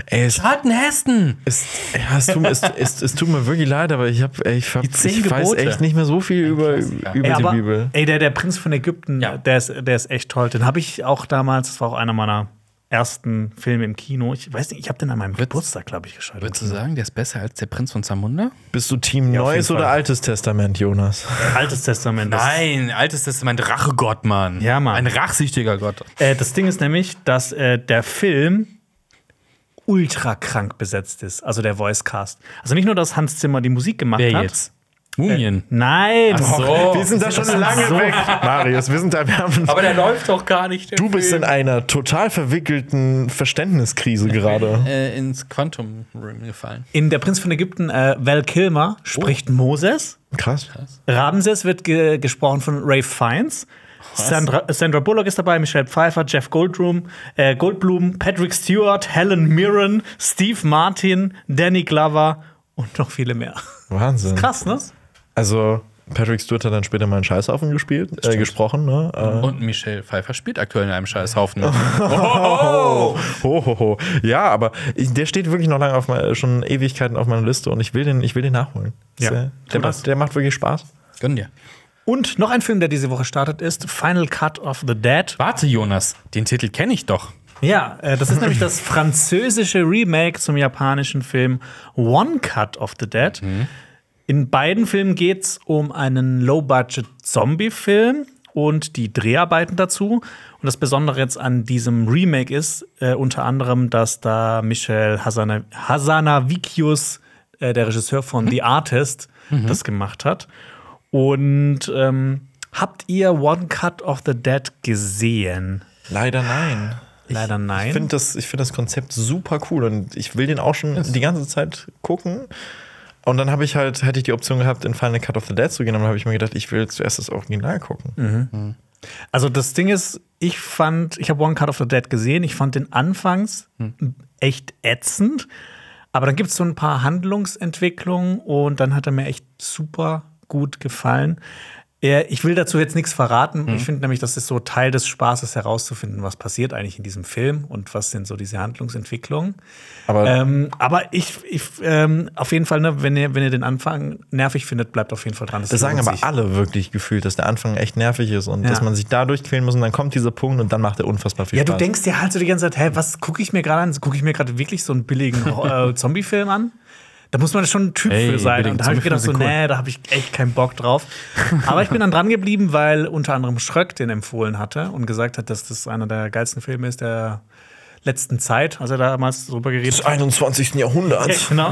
A: Ey, es,
B: Halten Hesten!
A: es, ja, es, tut, mir- es, es, es tut mir wirklich leid, aber ich, hab, ey, ich, hab,
B: Die zehn
A: ich weiß
B: Gebote.
A: echt nicht mehr so viel über,
B: Klassiker.
A: über
C: Ey,
A: die
C: aber,
A: Bibel.
C: ey, der, der Prinz von Ägypten,
B: Ja.
C: der, ist, der ist echt toll. Den habe ich auch damals, das war auch einer meiner ersten Filme im Kino. Ich weiß nicht, ich habe den an meinem Geburtstag, glaube ich, geschaut.
B: Würdest du sagen, der ist besser als der Prinz von Zamunda?
A: Bist du Team Neues
C: jeden
A: oder
C: Fall.
A: Altes Testament, Jonas?
C: Altes Testament. Das-
B: Nein, altes Testament, Rachegott, Mann.
C: Ja, Mann.
B: Ein rachsüchtiger Gott.
C: Äh, das Ding ist nämlich, dass äh, der Film ultra krank besetzt ist, also der Voicecast. Also nicht nur, dass Hans Zimmer die Musik gemacht
B: Wer
C: hat.
B: jetzt? Mumien.
C: Nein,
B: so.
A: Wir sind da schon lange weg, Marius. Wir sind da, wir haben,
B: Aber der läuft doch gar nicht.
A: du bist in einer total verwickelten Verständniskrise gerade.
B: äh, ins Quantum Realm gefallen.
C: in Der Prinz von Ägypten, äh, Val Kilmer spricht
B: Oh.
C: Moses.
A: Krass.
C: Ramses wird ge gesprochen von Ray Fiennes. Sandra, Sandra Bullock ist dabei, Michelle Pfeiffer, Jeff Goldblum, äh, Goldblum, Patrick Stewart, Helen Mirren, Steve Martin, Danny Glover und noch viele mehr.
A: Wahnsinn.
C: Krass, ne?
A: Also, Patrick Stewart hat dann später mal einen Scheißhaufen gespielt, äh, gesprochen, ne? Äh,
B: Und Michelle Pfeiffer spielt aktuell in einem Scheißhaufen.
A: Oh. Ho, ho, ho. Ja, aber ich, der steht wirklich noch lange auf meiner, schon Ewigkeiten auf meiner Liste und ich will den, ich will den nachholen.
C: Ja,
A: der,
C: tu
A: der,
C: das.
A: macht, der macht wirklich Spaß.
B: Gönn dir.
C: Und noch ein Film, der diese Woche startet, ist Final Cut of the Dead.
B: Warte, Jonas, den Titel kenne ich doch.
C: Ja, äh, das ist nämlich das französische Remake zum japanischen Film One Cut of the Dead. In beiden Filmen geht es um einen Low-Budget-Zombie-Film und die Dreharbeiten dazu. Und das Besondere jetzt an diesem Remake ist äh, unter anderem, dass da Michel Hasana, Hasanavikius, äh, der Regisseur von The Artist, das gemacht hat. Und ähm, habt ihr One Cut of the Dead gesehen?
A: Leider nein.
C: Leider nein.
A: Ich finde das, ich find das Konzept super cool und ich will den auch schon die ganze Zeit gucken. Und dann habe ich halt, hätte ich die Option gehabt, in Final Cut of the Dead zu gehen, aber dann habe ich mir gedacht, ich will zuerst das Original gucken.
C: Also das Ding ist, ich fand, ich habe One Cut of the Dead gesehen, ich fand den anfangs
A: Hm.
C: echt ätzend, aber dann gibt es so ein paar Handlungsentwicklungen und dann hat er mir echt super gut gefallen. Äh, Ich will dazu jetzt nichts verraten.
A: Hm.
C: Ich finde nämlich, das ist so Teil des Spaßes herauszufinden, was passiert eigentlich in diesem Film und was sind so diese Handlungsentwicklungen.
A: Aber
C: Ähm, aber ich, ich ähm, auf jeden Fall, ne, wenn, ihr, wenn ihr den Anfang nervig findet, bleibt auf jeden Fall dran.
A: das sagen
C: lohnt
A: aber
C: sich.
A: alle wirklich gefühlt, dass der Anfang echt nervig ist und
C: Ja.
A: dass man sich da durchquälen muss und dann kommt dieser Punkt und dann macht er unfassbar viel
C: Ja, du
A: Spaß.
C: denkst dir halt so die ganze Zeit, hä, was gucke ich mir gerade an? Gucke ich mir gerade wirklich so einen billigen äh, Zombie-Film an? Da muss man schon ein Typ
B: Ey,
C: für sein.
B: billigen
C: Und da habe ich gedacht, so,
B: Zombie-Filme sind cool.
C: nee, da habe ich echt keinen Bock drauf. Aber ich bin dann dran geblieben, weil unter anderem Schröck den empfohlen hatte und gesagt hat, dass das einer der geilsten Filme ist der letzten Zeit, als er damals drüber geredet
A: des
C: hat.
A: 21. Jahrhunderts.
C: Genau.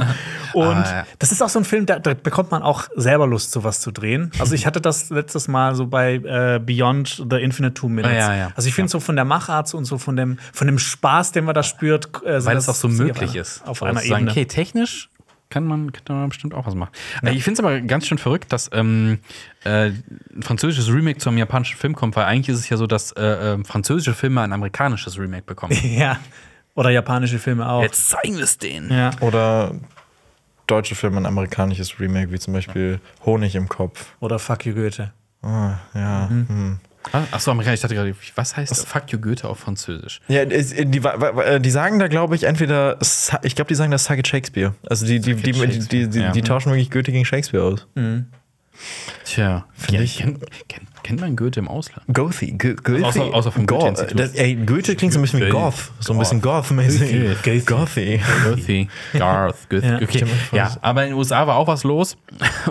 C: Und
B: Ah, ja.
C: das ist auch so ein Film, da, da bekommt man auch selber Lust, sowas zu drehen. Also ich hatte das letztes Mal so bei äh, Beyond the Infinite Two Minutes.
B: Ah, ja, ja.
C: Also ich finde so von der Machart und so von dem, von dem Spaß, den man da spürt, äh, sind
B: Weil
C: das-
B: das auch so
C: sind die auf
B: möglich
C: einer-
B: ist.
C: Auf
B: So
C: einer
B: zu sagen,
C: Ebene.
B: Okay, technisch kann man, kann man bestimmt auch was machen. Äh, Ich finde es aber ganz schön verrückt, dass ähm, äh, ein französisches Remake zu einem japanischen Film kommt, weil eigentlich ist es ja so, dass äh, äh, französische Filme ein amerikanisches Remake bekommen.
C: Ja. Oder japanische Filme auch.
B: Jetzt zeigen wir es denen.
C: Ja.
A: Oder deutsche Filme, ein amerikanisches Remake, wie zum Beispiel Honig im Kopf.
C: Oder Fuck You Goethe.
A: Ah, ja. Hm.
B: Achso, Amerikaner, ich dachte gerade, was heißt Fuck you Goethe auf Französisch?
A: Ja, es- äh, die, wa- wa- wa- die sagen da, glaube ich, entweder, Sa- ich glaube, die sagen das Sage Shakespeare. Also die, die, die, die, die, die,
B: Ja.
A: die tauschen wirklich Goethe gegen Shakespeare aus.
B: Tja,
A: Finde
B: ja,
A: ich-
B: Kennt, kennt, kennt man Goethe im Ausland?
A: Goethe. Go Goethe.
B: Außer- außer vom
A: Goth.
B: Goethe-Institut.
A: Das- Ey, Goethe klingt so ein bisschen wie Goth. So ein bisschen Goth-mäßig.
B: Goethe.
A: Gothy.
B: Goethe. Garth. Goethe.
C: Ja,
B: okay. ja, aber in den USA war auch was los.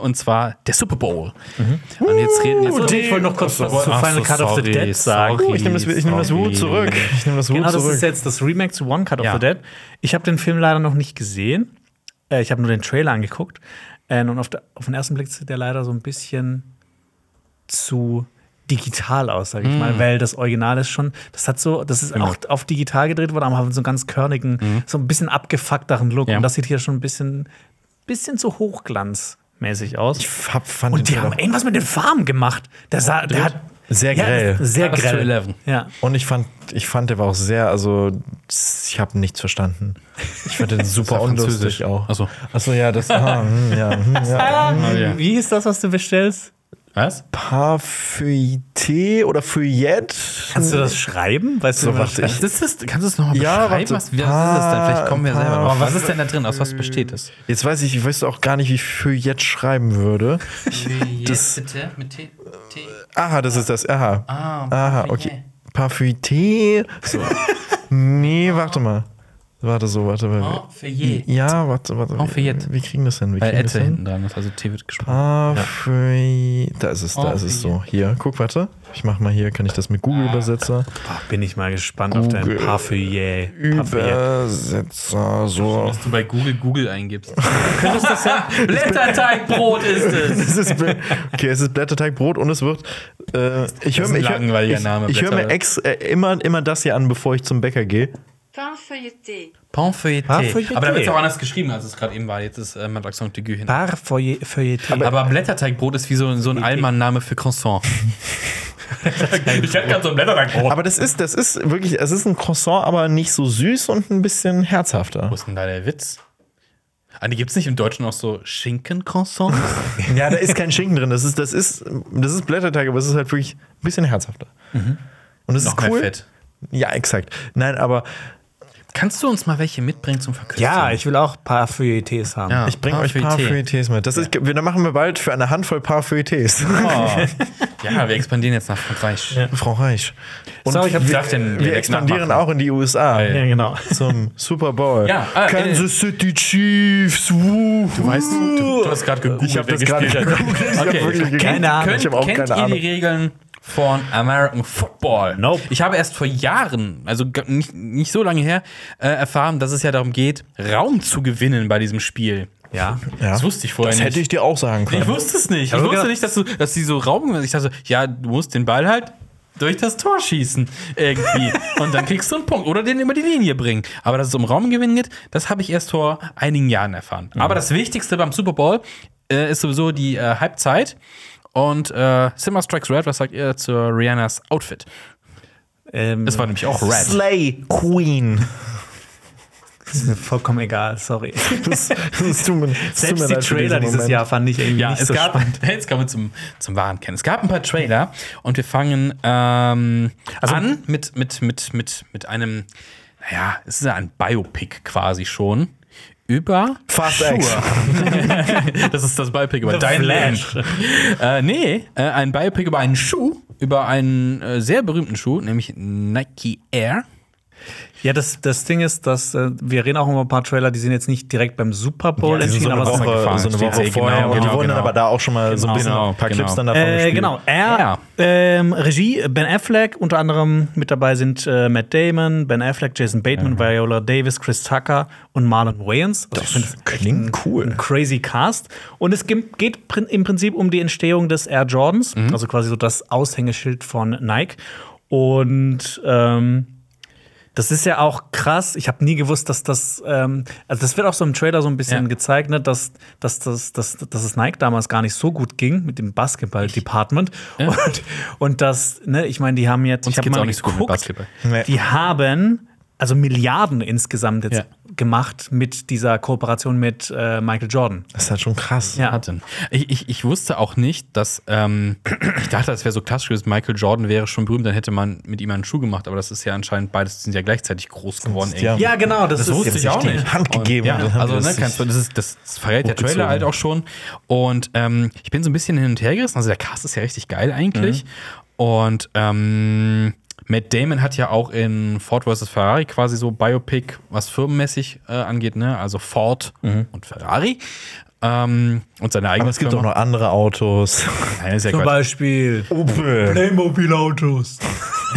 B: Und zwar der Super Bowl.
C: Mhm.
B: Und jetzt reden jetzt.
C: Und ich wollte noch kurz was zu Final Cut of the Dead sagen.
A: Oh, ich nehme das, ich nehm das Wu zurück. Ich nehme das Wu
C: Genau, das
A: zurück.
C: ist jetzt das Remake zu One Cut of
B: Ja.
C: the Dead. Ich habe den Film leider noch nicht gesehen. Äh, ich habe nur den Trailer angeguckt. Äh, und auf, der, auf den ersten Blick sieht der leider so ein bisschen zu digital aus, sage ich
A: Hm.
C: mal, weil das Original ist schon, das hat so, das ist
A: Genau.
C: auch auf digital gedreht worden, aber hat so einen ganz körnigen,
A: Mhm.
C: so ein bisschen abgefuckteren Look.
B: Ja.
C: Und das sieht hier schon ein bisschen, bisschen zu hochglanzmäßig aus.
A: Ich hab, fand
C: Und die
A: den
C: haben
A: Trailer-
C: irgendwas mit den Farben gemacht. Der, sah, der hat
A: Sehr
C: ja,
A: grell.
C: Sehr
B: Alles zu
C: grell.
B: 11.
C: Ja.
A: und ich fand, ich fand, der war auch sehr, also ich habe nichts verstanden. Ich fand den super
B: war
A: unlustig
B: Französisch.
A: auch.
B: Ach so. Ah,
A: Achso, ja, das ah, hm, ja, hm, ja.
B: ja.
C: Wie hieß das, was du bestellst?
B: Was?
A: Parfuité oder Fouillette?
C: Kannst du das schreiben? Weißt du,
A: So,
C: wie man
A: warte,
C: das
A: ich-
C: schreibt?
B: Das ist, kannst du es nochmal
A: Ja,
B: beschreiben?
A: warte.
B: was, wie- was ist das denn? Vielleicht kommen wir
A: Paar-
B: selber drauf.
A: Aber
B: Was ist denn da drin? Aus was besteht es?
A: Jetzt weiß ich, ich weiß auch gar nicht, wie ich Fouillette schreiben würde. Das,
B: Bitte, mit T.
A: aha, das ist das, aha. aha, okay. Parfuité. So. nee, warte mal. Warte so, warte mal. Ja, warte, warte.
B: Oh, Fouillette.
A: Wir, wir kriegen das hin. Wir
B: Weil
A: kriegen das
B: Etze
A: hin.
B: hinten dran ist, also T wird gesprochen.
A: Ah, free. Da ist es, da ist es so. Hier, guck, warte. Ich mach mal hier, kann ich das mit Google-Übersetzer?
C: Bin ich mal gespannt auf dein
A: Google.
C: Parfait.
A: Übersetzer, so.
B: du bei Google Google eingibst.
F: Blätterteigbrot ist es.
A: Es ist, Blä- okay, es ist Blätterteigbrot und es wird. Äh, ich höre
B: ist ein
A: mir, ich hör,
B: langweiliger
A: ich,
B: Name,
A: ich hör mir
B: Blätter-
A: ex, äh, immer, immer das hier an, bevor ich zum Bäcker gehe.
G: Pain feuilleté.
B: Panfeuilleté.
C: Panfeuilleté.
B: Aber da wird es auch anders geschrieben, als es gerade eben war. Jetzt ist äh, mit Accent de Gue hin.
C: Parfait.
B: Aber Blätterteigbrot ist wie so, so ein Allmann-Name für Croissant. ich hätte gerade so ein Blätterteigbrot.
A: Aber das ist, das ist wirklich, es ist ein Croissant, aber nicht so süß und ein bisschen herzhafter.
B: Wo ist denn da der Witz? Ah, gibt es nicht im Deutschen auch so Schinken-Croissants?
A: Ja, da ist kein Schinken drin. Das ist, das ist, das ist Blätterteig, aber es ist halt wirklich ein bisschen herzhafter. Und es ist
B: Mhm. Noch mehr
A: cool.
B: Fett.
A: Ja, exakt. Nein, aber
B: Kannst du uns mal welche mitbringen zum Verkürzen?
C: Ja, ich will auch Parfaites haben.
B: Ja.
A: Ich bringe euch
B: Parfait.
A: Parfaités mit. Das ist, wir, dann machen wir bald für eine Handvoll Parfaités.
B: Ja, wir expandieren jetzt nach Frankreich.
A: Frau Reich. Und
C: Sorry, ich hab-
A: wir,
B: darf den
A: wir
B: Dialekt
A: expandieren
B: nachmachen.
A: auch in die USA
C: Ja, genau.
A: zum Super Bowl.
B: Ja, ah,
A: Kansas City Chiefs. Woo.
B: Du weißt, du, du hast gerade gegoogelt.
A: Ich habe
B: wer
A: das gerade
B: gespielt hat.
A: gegoogelt. Ich hab
B: Okay.
A: wirklich gegoogelt.
C: Keine Ahnung.
B: Könnt,
A: Ich habe auch
B: kennt
A: keine
B: ihr
A: Ahnung.
B: die Regeln von American Football?
C: Nope.
B: Ich habe erst vor Jahren, also g- nicht, nicht so lange her, äh, erfahren, dass es ja darum geht, Raum zu gewinnen bei diesem Spiel.
C: Ja.
A: Ja.
B: Das wusste ich vorher
A: Das
B: nicht.
A: hätte ich dir auch sagen
B: Ich
A: können.
B: wusste es nicht. Ich
C: Aber
B: wusste
C: genau-
B: nicht, dass, du, dass die so Raum. Ich dachte, so, ja, du musst den Ball halt durch das Tor schießen irgendwie und dann kriegst du einen Punkt oder den über die Linie bringen. Aber dass es um Raumgewinn geht, das habe ich erst vor einigen Jahren erfahren. Aber das Wichtigste beim Super Bowl äh, ist sowieso die äh, Halbzeit. Und äh, Simmer Strikes Red, was sagt ihr zu Rihannas Outfit?
C: Ähm,
B: Das war nämlich auch Red.
A: Slay Queen.
C: ist mir vollkommen egal, sorry.
A: Das, das tut mir, das tut mir
C: Selbst die
A: leid für
C: Trailer
A: diesen
C: dieses
A: Moment.
C: Jahr fand ich irgendwie
B: Ja,
C: nicht
B: es
C: so
B: gab,
C: spannend.
B: jetzt kommen wir zum, zum wahren Kern. Es gab ein paar Trailer und wir fangen ähm, an mit, mit, mit, mit, mit einem, naja, es ist ja ein Biopic quasi schon. Über
A: Fast
B: Sure.
A: X.
B: das ist das Biopic über
C: The
B: dein
C: Flash.
B: Leben. Äh, nee, äh, ein Biopic über einen Schuh, über einen äh, sehr berühmten Schuh, nämlich Nike Air.
C: Ja, das, das Ding ist, dass äh, wir reden auch über ein paar Trailer, die sind jetzt nicht direkt beim Super Bowl
A: Die sind
C: entschieden,
A: so eine
C: aber
B: Woche
A: Woche,
B: gefahren,
A: so eine
B: steht's
A: Woche
B: eh,
A: vorher.
B: genau,
A: und die
B: genau,
A: wurden dann
B: genau.
A: aber da auch schon mal so ein bisschen
B: Genau,
A: ein paar Clips
B: genau.
A: dann davon
C: Äh,
A: gespielt.
C: genau, er,
B: Ja.
C: ähm, Regie Ben Affleck, unter anderem mit dabei sind äh, Matt Damon, Ben Affleck, Jason Bateman, Viola Davis, Chris Tucker und Marlon Wayans. Also ich find, das
A: Klingt cool.
C: ein crazy Cast. Und es ge- geht prin- im Prinzip um die Entstehung des Air Jordans,
B: Mhm.
C: also quasi so das Aushängeschild von Nike. Und ähm, das ist ja auch krass. Ich habe nie gewusst, dass das, ähm, also das wird auch so im Trailer so ein bisschen
B: Ja.
C: gezeigt, ne, dass, dass, dass, dass, dass es Nike damals gar nicht so gut ging mit dem Basketball-Department. Und, und das, ne, ich meine, die haben jetzt, ich
B: Uns
C: habe
B: geht's
C: mal
B: auch nicht so gut mit
C: geguckt,
B: Basketball.
A: Nee.
C: die haben also Milliarden insgesamt jetzt
B: Ja.
C: gemacht mit dieser Kooperation mit äh, Michael Jordan.
A: Das ist halt schon krass.
C: Ja.
B: Hatte. Ich, ich, ich wusste auch nicht, dass ähm, ich dachte, das wäre so klassisch gewesen, Michael Jordan wäre schon berühmt, dann hätte man mit ihm einen Schuh gemacht, aber das ist ja anscheinend beides sind ja gleichzeitig groß geworden.
A: ja
B: irgendwie.
C: Ja, genau, das, ist
A: wusste ich auch nicht. Hand gegeben.
B: Ja,
A: und dann haben
B: also
A: die
B: ne,
A: das
B: kannst du,
A: sich-
B: das, ist, das verrät der
A: hochgezogen.
B: Trailer halt auch schon. Und ähm, ich bin so ein bisschen hin und her gerissen. Also der Cast ist ja richtig geil eigentlich.
A: Mhm.
B: Und ähm, Matt Damon hat ja auch in Ford vs. Ferrari quasi so Biopic, was firmenmäßig äh, angeht, ne? Also Ford und Ferrari. Ähm, und seine eigene
A: Mhm. aber es gibt auch noch andere Autos.
B: Nein, ist ja
C: Zum
B: Quatsch.
C: Beispiel
A: Opel.
C: Playmobil-Autos.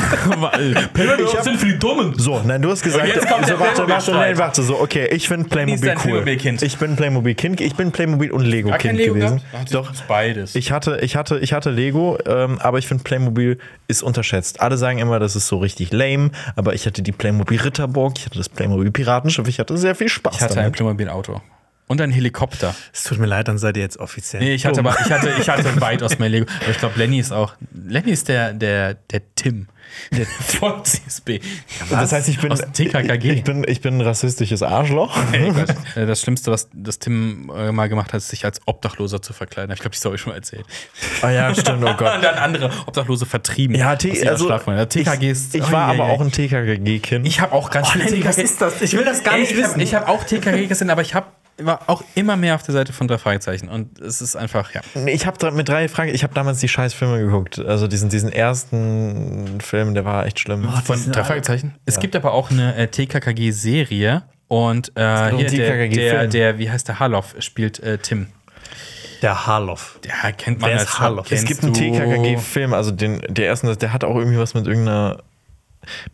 B: Playmobil sind für die Dummen.
A: So, nein, du hast gesagt,
B: Und jetzt kommt
A: so,
B: der
A: warte, warte,
B: Playmobil-Streit.
A: nein, warte, so, okay, ich finde Playmobil
B: ein
A: cool.
B: Playmobil-Kind. Ah,
A: Ich bin Playmobil-Kind, ich bin Playmobil- und Lego-Kind
B: ne?
A: gewesen. Doch,
B: beides.
A: ich hatte, ich hatte, ich hatte Lego, ähm, aber ich finde Playmobil ist unterschätzt. Alle sagen immer, das ist so richtig lame, aber ich hatte die Playmobil-Ritterburg, ich hatte das Playmobil-Piratenschiff, ich hatte sehr viel Spaß
B: Ich hatte ein
A: damit.
B: Playmobil-Auto. Und ein Helikopter.
C: Es tut mir leid, dann seid ihr jetzt offiziell.
B: Nee, ich hatte,
C: dumm.
B: aber, ich hatte, ich hatte weitaus mehr Lego. Aber ich glaube, Lenny ist auch. Lenny ist der, der, der Tim. Der von CSB.
A: das heißt, ich bin,
B: Aus TKKG.
A: Ich bin, ich bin ein rassistisches Arschloch.
B: Äh, Das Schlimmste, was das Tim äh, mal gemacht hat, ist, sich als Obdachloser zu verkleiden. Ich glaube, die Story schon mal erzählt.
A: Ah ja, stimmt, oh Gott.
B: Und dann andere Obdachlose vertrieben.
A: Ja,
B: aus
A: T
B: ihrer
A: also,
B: Schlafwohnung. Ja, TKG ist.
A: ich, ich war
B: Ai, ai,
A: aber
B: ai.
A: auch ein TKKG-Kind.
B: Ich habe auch ganz
C: Oh, Lenny, was ist das? Ich will das gar
B: Ey,
C: nicht
B: ich hab-
C: wissen.
B: Ich habe auch TKG gesehen, aber ich habe war auch immer mehr auf der Seite von drei Fragezeichen. Und es ist einfach, ja.
A: Nee, Ich habe mit drei Fragen, ich habe damals die Scheißfilme geguckt. Also diesen, diesen ersten Film, der war echt schlimm.
C: die
B: Von
C: sind
B: drei
C: alle-
B: Fragezeichen? Es gibt aber auch eine äh, TKKG-Serie. Und äh,
A: um
B: hier der, der,
A: TKKG-Film.
B: der, wie heißt der, Harloff spielt äh, Tim.
C: Der Harloff.
B: Der kennt man
C: Wer ist
B: als
C: Harloff?
A: es
B: kennst
A: gibt einen
B: du-
A: TKKG-Film, also den, der ersten, der hat auch irgendwie was mit irgendeiner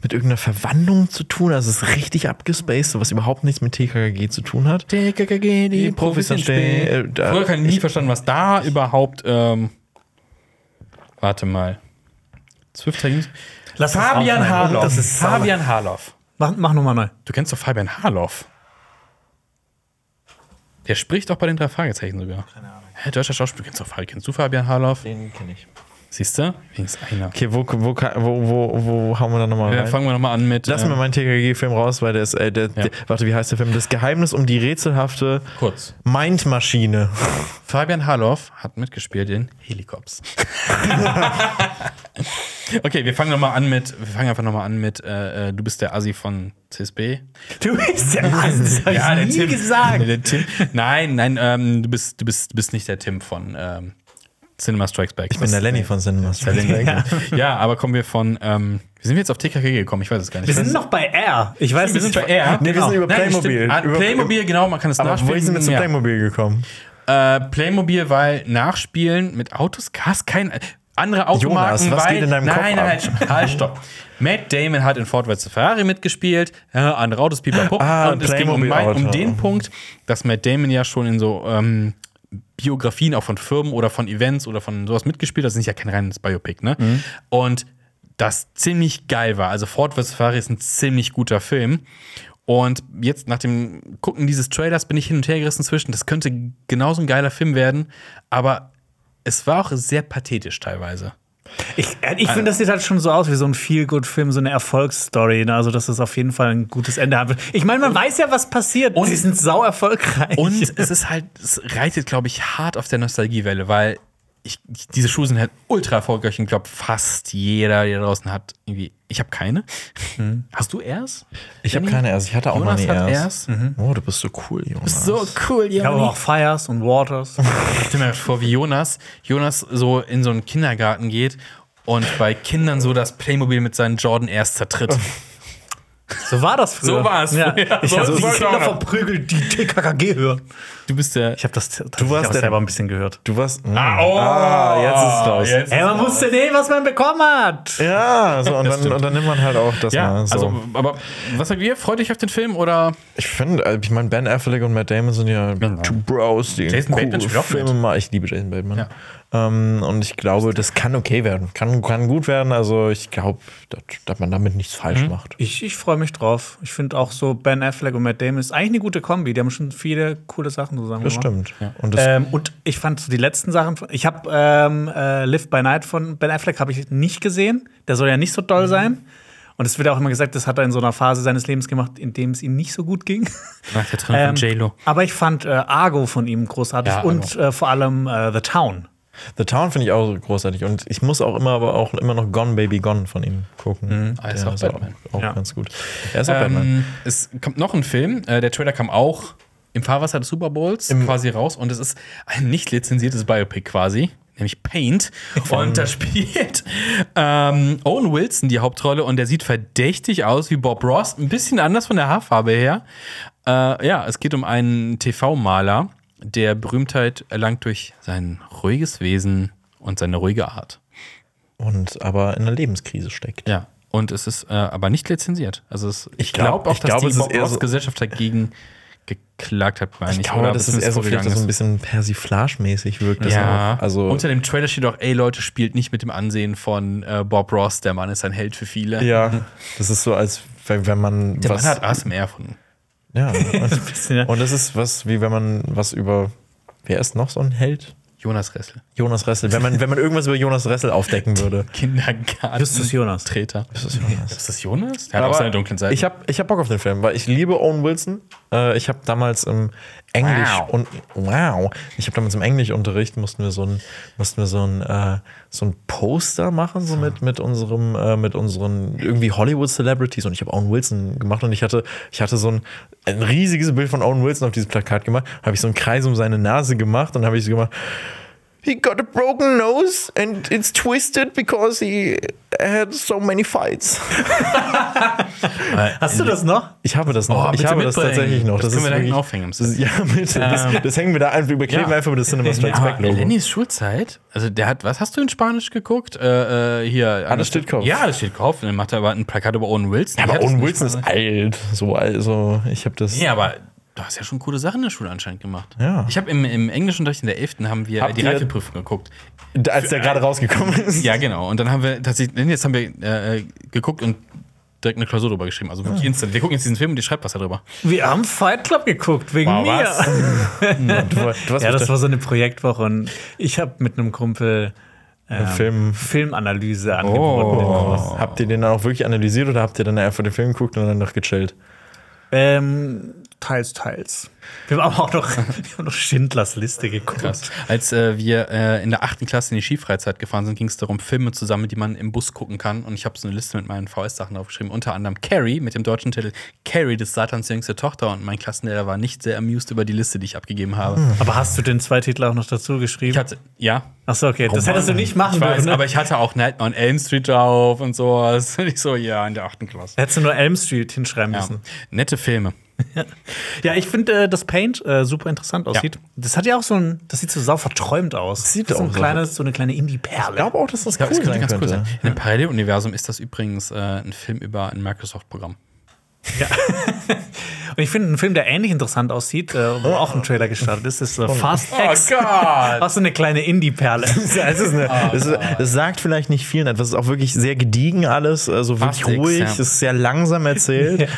A: mit irgendeiner Verwandlung zu tun. Also es ist richtig abgespaced, so was überhaupt nichts mit TKKG zu tun hat.
B: TKKG, die
A: Die Profis
B: Profis sind
A: entstehen,
B: spät.
A: äh, da-
B: Früher kann ich nie verstanden, was da überhaupt. Ähm, warte mal. Zwölf
C: Lass uns aufschneiden. Das ist Fabian.
B: Fabian Harloff.
C: Mach, mach nochmal neu.
B: Du kennst doch Fabian Harloff. Der spricht doch bei den drei Fragezeichen sogar. Keine Ahnung. Hä, deutscher Schauspieler, kennst du, Fabian- kennst du Fabian Harloff?
A: Den kenne ich.
B: Siehst du? Links einer.
A: Okay, wo, wo, wo, wo, wo haben wir da nochmal
B: Äh,
A: rein?
B: fangen wir nochmal an mit.
A: Lass mir
B: ähm,
A: meinen TKKG-Film raus, weil der ist, äh, der, der, warte, wie heißt der Film? Das Geheimnis um die rätselhafte
B: kurz.
A: Mindmaschine.
B: Fabian Harloff hat mitgespielt in Helikops. okay, wir fangen nochmal an mit. Wir fangen einfach nochmal an mit. Äh, äh, du bist der Assi von CSB.
C: Du bist ja was. Das hab ich nie
B: Nee,
C: gesagt.
B: der Tim. Nein, nein, ähm, du, bist, du, bist, du bist nicht der Tim von ähm, Cinema Strikes Back.
A: Ich bin der Lenny von Cinema.
B: Ja. ja, aber kommen wir von. Ähm, wie sind wir jetzt auf TKKG gekommen? Ich weiß es gar nicht.
C: Wir sind noch bei R. Ich weiß,
B: wir
C: dass
B: sind
C: ich-
B: bei R.
A: Nee, wir
C: genau.
A: sind über
B: Nein,
A: Playmobil.
B: stimmt. Ah,
A: Über-
B: Playmobil, genau, man kann es
A: Aber wo
B: nachspielen.
A: sind wir zu
B: Ja.
A: Playmobil gekommen?
B: Äh, Playmobil, weil nachspielen mit Autos, Gas, kein. Andere Automarken,
A: Jonas, was
B: weil,
A: geht in deinem
B: nein,
A: Kopf
B: Nein, nein, halt, stopp. Matt Damon hat in Ford vs. Ferrari mitgespielt, äh, andere Autos, pipapo.
A: Ah,
B: und es ging um, mein,
A: Playmobil-Auto.
B: um den Punkt, dass Matt Damon ja schon in so ähm, Biografien auch von Firmen oder von Events oder von sowas mitgespielt hat. Das ist ja kein reines Biopic, ne?
A: Mhm.
B: Und das ziemlich geil war. Also Ford vs. Ferrari ist ein ziemlich guter Film. Und jetzt nach dem Gucken dieses Trailers bin ich hin und her gerissen zwischen, das könnte genauso ein geiler Film werden, aber es war auch sehr pathetisch teilweise.
C: Ich, äh, ich finde, das sieht halt schon so aus wie so ein Feel-Good-Film, so eine Erfolgsstory. Ne? Also, dass es auf jeden Fall ein gutes Ende haben wird. Ich meine, man weiß ja, was passiert.
B: und-
C: Sie sind sau erfolgreich.
B: Und es ist halt, es reitet, glaube ich, hart auf der Nostalgiewelle, weil ich, ich, diese Schuhe sind halt ultra erfolgreich und ich glaube, fast jeder, der draußen hat, irgendwie. Ich habe keine. Hast du erst?
A: Ich habe keine erst. Ich hatte auch
B: Jonas
A: noch nie
B: hat
A: erst. Oh, du bist so cool, Jonas.
B: cool,
C: ich habe aber auch Fires und Waters.
B: Ich stelle mir vor, wie Jonas, Jonas so in so einen Kindergarten geht und bei Kindern so das Playmobil mit seinen Jordan erst zertritt.
C: So war das früher.
B: So war es
C: Ja.
B: früher.
C: Ich
B: So
C: habe die
B: war es
C: Kinder
B: auch.
C: verprügelt, die TKKG hören.
B: Du bist der.
C: Ich habe das, das
A: warst
C: ich hab
A: der-
C: selber ein bisschen gehört.
A: Du warst. Ah, jetzt ist es raus.
B: oh, Jetzt.
C: Ey, man musste nehmen, was man bekommen hat.
A: Ja, so, und, dann, und dann nimmt man halt auch das
B: Ja,
A: mal. So.
B: also, aber was sagt ihr? Freut euch auf den Film oder?
A: ich finde, also, ich meine, Ben Affleck und Matt Damon sind ja two Bros, die
B: Genau. Jason Bateman spielt auch
A: Filme
B: mit.
A: machen. Ich liebe Jason Bateman. Ähm, und ich glaube, das kann okay werden. Kann, kann gut werden. Also, ich glaube, dass, dass man damit nichts falsch
B: Mhm.
A: macht.
C: Ich, ich freue mich drauf. Ich finde auch so Ben Affleck und Matt Damon ist eigentlich eine gute Kombi. Die haben schon viele coole Sachen zusammen
A: Das
C: gemacht.
A: stimmt. Und
B: Äh,
A: das
C: Ähm, und ich fand so die letzten Sachen. von- Ich habe
B: Mhm.
C: ähm, äh, Live by Night von Ben Affleck habe ich nicht gesehen. Der soll ja nicht so doll sein. Und es wird auch immer gesagt, das hat er in so einer Phase seines Lebens gemacht, in dem es ihm nicht so gut ging.
B: Nach der Trennung von
C: Ähm,
B: J-Lo.
C: aber ich fand äh, Argo von ihm großartig
B: Ja, Argo.
C: und äh, vor allem äh, The Town.
A: The Town finde ich auch so großartig und ich muss auch immer, aber auch immer noch Gone Baby Gone von ihm gucken.
B: Ah, ist
A: Der
B: auch Batman.
A: auch
C: Ja.
A: ganz gut. Er ist auch Batman.
B: Ähm, es kommt noch ein Film. Äh, der Trailer kam auch im Fahrwasser des Super Bowls quasi raus und es ist ein nicht lizenziertes Biopic quasi. Nämlich Paint. Und da spielt ähm, Owen Wilson die Hauptrolle und der sieht verdächtig aus wie Bob Ross. Ein bisschen anders von der Haarfarbe her. Äh, ja, es geht um einen TV-Maler, der Berühmtheit erlangt durch sein ruhiges Wesen und seine ruhige Art.
A: Und aber in einer Lebenskrise steckt.
B: Ja. Und es ist äh, aber nicht lizenziert. Also es, ich
A: glaub-
B: glaube auch,
A: ich
B: dass
A: glaub,
B: die
A: es ist
B: Bob
A: eher
B: Ross
A: so-
B: Gesellschaft dagegen geklagt hat, meine ich.
A: Ich glaube, das ist eher so, vielleicht,
B: vorgegangen
A: dass so ein bisschen persiflagemäßig wirkt. das
B: ja,
A: noch. Also,
B: unter dem Trailer steht auch, ey Leute, spielt nicht mit dem Ansehen von äh, Bob Ross, der Mann ist ein Held für viele.
A: ja, das ist so, als wenn wenn man
B: Mhm. Der
A: was.
B: Mann hat ASMR erfunden.
A: ja,
C: bisschen, ja.
A: und, und das ist was, wie wenn man was über. Wer ist noch so ein Held?
B: Jonas Ressel.
A: Jonas Ressel. Wenn man, wenn man irgendwas über Jonas Ressel aufdecken würde.
B: Kindergarten.
C: Justus Jonas.
B: Mhm. Treter.
A: Das ist Jonas.
B: Ist das Jonas? Der hat
A: Aber
B: auch seine dunklen Seiten.
A: Ich habe ich hab Bock auf den Film, weil ich liebe Owen Wilson. Äh, ich habe damals im Englisch
B: Wow.
A: und wow, ich habe damals im Englischunterricht mussten wir so ein mussten wir so ein äh, so ein Poster machen so mit mit unserem äh, mit unseren irgendwie Hollywood Celebrities und ich habe Owen Wilson gemacht und ich hatte ich hatte so ein, ein riesiges Bild von Owen Wilson auf dieses Plakat gemacht, habe ich so einen Kreis um seine Nase gemacht und habe ich so gemacht He got a broken nose and it's twisted because he had so many fights.
C: Hast du das noch?
A: Ich habe das noch.
B: Oh,
A: ich
B: bitte
A: habe das
B: mitbringen.
A: tatsächlich noch.
B: Das können wir da hinten
A: wirklich-
B: aufhängen.
A: Das ist, ja, bitte. Das, das hängen wir da einfach. Wir kleben
B: Ja.
A: einfach mit das Cinema Strikes
B: Aber
A: Back Logo.
B: Lennys Schulzeit, also der hat, was hast du in Spanisch geguckt? Äh, äh, hier.
A: Alles steht Kopf.
B: Ja, alles steht Kopf. Und dann macht er aber ein Plakat über Owen Wilson.
A: Ja,
B: Ich
A: aber
B: hab das
A: Owen
B: nicht
A: Wilson ist
B: mal-
A: alt. So, also ich habe das.
B: Nee, aber du hast ja schon coole Sachen in der Schule anscheinend gemacht.
A: Ja.
B: Ich habe im, im Englischunterricht in der 11. haben wir äh,
A: Habt
B: die
A: ihr-
B: Reifeprüfung geguckt.
A: Da- Als der gerade rausgekommen ist.
B: Ja, genau. Und dann haben wir tatsächlich, nee, jetzt haben wir äh, geguckt und direkt eine Klausur drüber geschrieben. Also wirklich instant. Wir gucken jetzt diesen Film und ihr schreibt was darüber.
C: Wir haben Fight Club geguckt, wegen
B: Wow,
C: mir.
B: was?
A: Du, warst- du warst
C: Ja, das
A: auf
C: war so eine Projektwoche und ich habe mit einem Kumpel ähm,
A: der Film.
B: Oh.
C: Filmanalyse angeboten. im Kurs.
A: Habt ihr den dann auch wirklich analysiert oder habt ihr dann einfach den Film geguckt und dann noch gechillt?
C: Ähm, teils, teils. Wir haben aber auch noch, wir haben noch Schindlers Liste geguckt.
B: Krass. Als äh, wir äh, in der 8. Klasse in die Skifreizeit gefahren sind, ging es darum, Filme zusammen, die man im Bus gucken kann. Und ich habe so eine Liste mit meinen VS-Sachen draufgeschrieben. Unter anderem Carrie mit dem deutschen Titel Carrie des Satans jüngste Tochter. Und mein Klassenlehrer war nicht sehr amused über die Liste, die ich abgegeben habe.
A: Hm.
C: Aber hast du den zwei Titel auch noch dazu geschrieben?
B: Ich hatte, ja.
C: Achso, okay. Das hättest du nicht machen
B: Ich weiß,
C: dürfen. ne?
B: aber ich hatte auch Nightmare on Elm Street drauf und sowas. Und ich so, ja, in der 8. Klasse.
C: Da hättest du nur Elm Street hinschreiben
B: Ja.
C: müssen.
B: Nette Filme.
C: Ja, ich finde, äh, dass Paint äh, super interessant aussieht. Das hat ja auch so ein, das sieht so sau verträumt aus.
A: Sieht
C: das ist so,
A: auch
C: ein
A: so.
C: kleines, so eine kleine Indie-Perle.
A: Ich glaube auch, dass das cool
B: das könnte
A: sein
B: ganz
A: könnte.
B: cool sein. In einem Paralleluniversum ist das übrigens äh, ein Film über ein Microsoft-Programm.
C: Und ich finde einen Film, der ähnlich interessant aussieht, äh, wo auch ein Trailer gestartet ist, ist äh, Fast X.
B: Gott!
C: Auch so eine kleine Indie-Perle.
A: Es ist eine, es, ist, es sagt vielleicht nicht viel, etwas ist auch wirklich sehr gediegen alles, also wirklich
B: Fast nix,
A: ruhig,
B: ja.
A: es ist sehr langsam erzählt.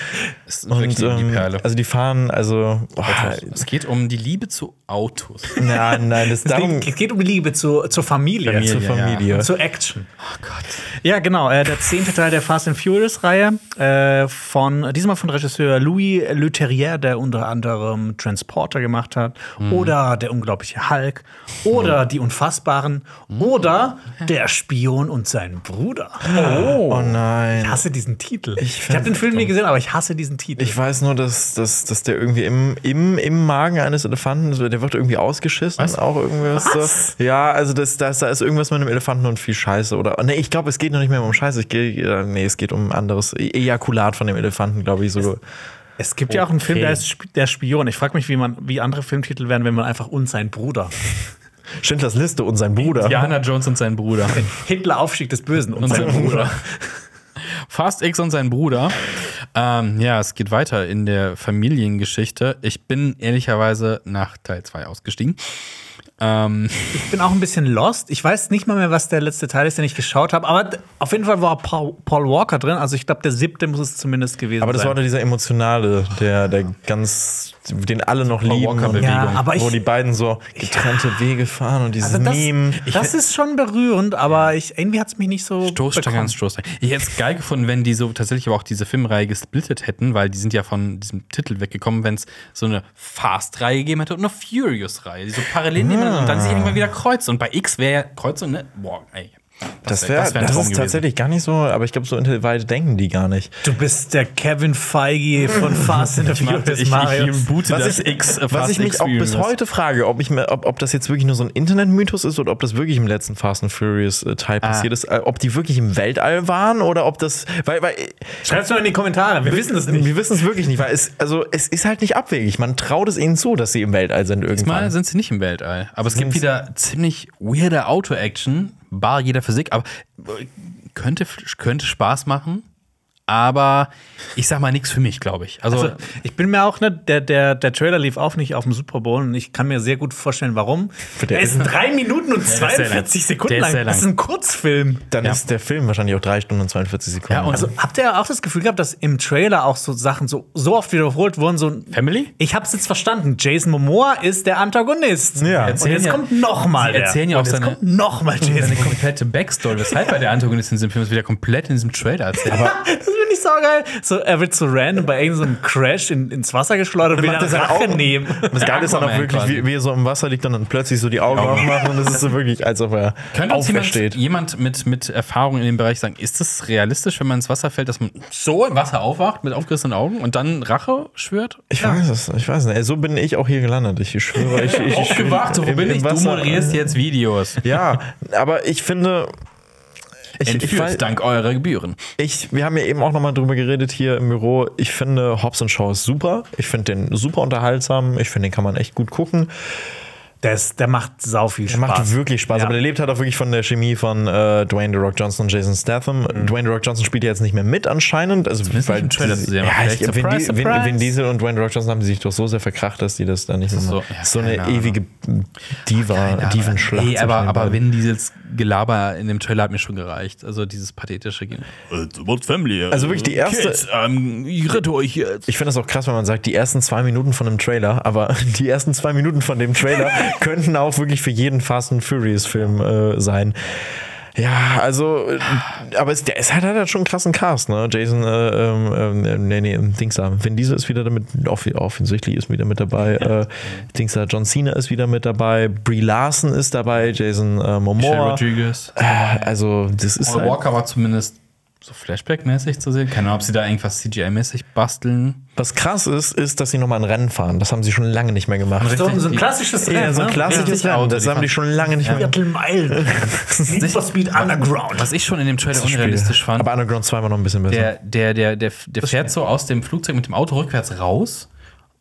B: Es ist
A: Und
B: wirklich
A: ähm,
B: die Perle.
A: also die fahren, also oh,
B: es geht um die Liebe zu Autos.
A: nein, nein, das darum
C: Es geht um Liebe zu, zur Familie,
A: zur
B: ja.
A: Familie.
C: Zu, zur Action.
B: Oh Gott.
C: Ja, genau. Äh, der zehnte Teil der Fast and Furious-Reihe äh, von diesmal von Regisseur Louis Leterrier, der unter anderem Transporter gemacht hat, oder der unglaubliche Hulk, oder die Unfassbaren, oder der Spion und sein Bruder.
A: Oh, nein.
C: Ich hasse diesen Titel. Ich,
A: find's
C: habe den Film nie gesehen, aber ich hasse diesen Titel.
A: Ich weiß nur, dass, dass, dass der irgendwie im, im, im Magen eines Elefanten, also der wird irgendwie ausgeschissen, auch irgendwas. So. Ja, also das, das, da ist irgendwas mit einem Elefanten und viel Scheiße. Oder, nee, ich glaube, es geht noch nicht mehr um Scheiße. Ich geh, äh, nee, es geht um ein anderes E- Ejakulat von dem Elefanten, glaube ich. So.
C: es gibt ja auch einen Film,
A: Okay.
C: der ist Sp- der Spion. Ich frage mich, wie, man, wie andere Filmtitel wären, wenn man einfach und sein Bruder.
A: Schindlers Liste und sein Bruder.
B: Diana Jones und sein Bruder.
C: Hitler Aufstieg des Bösen und,
B: Und
C: sein
B: sein
C: Bruder.
B: Fast X und sein Bruder. Ähm, ja, es geht weiter in der Familiengeschichte. Ich bin ehrlicherweise nach Teil 2 ausgestiegen. Ähm,
C: Ich bin auch ein bisschen lost. Ich weiß nicht mal mehr, was der letzte Teil ist, den ich geschaut habe. Aber d- auf jeden Fall war Paul, Paul Walker drin. Also ich glaube, der siebte muss es zumindest gewesen
A: Aber das
C: sein.
A: war doch dieser emotionale, der, der ganz den alle noch lieben.
B: Walker
A: Und
B: bewegen.
C: Ja, aber
A: wo
C: ich-
A: die beiden so getrennte Wege fahren und dieses
C: Also das,
A: Meme.
C: das ist schon berührend, aber ich, irgendwie hat es mich nicht so.
B: Stoßstange an Stoßstange. Ich hätte es geil gefunden, wenn die so tatsächlich aber auch diese Filmreihe gesplittet hätten, weil die sind ja von diesem Titel weggekommen, wenn es so eine Fast-Reihe gegeben hätte und eine Furious-Reihe, die so parallel nebeneinander und dann sich irgendwann wieder kreuzen. Und bei X wäre ja Kreuzung, ne? Boah, ey.
A: das wäre, das,
B: wär ein Traum
A: ist tatsächlich gar nicht so, aber ich glaube, so inwieweit denken die gar nicht.
C: Du bist der Kevin Feige von Fast and the
B: Ich,
C: Furious
B: ich,
C: Mario.
B: ich boote das
A: Was ich,
B: X, äh,
A: was
B: Fast
A: ich mich
B: X
A: auch bis
B: Furious.
A: heute frage, ob, ich mir, ob, ob das jetzt wirklich nur so ein Internetmythos ist oder ob das wirklich im letzten Fast and Furious äh, Teil passiert ist, äh, ob die wirklich im Weltall waren oder ob das, weil, weil
C: Schreib's mal in die Kommentare, wir wissen es nicht.
A: wir wissen es wirklich nicht, weil es, also es ist halt nicht abwegig. Man traut es ihnen zu, dass sie im Weltall sind
B: Mal
A: irgendwann.
B: sind sie nicht im Weltall. Aber es gibt
A: Sind's-
B: wieder ziemlich weirde Auto-Action, bar jeder Physik. Aber äh, könnte, könnte Spaß machen, aber ich sag mal nichts für mich, glaube ich. Also,
C: Also, ich bin mir auch nicht, der, der, der Trailer lief auch nicht auf dem Super Bowl und ich kann mir sehr gut vorstellen, warum. Der ist 3 Minuten und
B: sehr lang.
C: 42 Sekunden
B: Der ist
C: lang.
B: sehr lang.
C: Das ist ein Kurzfilm.
A: Dann
B: Ja.
A: ist der Film wahrscheinlich auch drei Stunden und 42 Sekunden.
B: Ja, und-
A: also,
C: Also habt ihr auch das Gefühl gehabt, dass im Trailer auch so Sachen so, so oft wiederholt wurden? So,
B: Family?
C: ich hab's jetzt verstanden. Jason Momoa ist der Antagonist.
A: Ja.
C: Und
B: Erzählen
C: jetzt
B: ja-
C: kommt nochmal
B: Sie
C: der.
B: erzählen ja auch
C: und jetzt
B: seine-
C: kommt nochmal Jason.
B: eine komplette Backstory, weshalb er der Antagonist in diesem Film ist, wieder komplett in diesem Trailer erzählt.
C: Das finde ich so geil. So, er wird so random bei irgendeinem Crash in, ins Wasser geschleudert und will
A: macht
C: dann
A: das halt
C: Rache
A: auch.
C: nehmen.
A: das Geile ist dann auch
B: Aquaman
A: wirklich,
B: quasi.
A: wie, wie er so im Wasser liegt und dann plötzlich so die Augen aufmachen und es ist so wirklich, als ob er
B: Könnte
A: aufrecht
B: uns jemand,
A: steht.
B: jemand mit, mit Erfahrung in dem Bereich sagen, ist es realistisch, wenn man ins Wasser fällt, dass man so im Wasser aufwacht mit aufgerissenen Augen und dann Rache schwört?
A: Ich weiß es, ich weiß nicht. So bin ich auch hier gelandet. Ich schwöre, ich, ich, ich
B: so wo
A: im- im
B: Du
A: Wasser.
B: moderierst jetzt Videos.
A: Ja, aber ich finde. Ich, ich,
B: Entführt,
A: weiß-
B: dank eurer Gebühren.
A: ich, wir haben ja eben auch nochmal drüber geredet hier im Büro. Ich finde Hobbs and Shaw ist super. Ich finde den super unterhaltsam. Ich finde, den kann man echt gut gucken.
C: Der, ist, der macht sau viel
A: Der
C: Spaß.
A: macht wirklich Spaß.
C: Ja.
A: Aber der lebt halt auch wirklich von der Chemie von äh, Dwayne The Rock Johnson und Jason Statham.
B: Mhm.
A: Dwayne The Rock Johnson spielt ja jetzt nicht mehr mit anscheinend. Also, weil
B: im Trailer
A: diese-
B: zu sehen, aber
A: ja, ich,
B: vielleicht.
A: Vin,
B: Surprise,
A: Di- Vin,
B: surprise.
A: Vin Diesel und Dwayne The Rock Johnson haben sich doch so sehr verkracht, dass die das dann nicht mehr
B: ist
A: so,
B: so- ja,
A: so eine
B: keine Ahnung.
A: ewige Diva, Divenschlacht.
B: Nee,
A: zwischen
B: aber,
A: den
B: aber
A: beiden.
B: Vin Diesels Gelaber in dem Trailer hat mir schon gereicht. Also dieses pathetische. Ge-
A: Also wirklich die erste.
B: Äh, ähm, ich rette euch jetzt.
A: Ich finde das auch krass, wenn man sagt, die ersten zwei Minuten von einem Trailer, aber die ersten zwei Minuten von dem Trailer könnten auch wirklich für jeden Fast and Furious Film äh, sein. Ja, also, äh, aber es, der ist halt, hat halt schon einen krassen Cast, ne? Jason, äh, ähm, ähm, äh, nee, nee, ähm, Dings da. Vin Diesel ist wieder damit, offi- offensichtlich ist wieder mit dabei. Äh, Dings da, John Cena ist wieder mit dabei. Brie Larson ist dabei. Jason äh, Momoa.
B: Rodriguez.
A: Äh, also, das ist
B: Paul
A: halt,
B: Walker war zumindest so Flashback-mäßig zu sehen. Keine Ahnung, ob sie da irgendwas CGI-mäßig basteln.
A: Was krass ist, ist, dass sie nochmal ein Rennen fahren. Das haben sie schon lange nicht mehr gemacht.
C: So, so ein klassisches ne?
A: Ja, so ein klassisches
B: Ja.
A: Auto, das haben die schon lange nicht mehr.
C: Viertel Meilen. Need for Speed Underground.
B: Was ich schon in dem Trailer unrealistisch fand,
A: Aber Underground 2 war noch ein bisschen besser.
B: der, der, der, der, der fährt so aus dem Flugzeug mit dem Auto rückwärts raus,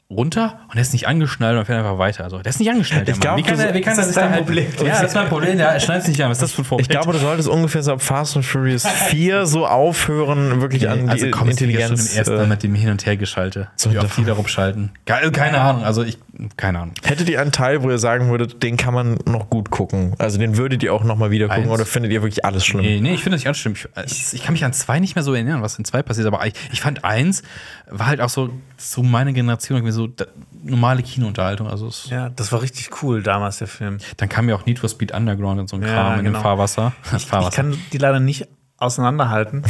B: runter und er ist nicht angeschnallt und fährt einfach weiter. Also, der ist nicht angeschnallt. der
A: Ich
B: Mann.
A: glaub,
B: wie kann,
A: das-
B: er, wie kann
A: das
B: er sich
A: ist
B: da
A: dein
B: halt.
A: Problem.
B: Ja, das ist mein Problem. Der schnallt sich nicht an. Was ist das für ein Vorbild?
A: ich glaube, du solltest ungefähr so ab Fast and Furious 4 so aufhören, wirklich an
B: also
A: die
B: komm, Intelligenz. Schon
A: Intelligenz.
B: im ersten Mal
A: Äh,
B: mit dem Hin- und Her geschalte.
A: So,
B: Wie oft
A: davon-
B: die darum schalten. Keine, keine Ahnung. Also, ich. Keine Ahnung.
A: hättet ihr einen Teil, wo ihr sagen würdet, den kann man noch gut gucken? Also den würdet ihr auch nochmal wieder gucken
B: Eins.
A: oder findet ihr wirklich alles schlimm?
B: Äh, Nee, nee, ich finde das nicht anstrengend. Ich, äh, ich, ich kann mich an zwei nicht mehr so erinnern, was in zwei passiert ist, aber ich, ich fand eins war halt auch so, so meine Generation, irgendwie so da, normale Kinounterhaltung. Also es,
C: Ja, das war richtig cool damals, der Film.
B: dann kam ja auch Need for Speed Underground und so ein
C: Ja,
B: Kram in dem
C: genau.
B: Fahrwasser.
C: Ich kann die leider nicht auseinanderhalten.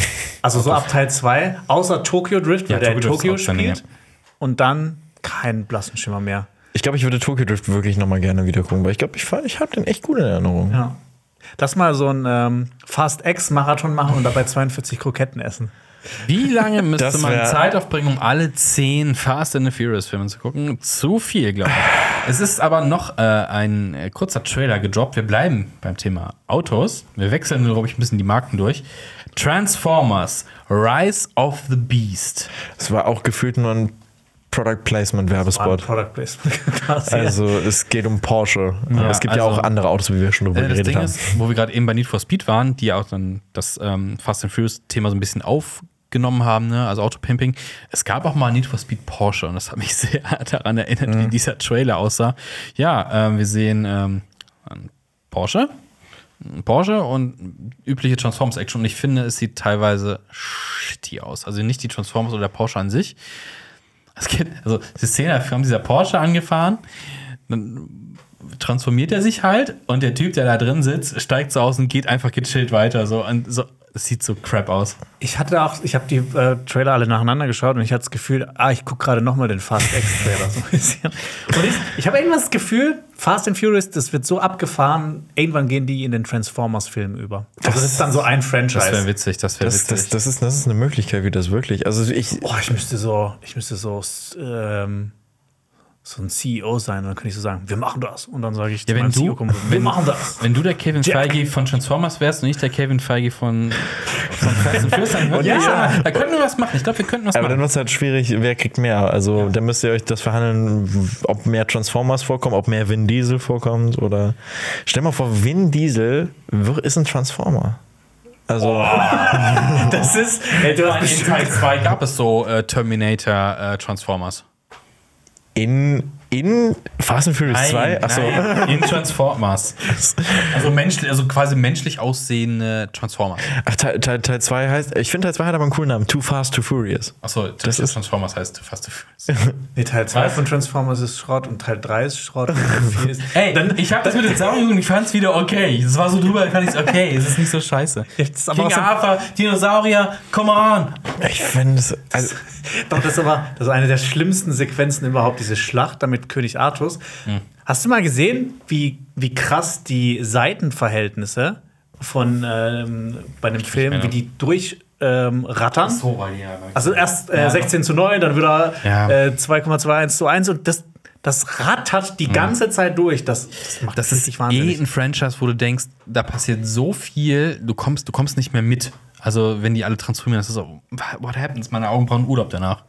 C: Also so ab Teil 2, außer Tokyo Drift, weil
B: Ja,
C: der in
B: Tokyo
C: Tokyo
B: Drift ist outstanding,
C: spielt. Und dann keinen blassen Schimmer mehr.
A: Ich glaube, ich würde Tokyo Drift wirklich nochmal gerne wieder gucken, weil ich glaube, ich, fa- ich habe den echt gut in Erinnerung.
C: Ja. Lass mal so einen ähm, Fast-X-Marathon machen und dabei 42 Kroketten essen.
B: Wie lange müsste
A: Das
B: man
A: wär-
B: Zeit aufbringen, um alle zehn Fast and the Furious Filme zu gucken? Zu viel, glaube ich. es ist aber noch äh, ein äh, kurzer Trailer gedroppt. Wir bleiben beim Thema Autos. Wir wechseln, glaube ich, ein bisschen die Marken durch. Transformers Rise of the Beast.
A: Es war auch gefühlt nur ein Product Placement
C: War ein
A: Werbespot.
C: Product Placement quasi.
A: Also es geht um Porsche.
B: Ja,
A: es gibt ja
B: also-
A: auch andere Autos, wie wir schon drüber
B: Äh, das
A: geredet
B: Ding
A: haben.
B: ist, wo wir gerade eben bei Need for Speed waren, die ja auch dann das ähm, Fast and Furious Thema so ein bisschen aufgenommen haben, ne? also Autopimping. Es gab auch mal Need for Speed Porsche und das hat mich sehr daran erinnert,
A: Mhm.
B: wie dieser Trailer aussah. Ja, ähm, wir sehen ähm, einen Porsche, einen Porsche und übliche Transformers Action und ich finde, es sieht teilweise shitty aus. Also nicht die Transformers oder der Porsche an sich, Es geht, also die Szene, wir haben dieser Porsche angefahren, dann transformiert er sich halt und der Typ, der da drin sitzt, steigt so aus und geht einfach gechillt weiter. So, und so, es sieht so crap aus.
C: Ich hatte auch, ich habe die äh, Trailer alle nacheinander geschaut und ich hatte das Gefühl, ah, ich gucke gerade nochmal den Fast X Trailer so ein bisschen. Und ich, ich habe irgendwas das Gefühl, Fast and Furious, das wird so abgefahren, irgendwann gehen die in den Transformers-Film über. Also das ist dann so ein
B: Das wäre
C: Franchise.
B: witzig, das wäre
A: Das,
B: witzig.
A: das, das, ist, das ist eine Möglichkeit, wie das wirklich. Also ich.
C: Boah, ich müsste so, ich müsste so, ähm, so ein CEO sein, dann könnte ich so sagen, wir machen das. Und dann sage ich, zu
B: wenn
C: meinem
B: du-
C: CEO komm, wir
B: wenn-
C: machen das.
B: Wenn du der Kevin
C: Jack.
B: Feige von Transformers wärst und nicht der Kevin Feige von, von Fast and Furious, dann
A: Ja.
B: ja, da könnten wir was machen. Ich glaube, wir könnten was
A: Aber dann
B: machen.
A: wird es halt schwierig, wer kriegt mehr. Also dann müsst ihr euch das verhandeln, w- ob mehr Transformers vorkommen, ob mehr Vin Diesel vorkommt oder. Stell mal vor, Vin Diesel wir- ist ein Transformer. Also.
C: Das ist, ey, du hast
B: In Teil 2 gab es so äh, Terminator äh, Transformers.
A: In, in Fast and Furious 2? Achso.
B: nein, in Transformers. Also, menschlich, also quasi menschlich aussehende Transformers.
A: Ach, Teil, Teil, Teil 2 heißt. Ich finde Teil 2 hat aber einen coolen Namen. Too Fast, Too Furious.
B: Achso, das ist Transformers heißt Fast and Furious.
C: Nee, Teil 2
B: Was?
C: von Transformers ist Schrott und Teil 3 ist Schrott und Teil 4 ist.
B: Ey, dann, ich habe das mit den Sauriern, ich fand's wieder okay. Es war so drüber, ich fand ich's okay. Es ist nicht so scheiße.
C: Jetzt aber
B: King
C: auch so-
B: Arthur, Dinosaurier, come on.
A: Ich finde es. Also,
C: Doch, das ist aber das ist eine der schlimmsten Sequenzen überhaupt, diese Schlacht da mit König Artus.
B: Mhm.
C: Hast du mal gesehen, wie, wie krass die Seitenverhältnisse von ähm, bei dem Film,
B: mehr
C: wie
B: an.
C: die durchrattern? Ähm, rattern? Also erst äh,
B: Ja. ne?
C: 16 zu 9, dann wieder
B: Ja.
C: äh, 2,21 zu 1 und das, das rattert die ganze Zeit durch. Das, das
B: Mhm.
C: macht
B: Das
C: richtig
B: ist
C: wahnsinnig.
B: eh ein Franchise, wo du denkst, da passiert so viel, du kommst, du kommst nicht mehr mit. Also, wenn die alle transformieren, das ist so, what happens? Meine Augen brauchen Urlaub danach.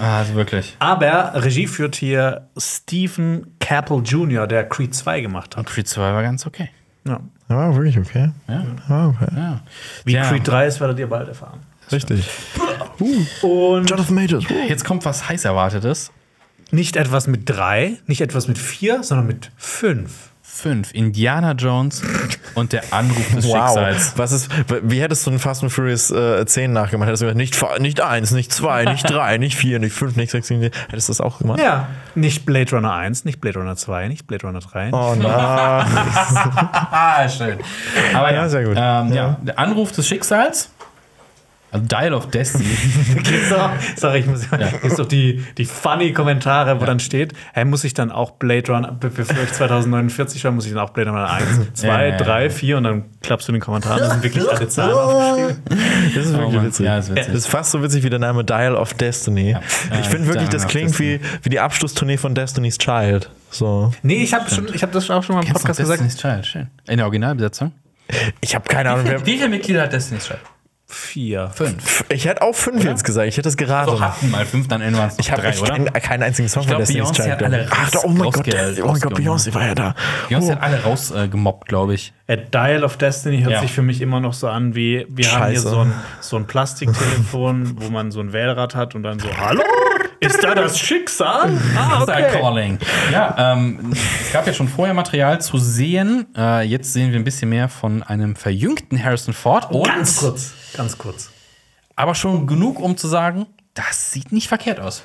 B: also wirklich.
C: Aber Regie führt hier Stephen Cappell Jr., der Creed 2 gemacht hat.
B: Creed 2 war ganz okay.
C: Ja.
A: ja, war wirklich okay.
B: Ja.
A: Ja, okay.
B: ja.
C: Wie
B: Ja.
C: Creed 3 ist, werdet ihr bald erfahren.
A: Richtig.
C: Und
A: Jonathan Majors.
B: Jetzt kommt was heiß erwartetes.
C: nicht etwas mit 3, nicht etwas mit 4, sondern mit 5.
B: 5. Indiana Jones und der Anruf des Schicksals.
A: Wow. Was ist, wie hättest du einen Fast and Furious äh, 10 nachgemacht? Hättest du gesagt, nicht, fa- nicht eins, nicht zwei, nicht drei, nicht vier, nicht fünf, nicht sechs, nicht sieben. Hättest du das auch gemacht?
C: Ja. Nicht Blade Runner 1, nicht Blade Runner 2, nicht Blade Runner 3.
A: Oh nein.
B: Ah, schön. Aber ja,
A: Ja, sehr gut.
B: Ähm, ja.
A: Ja.
B: der Anruf des Schicksals. Also Dial of Destiny.
C: Sorry, ich muss ja. Ist doch die, die funny Kommentare, wo dann steht, hey, muss ich dann auch Blade Runner, be- bevor ich 2049 war, muss ich dann auch Blade Runner 1, 2,
B: ja, ja.
C: 3, 4 und dann klappst du in den Kommentaren, da sind wirklich alle Zahlen aufgeschrieben.
A: Das ist wirklich
B: Oh Mann.
A: witzig.
B: Ja, ist witzig.
A: Das ist fast so witzig wie der Name Dial of Destiny.
B: Ja,
A: Ich finde wirklich, das
B: Dial of
A: klingt wie, wie die Abschlusstournee von Destiny's Child. So.
C: Nee, ich habe hab das auch schon mal im
B: Kennst du noch
C: Podcast gesagt.
B: Destiny's Child? Schön. In der Originalbesetzung.
A: Ich habe keine Ahnung, wer.
B: Wie viele Mitglieder hat Destiny's Child?
C: Vier.
B: Fünf.
A: Ich hätte auch fünf jetzt gesagt. Ich hätte es geraten.
B: So hatten mal fünf, dann irgendwann waren es noch
A: ich habe
B: drei,
A: echt
B: oder?
A: keinen, keinen einzigen Song
B: glaub,
A: von Destiny's
B: Beyoncé
A: Child.
B: hat
A: glaub ich.
B: alle
A: Ach, oh mein Gott, oh
B: rausge-
A: mein Gott,
B: rausgenommen.
A: Beyoncé war ja da.
B: Beyoncé
A: Oh.
B: hat alle rausgemobbt, glaube ich.
C: Äh, Dial of Destiny hört
B: Ja.
C: sich für mich immer noch so an wie, wir haben hier
A: Scheiße.
C: so ein, so ein Plastiktelefon, wo man so ein Wählrad hat und dann so, hallo? Ist da das Schicksal? Ah,
B: Star
C: okay.
B: Calling. Ja, ähm, es gab ja schon vorher Material zu sehen. Äh, jetzt sehen wir ein bisschen mehr von einem verjüngten Harrison Ford. Und,
C: Ganz kurz, ganz kurz.
B: Aber schon genug, um zu sagen, das sieht nicht verkehrt aus.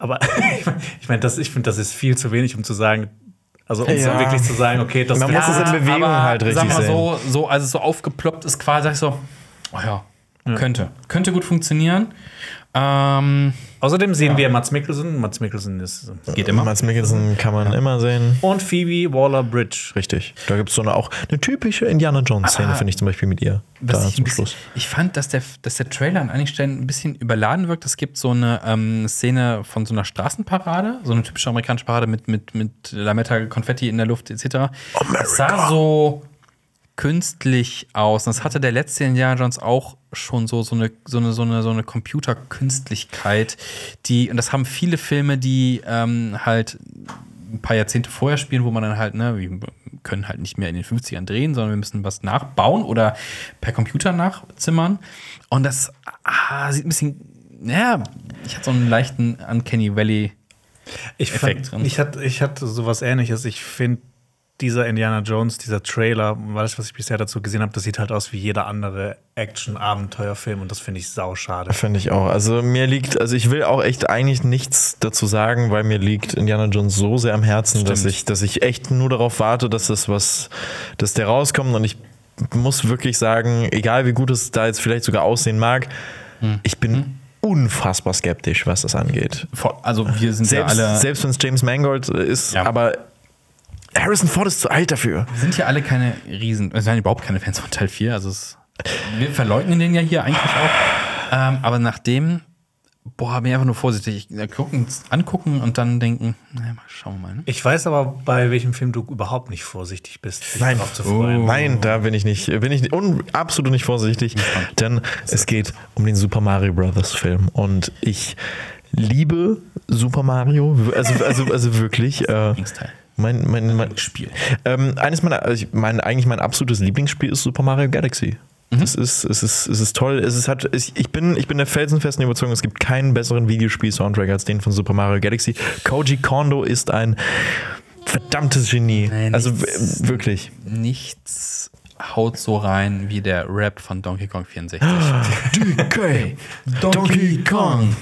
C: Aber ich meine, ich, mein, das- ich finde, das ist viel zu wenig, um zu sagen, also um
A: Ja.
C: so wirklich zu sagen, okay, das
A: Man
C: wird-
A: muss es in Bewegung halt
B: sag
A: richtig
B: mal
A: sehen.
B: so, so, als es so aufgeploppt ist, quasi sag ich so, oh ja, könnte. Könnte gut funktionieren. Ähm,
C: Außerdem sehen wir Mats Mikkelsen. Mats Mikkelsen ist.
B: geht immer.
A: Mats Mikkelsen kann man immer sehen.
C: Und Phoebe Waller Bridge.
A: Richtig. Da gibt es so eine, auch eine typische Indiana Jones-Szene, finde ich zum Beispiel mit ihr.
B: Ah. Was
A: da
B: ich, ein
A: zum
B: bisschen,
A: Schluss.
B: ich fand, dass der, dass der Trailer an einigen Stellen ein bisschen überladen wirkt. Es gibt so eine ähm, Szene von so einer Straßenparade, so eine typische amerikanische Parade mit, mit, mit Lametta, Konfetti in der Luft etc. Es sah so künstlich aus. Und das hatte der letzte Indiana Jones auch schon so, so eine, so eine, so eine, so eine Computerkünstlichkeit, die, und das haben viele Filme, die ähm, halt ein paar Jahrzehnte vorher spielen, wo man dann halt, ne, wir können halt nicht mehr in den 50ern drehen, sondern wir müssen was nachbauen oder per Computer nachzimmern. Und das ah, sieht ein bisschen, ja, ich hatte so einen leichten Uncanny Valley.
C: Ich,
B: Effekt
C: fand,
B: drin.
C: ich hatte ich hatte sowas ähnliches. Ich finde dieser Indiana Jones, dieser Trailer, alles, was ich bisher dazu gesehen habe, das sieht halt aus wie jeder andere Action-Abenteuerfilm und das finde ich sauschade.
A: Finde ich auch. Also mir liegt, also ich will auch echt eigentlich nichts dazu sagen, weil mir liegt Indiana Jones so sehr am Herzen, dass ich, dass ich echt nur darauf warte, dass das was, dass der rauskommt und ich muss wirklich sagen, egal wie gut es da jetzt vielleicht sogar aussehen mag,
B: Hm.
A: ich bin unfassbar skeptisch, was das angeht.
B: Vor- Also wir sind
A: Selbst,
B: ja alle
A: selbst wenn es James Mangold ist,
B: Ja.
A: aber Harrison Ford ist zu alt dafür.
B: sind ja alle keine Riesen, wir sind überhaupt keine Fans von Teil 4. Also es, wir verleugnen den ja hier eigentlich auch. Ähm, aber nachdem, boah, bin ich einfach nur vorsichtig. Ich, äh, gucken, angucken und dann denken, naja, mal schauen wir mal. Ne?
C: Ich weiß aber, bei welchem Film du überhaupt nicht vorsichtig bist, dich
A: Nein. Oh.
C: darauf zu freuen.
A: Nein, da bin ich nicht, bin ich nicht- un, absolut nicht vorsichtig, denn es geht um den Super Mario Brothers Film und ich liebe Super Mario, also, also, also wirklich. Äh,
B: Lieblingsteil.
A: mein, mein, mein
B: Spiel.
A: Ähm, eines meiner, also ich mein, eigentlich mein absolutes Lieblingsspiel ist Super Mario Galaxy.
B: Mhm.
A: Es, ist, es, ist, es ist toll. Es ist, hat, ich, ich, bin, ich bin der felsenfesten Überzeugung, es gibt keinen besseren Videospiel-Soundtrack als den von Super Mario Galaxy. Koji Kondo ist ein verdammtes Genie.
B: Nein,
A: also
B: nichts.
A: w- wirklich.
B: Nichts haut so rein wie der Rap von Donkey Kong 64.
A: DK,
B: Donkey Kong.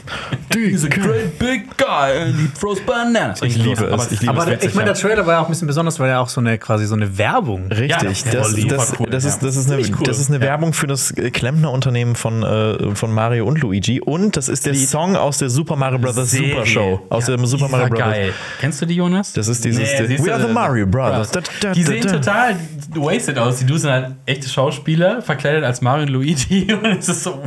A: DK.
B: big guy and he throws bananas.
A: Ich liebe es, ich liebe
C: Aber der, ich meine, der Trailer war ja auch ein bisschen besonders, weil er auch so eine quasi so eine Werbung.
A: Richtig,
B: Ja,
A: das,
B: voll super
A: das,
B: cool,
A: das,
B: ja.
A: ist, das ist eine,
B: Ziemlich cool.
A: das ist eine
B: Ja.
A: Werbung für das äh, Klempnerunternehmen von, äh, von Mario und Luigi und das ist der Song aus der Super Mario Brothers Super Show. Aus der Super Mario Brothers.
B: Geil. Kennst du die, Jonas?
A: Das ist dieses-
B: siehst
A: We
B: du,
A: are the
B: das-
A: Mario Brothers. Da, da,
B: Die
A: da,
B: sehen
A: da.
B: total wasted aus. Die Dudes sind halt echte Schauspieler, verkleidet als Mario und Luigi. Und es ist so,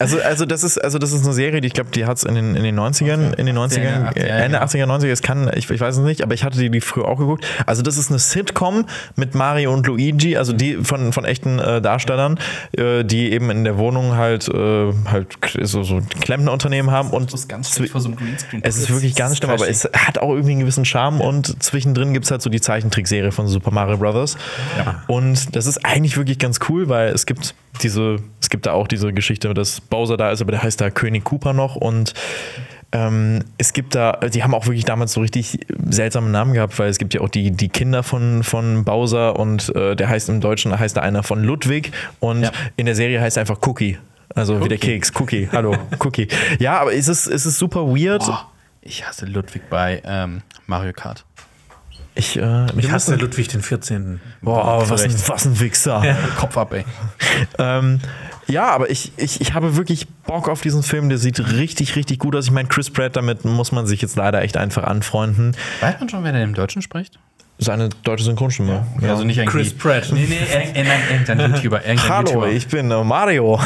A: Also, also, das ist, also das ist eine Serie, die ich glaube, die hat es in den, in den 90ern, in den 90ern,
B: Ja, genau. ja,
A: äh, Ende
B: ja.
A: 80er, 90er, es kann, ich, ich weiß es nicht, aber ich hatte die, die früher auch geguckt. Also das ist eine Sitcom mit Mario und Luigi, also die von, von echten äh, Darstellern, äh, die eben in der Wohnung halt, äh, halt k- so, so ein Klempnerunternehmen haben und
B: Das ist ganz schlecht
A: zwi-
B: vor so einem Greenscreen.
A: es ist wirklich ganz schlimm, aber es hat auch irgendwie einen gewissen Charme und zwischendrin gibt es halt so die Zeichentrickserie von Super Mario Brothers. Und das ist eigentlich wirklich ganz cool, weil es gibt diese, es gibt da auch diese Geschichte, dass Bowser da ist, aber der heißt da König Koopa noch und ähm, es gibt da, die haben auch wirklich damals so richtig seltsame Namen gehabt, weil es gibt ja auch die, die Kinder von, von Bowser und äh, der heißt im Deutschen heißt da einer von Ludwig und
B: Ja.
A: in der Serie heißt er einfach Cookie. Also wie der
B: Cookie.
A: Keks, Cookie, hallo, Cookie. Ja, aber es ist, es ist super weird.
B: Boah, ich hasse Ludwig bei ähm, Mario Kart.
A: Ich, äh,
C: Ich
A: ich
C: hasse
A: hasse.
C: Ludwig den 14.
A: Boah, was ein, was ein Wichser.
B: Kopf ab, ey.
A: Ähm, ja, aber ich, ich, ich habe wirklich Bock auf diesen Film. Der sieht richtig, richtig gut aus. Ich meine, Chris Pratt, damit muss man sich jetzt leider echt einfach anfreunden.
B: Weiß man schon, wer denn im Deutschen spricht?
A: Seine deutsche Synchronstimme. Ja.
B: Also nicht irgendwie.
C: Chris Pratt.
B: Nee, nee, ir- ir- irgendein YouTuber. Irgendein
A: Hallo,
B: YouTuber.
A: ich bin äh, Mario.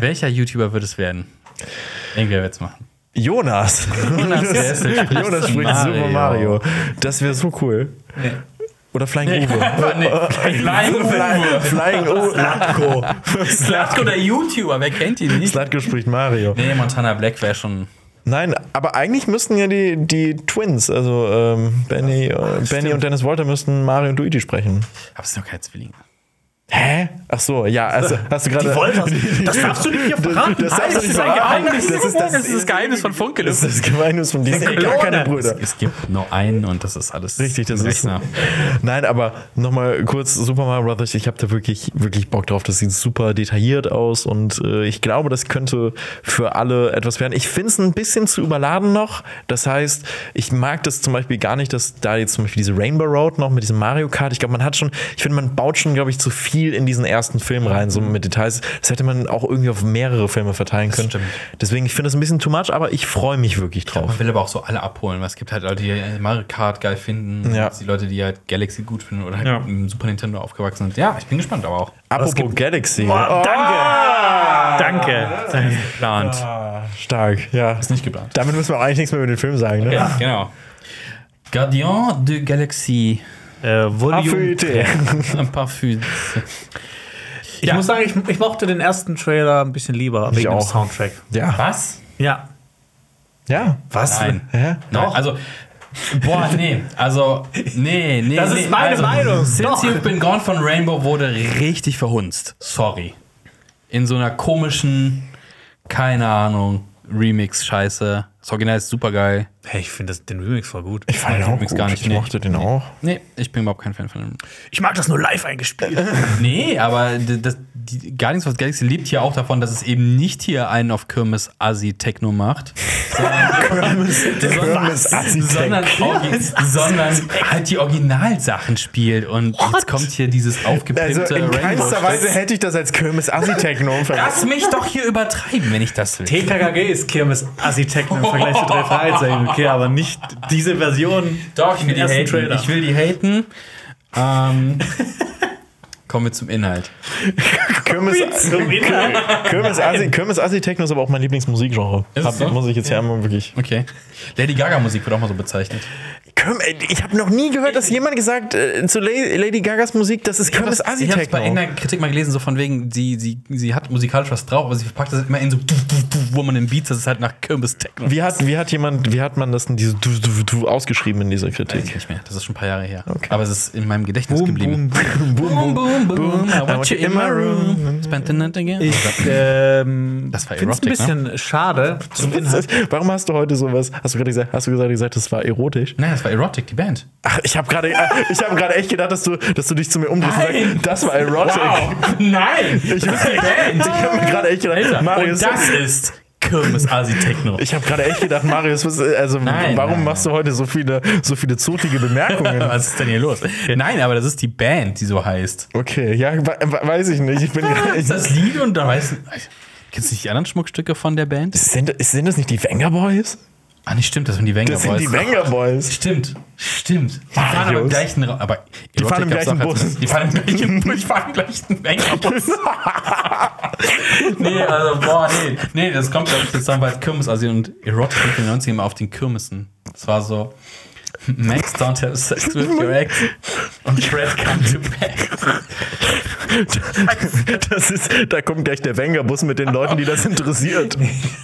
B: Welcher YouTuber wird es werden? Irgendwer wird's machen.
A: Jonas.
B: Jonas, wer ist denn?
A: Jonas spricht Super Mario. Das wäre so cool. Oder Flying Uwe.
B: Nein,
A: Fly- Flying Uwe. Slatko.
B: Slatko, der YouTuber, wer kennt ihn nicht?
A: Slatko spricht Mario.
B: Nee, Montana Black wäre schon.
A: Nein, aber eigentlich müssten ja die, die Twins, also ähm, Benny, äh, Benny und Dennis Walter müssten Mario und Luigi sprechen.
B: Aber es sind doch keine Zwillinge.
A: Hä? Ach so, ja, also hast du gerade.
C: Das darfst du nicht hier verraten.
A: Das darfst du nicht
C: ein
A: verraten.
C: Geheimnis.
A: Das ist das-
B: Geheimnis von Funkel.
A: Das ist das Geheimnis von diesen gar keine Brüder.
B: Es gibt nur einen und das ist alles.
A: Richtig, das
B: im
A: ist.
B: Rechner.
A: Nein, aber nochmal kurz Super Mario Brothers. Ich habe da wirklich, wirklich Bock drauf. Das sieht super detailliert aus und äh, ich glaube, das könnte für alle etwas werden. Ich finde es ein bisschen zu überladen noch. Das heißt, ich mag das zum Beispiel gar nicht, dass da jetzt zum Beispiel diese Rainbow Road noch mit diesem Mario Kart. Ich glaube, man hat schon, ich finde, man baut schon, glaube ich, zu viel in diesen ersten Film rein, so mit Details. Das hätte man auch irgendwie auf mehrere Filme verteilen können.
B: stimmt.
A: Deswegen, ich finde das ein bisschen too much, aber ich freue mich wirklich drauf.
B: Man will aber auch so alle abholen, weil es gibt halt Leute, die Mario Kart geil finden,
A: Ja.
B: die Leute, die halt Galaxy gut finden oder halt
C: Ja.
B: im Super Nintendo aufgewachsen sind. Ja, ich bin gespannt, aber auch.
A: Apropos Galaxy.
C: Oh,
A: Ah.
C: danke. Danke.
B: Plant.
A: Stark, ja.
B: Ist nicht geplant.
A: Damit müssen wir auch eigentlich nichts mehr über den Film sagen, ne?
B: Ja, genau. Gardien de Galaxie.
C: Äh, Volume.
B: Ein paar Füße.
C: Ich muss sagen, ich, ich mochte den ersten Trailer ein bisschen lieber wegen dem
A: auch.
C: Soundtrack.
A: Ja.
B: Was?
C: Ja.
A: Ja.
C: Was?
B: Nein.
A: Hä?
B: Nein. Also, boah, nee. Also, nee, nee.
C: Das
B: nee.
C: ist meine
B: also,
C: Meinung.
B: Since
C: Doch.
B: You've Been Gone von Rainbow wurde richtig verhunzt. Sorry. In so einer komischen, keine Ahnung, Remix-Scheiße. Das Original ist super geil.
C: Hey, ich finde den Remix voll gut.
A: Ich fand den auch
B: Remix
A: gut.
B: gar nicht,
A: ich
B: nee.
A: mochte den auch.
B: Nee, ich bin überhaupt kein Fan von dem.
C: Ich mag das nur live eingespielt.
B: Nee, aber d- das, die Guardians of the Galaxy lebt hier auch davon, dass es eben nicht hier einen auf Kirmes Asi Techno macht,
A: Kirmes
B: sondern, orgi- sondern halt die Originalsachen spielt. Und jetzt kommt hier dieses aufgepimpte
A: Also in keinster
B: Rainbow-
A: Weise hätte ich das als Kirmes Assi-Techno
B: Lass mich doch hier übertreiben, wenn ich das will.
C: TKKG ist Kirmes Assi-Techno im Vergleich zu drei Fragezeichen. Okay, aber nicht diese Version.
B: Doch, ich will
C: den
B: die
C: ersten
B: haten.
C: Trailer.
B: Ich will die haten. Ähm, kommen wir zum Inhalt.
A: Kirmes, Kirmes, Assi, Kirmes Assi-Techno ist aber auch mein Lieblingsmusikgenre.
B: Ist es
A: Hab,
B: so?
A: Muss ich jetzt hier einmal wirklich.
B: Okay. Lady Gaga Musik wird auch mal so bezeichnet.
A: Kirm- äh, Ich habe noch nie gehört, dass jemand gesagt äh, zu La- Lady Gagas Musik, das ist Kirmes
B: ich habe es bei
A: Assi-Techno.
B: irgendeiner Kritik mal gelesen, so von wegen, sie, sie, sie hat musikalisch was drauf, aber sie verpackt das immer in so du, du, du, wo man den Beats, das ist halt nach Kirmes Techno.
A: Wie hat, wie hat jemand, wie hat man das denn diese du, du, du ausgeschrieben in dieser
B: Weiß ich
A: Kritik?
B: nicht mehr. Das ist schon ein paar Jahre her. Aber es ist in meinem Gedächtnis geblieben.
A: boom, boom,
B: boom, boom, I
A: want you in my room.
B: Spent the night again.
C: Ich ähm,
B: Das war
A: ne?
C: finde es ein
B: erotic,
C: bisschen schade zum
A: Was
C: Inhalt.
A: ist, warum hast du heute sowas? Hast du gerade gesagt, hast du gerade gesagt, das war erotisch?
B: Nein, das war Erotic, die Band.
A: Ach, ich habe gerade, äh, ich habe gerade echt gedacht, dass du, dass du dich zu mir umdrehst und
B: Nein.
A: sagst, das war erotic.
B: Nein!
A: Ich, ich habe mir gerade echt gedacht, Marius,
B: ist Kirmes Asi Techno.
A: ich habe gerade echt gedacht, Marius, was, also
B: Nein,
A: warum
B: nein,
A: machst du heute so viele, so viele zotige Bemerkungen?
B: Was ist denn hier los? Nein, aber das ist die Band, die so heißt.
A: Okay, ja, we- we- weiß ich nicht. Ich bin gerade- ich,
B: das Lied und da weiß Kennst du nicht die anderen Schmuckstücke von der Band?
A: sind, sind das nicht die Wenger Boys?
B: Ah, nicht stimmt, das sind die Wenger
A: Das sind die
B: Boys.
A: Wenger Boys.
B: Stimmt, stimmt. Die fahren aber im
A: Marius.
B: gleichen Ra aber Die
A: fahren im gleichen Bus.
B: also Die fahren im gleichen Bus. Die fahren im gleichen Bus. nee, also, boah, nee. Nee, das kommt, glaube ich, zusammen, weil Kirmes, also und Erotic in den 90ern immer auf den Kirmesen. Das war so. Max, don't have sex with your ex. Und Fred, come to back.
A: Das ist, da kommt gleich der Wenger Bus mit den Leuten, die das interessiert.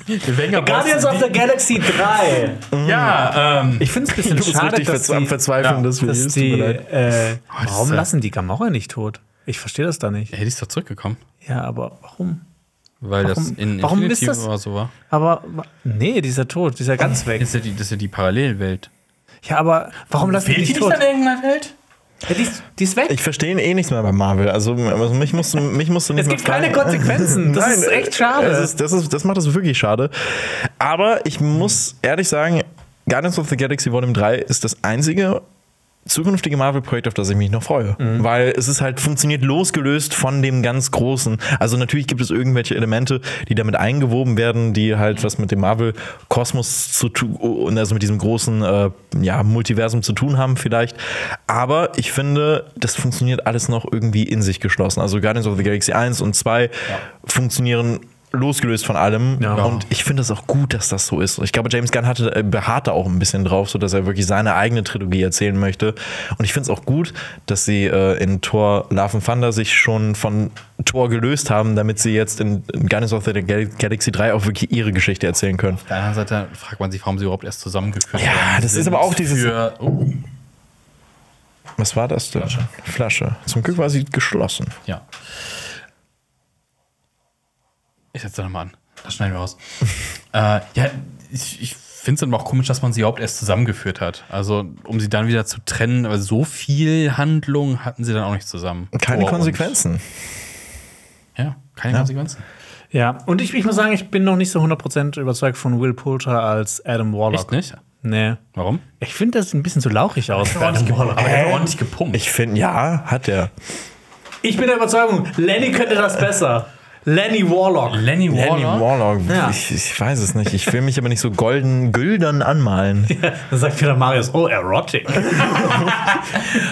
B: Die Wenger
C: Guardians of the Galaxy 3.
B: Ja, ähm.
C: Ich finde es ein bisschen
A: Du bist
C: schade,
A: richtig
C: dass
A: verz- am
C: die,
A: Verzweifeln, dass wir
C: dass
A: es tut
C: die
A: mir leid. Oh,
C: äh,
B: das
C: warum
B: ist ja-
C: lassen die Gamora nicht tot? Ich verstehe das da nicht.
B: Ja, die ist doch zurückgekommen.
C: Ja, aber warum?
B: Weil das
C: Warum-
B: in
C: warum
B: Infinity
C: ist das-
B: War so war.
C: Aber wa- nee, dieser tot, dieser
A: Oh,
C: ganz weg.
B: Das ist ja die, das ist ja die Parallelwelt.
C: Ja, aber warum lassen die nicht tot?
B: irgendeiner Welt?
C: Ja, die, ist, die ist weg.
A: Ich verstehe eh nichts mehr bei Marvel. Also, also mich musst du, mich musst du nicht
C: es
A: mehr
C: gibt keine
A: fragen.
C: Konsequenzen. Das ist echt schade.
A: Das, ist, das, ist, das macht es wirklich schade. Aber ich muss ehrlich sagen, Guardians of the Galaxy Volume 3 ist das einzige zukünftige Marvel-Projekt, auf das ich mich noch freue. Weil es ist halt funktioniert losgelöst von dem ganz Großen. Also natürlich gibt es irgendwelche Elemente, die damit eingewoben werden, die halt was mit dem Marvel-Kosmos zu tun und also mit diesem großen äh, ja, Multiversum zu tun haben vielleicht. Aber ich finde, das funktioniert alles noch irgendwie in sich geschlossen. Also Guardians of the Galaxy 1 und 2 funktionieren losgelöst von allem
C: Ja.
A: und ich finde es auch gut, dass das so ist. Ich glaube, James Gunn hatte, äh, beharrt da auch ein bisschen drauf, so dass er wirklich seine eigene Trilogie erzählen möchte. Und ich finde es auch gut, dass sie äh, in Thor Love and Thunder sich schon von Thor gelöst haben, damit sie jetzt in, in Guardians of the Gal- Galaxy 3 auch wirklich ihre Geschichte erzählen können.
B: Auf der anderen Seite fragt man sich, warum sie überhaupt erst zusammengeführt
A: Ja,
B: worden
A: das ist
B: sind
A: aber auch dieses-
B: Für, oh,
A: Was war das denn? Flasche. Zum Glück war sie geschlossen.
B: ja. Ich setze da nochmal an. Das schneiden wir raus. äh, ja, ich, ich finde es dann auch komisch, dass man sie überhaupt erst zusammengeführt hat. Also, um sie dann wieder zu trennen, aber so viel Handlung hatten sie dann auch nicht zusammen.
A: Keine
B: Thor und-
A: Konsequenzen.
B: Ja, keine Konsequenzen.
C: Ja, und ich, ich muss sagen, ich bin noch nicht so 100% überzeugt von Will Poulter als Adam Warlock.
B: Echt nicht?
C: Nee.
B: Warum?
C: Ich finde, das sieht ein bisschen zu lauchig aus. Adam Warlock.
B: Aber er hat ordentlich gepumpt.
A: Ich finde, ja, hat er.
C: Ich bin der Überzeugung, Lenny könnte das besser. Lenny Warlock.
B: Lenny
A: Lenny Warlock.
C: Ja.
A: Ich, ich weiß es nicht. Ich will mich aber nicht so golden, güldern anmalen.
C: Dann sagt wieder Marius, oh, erotic.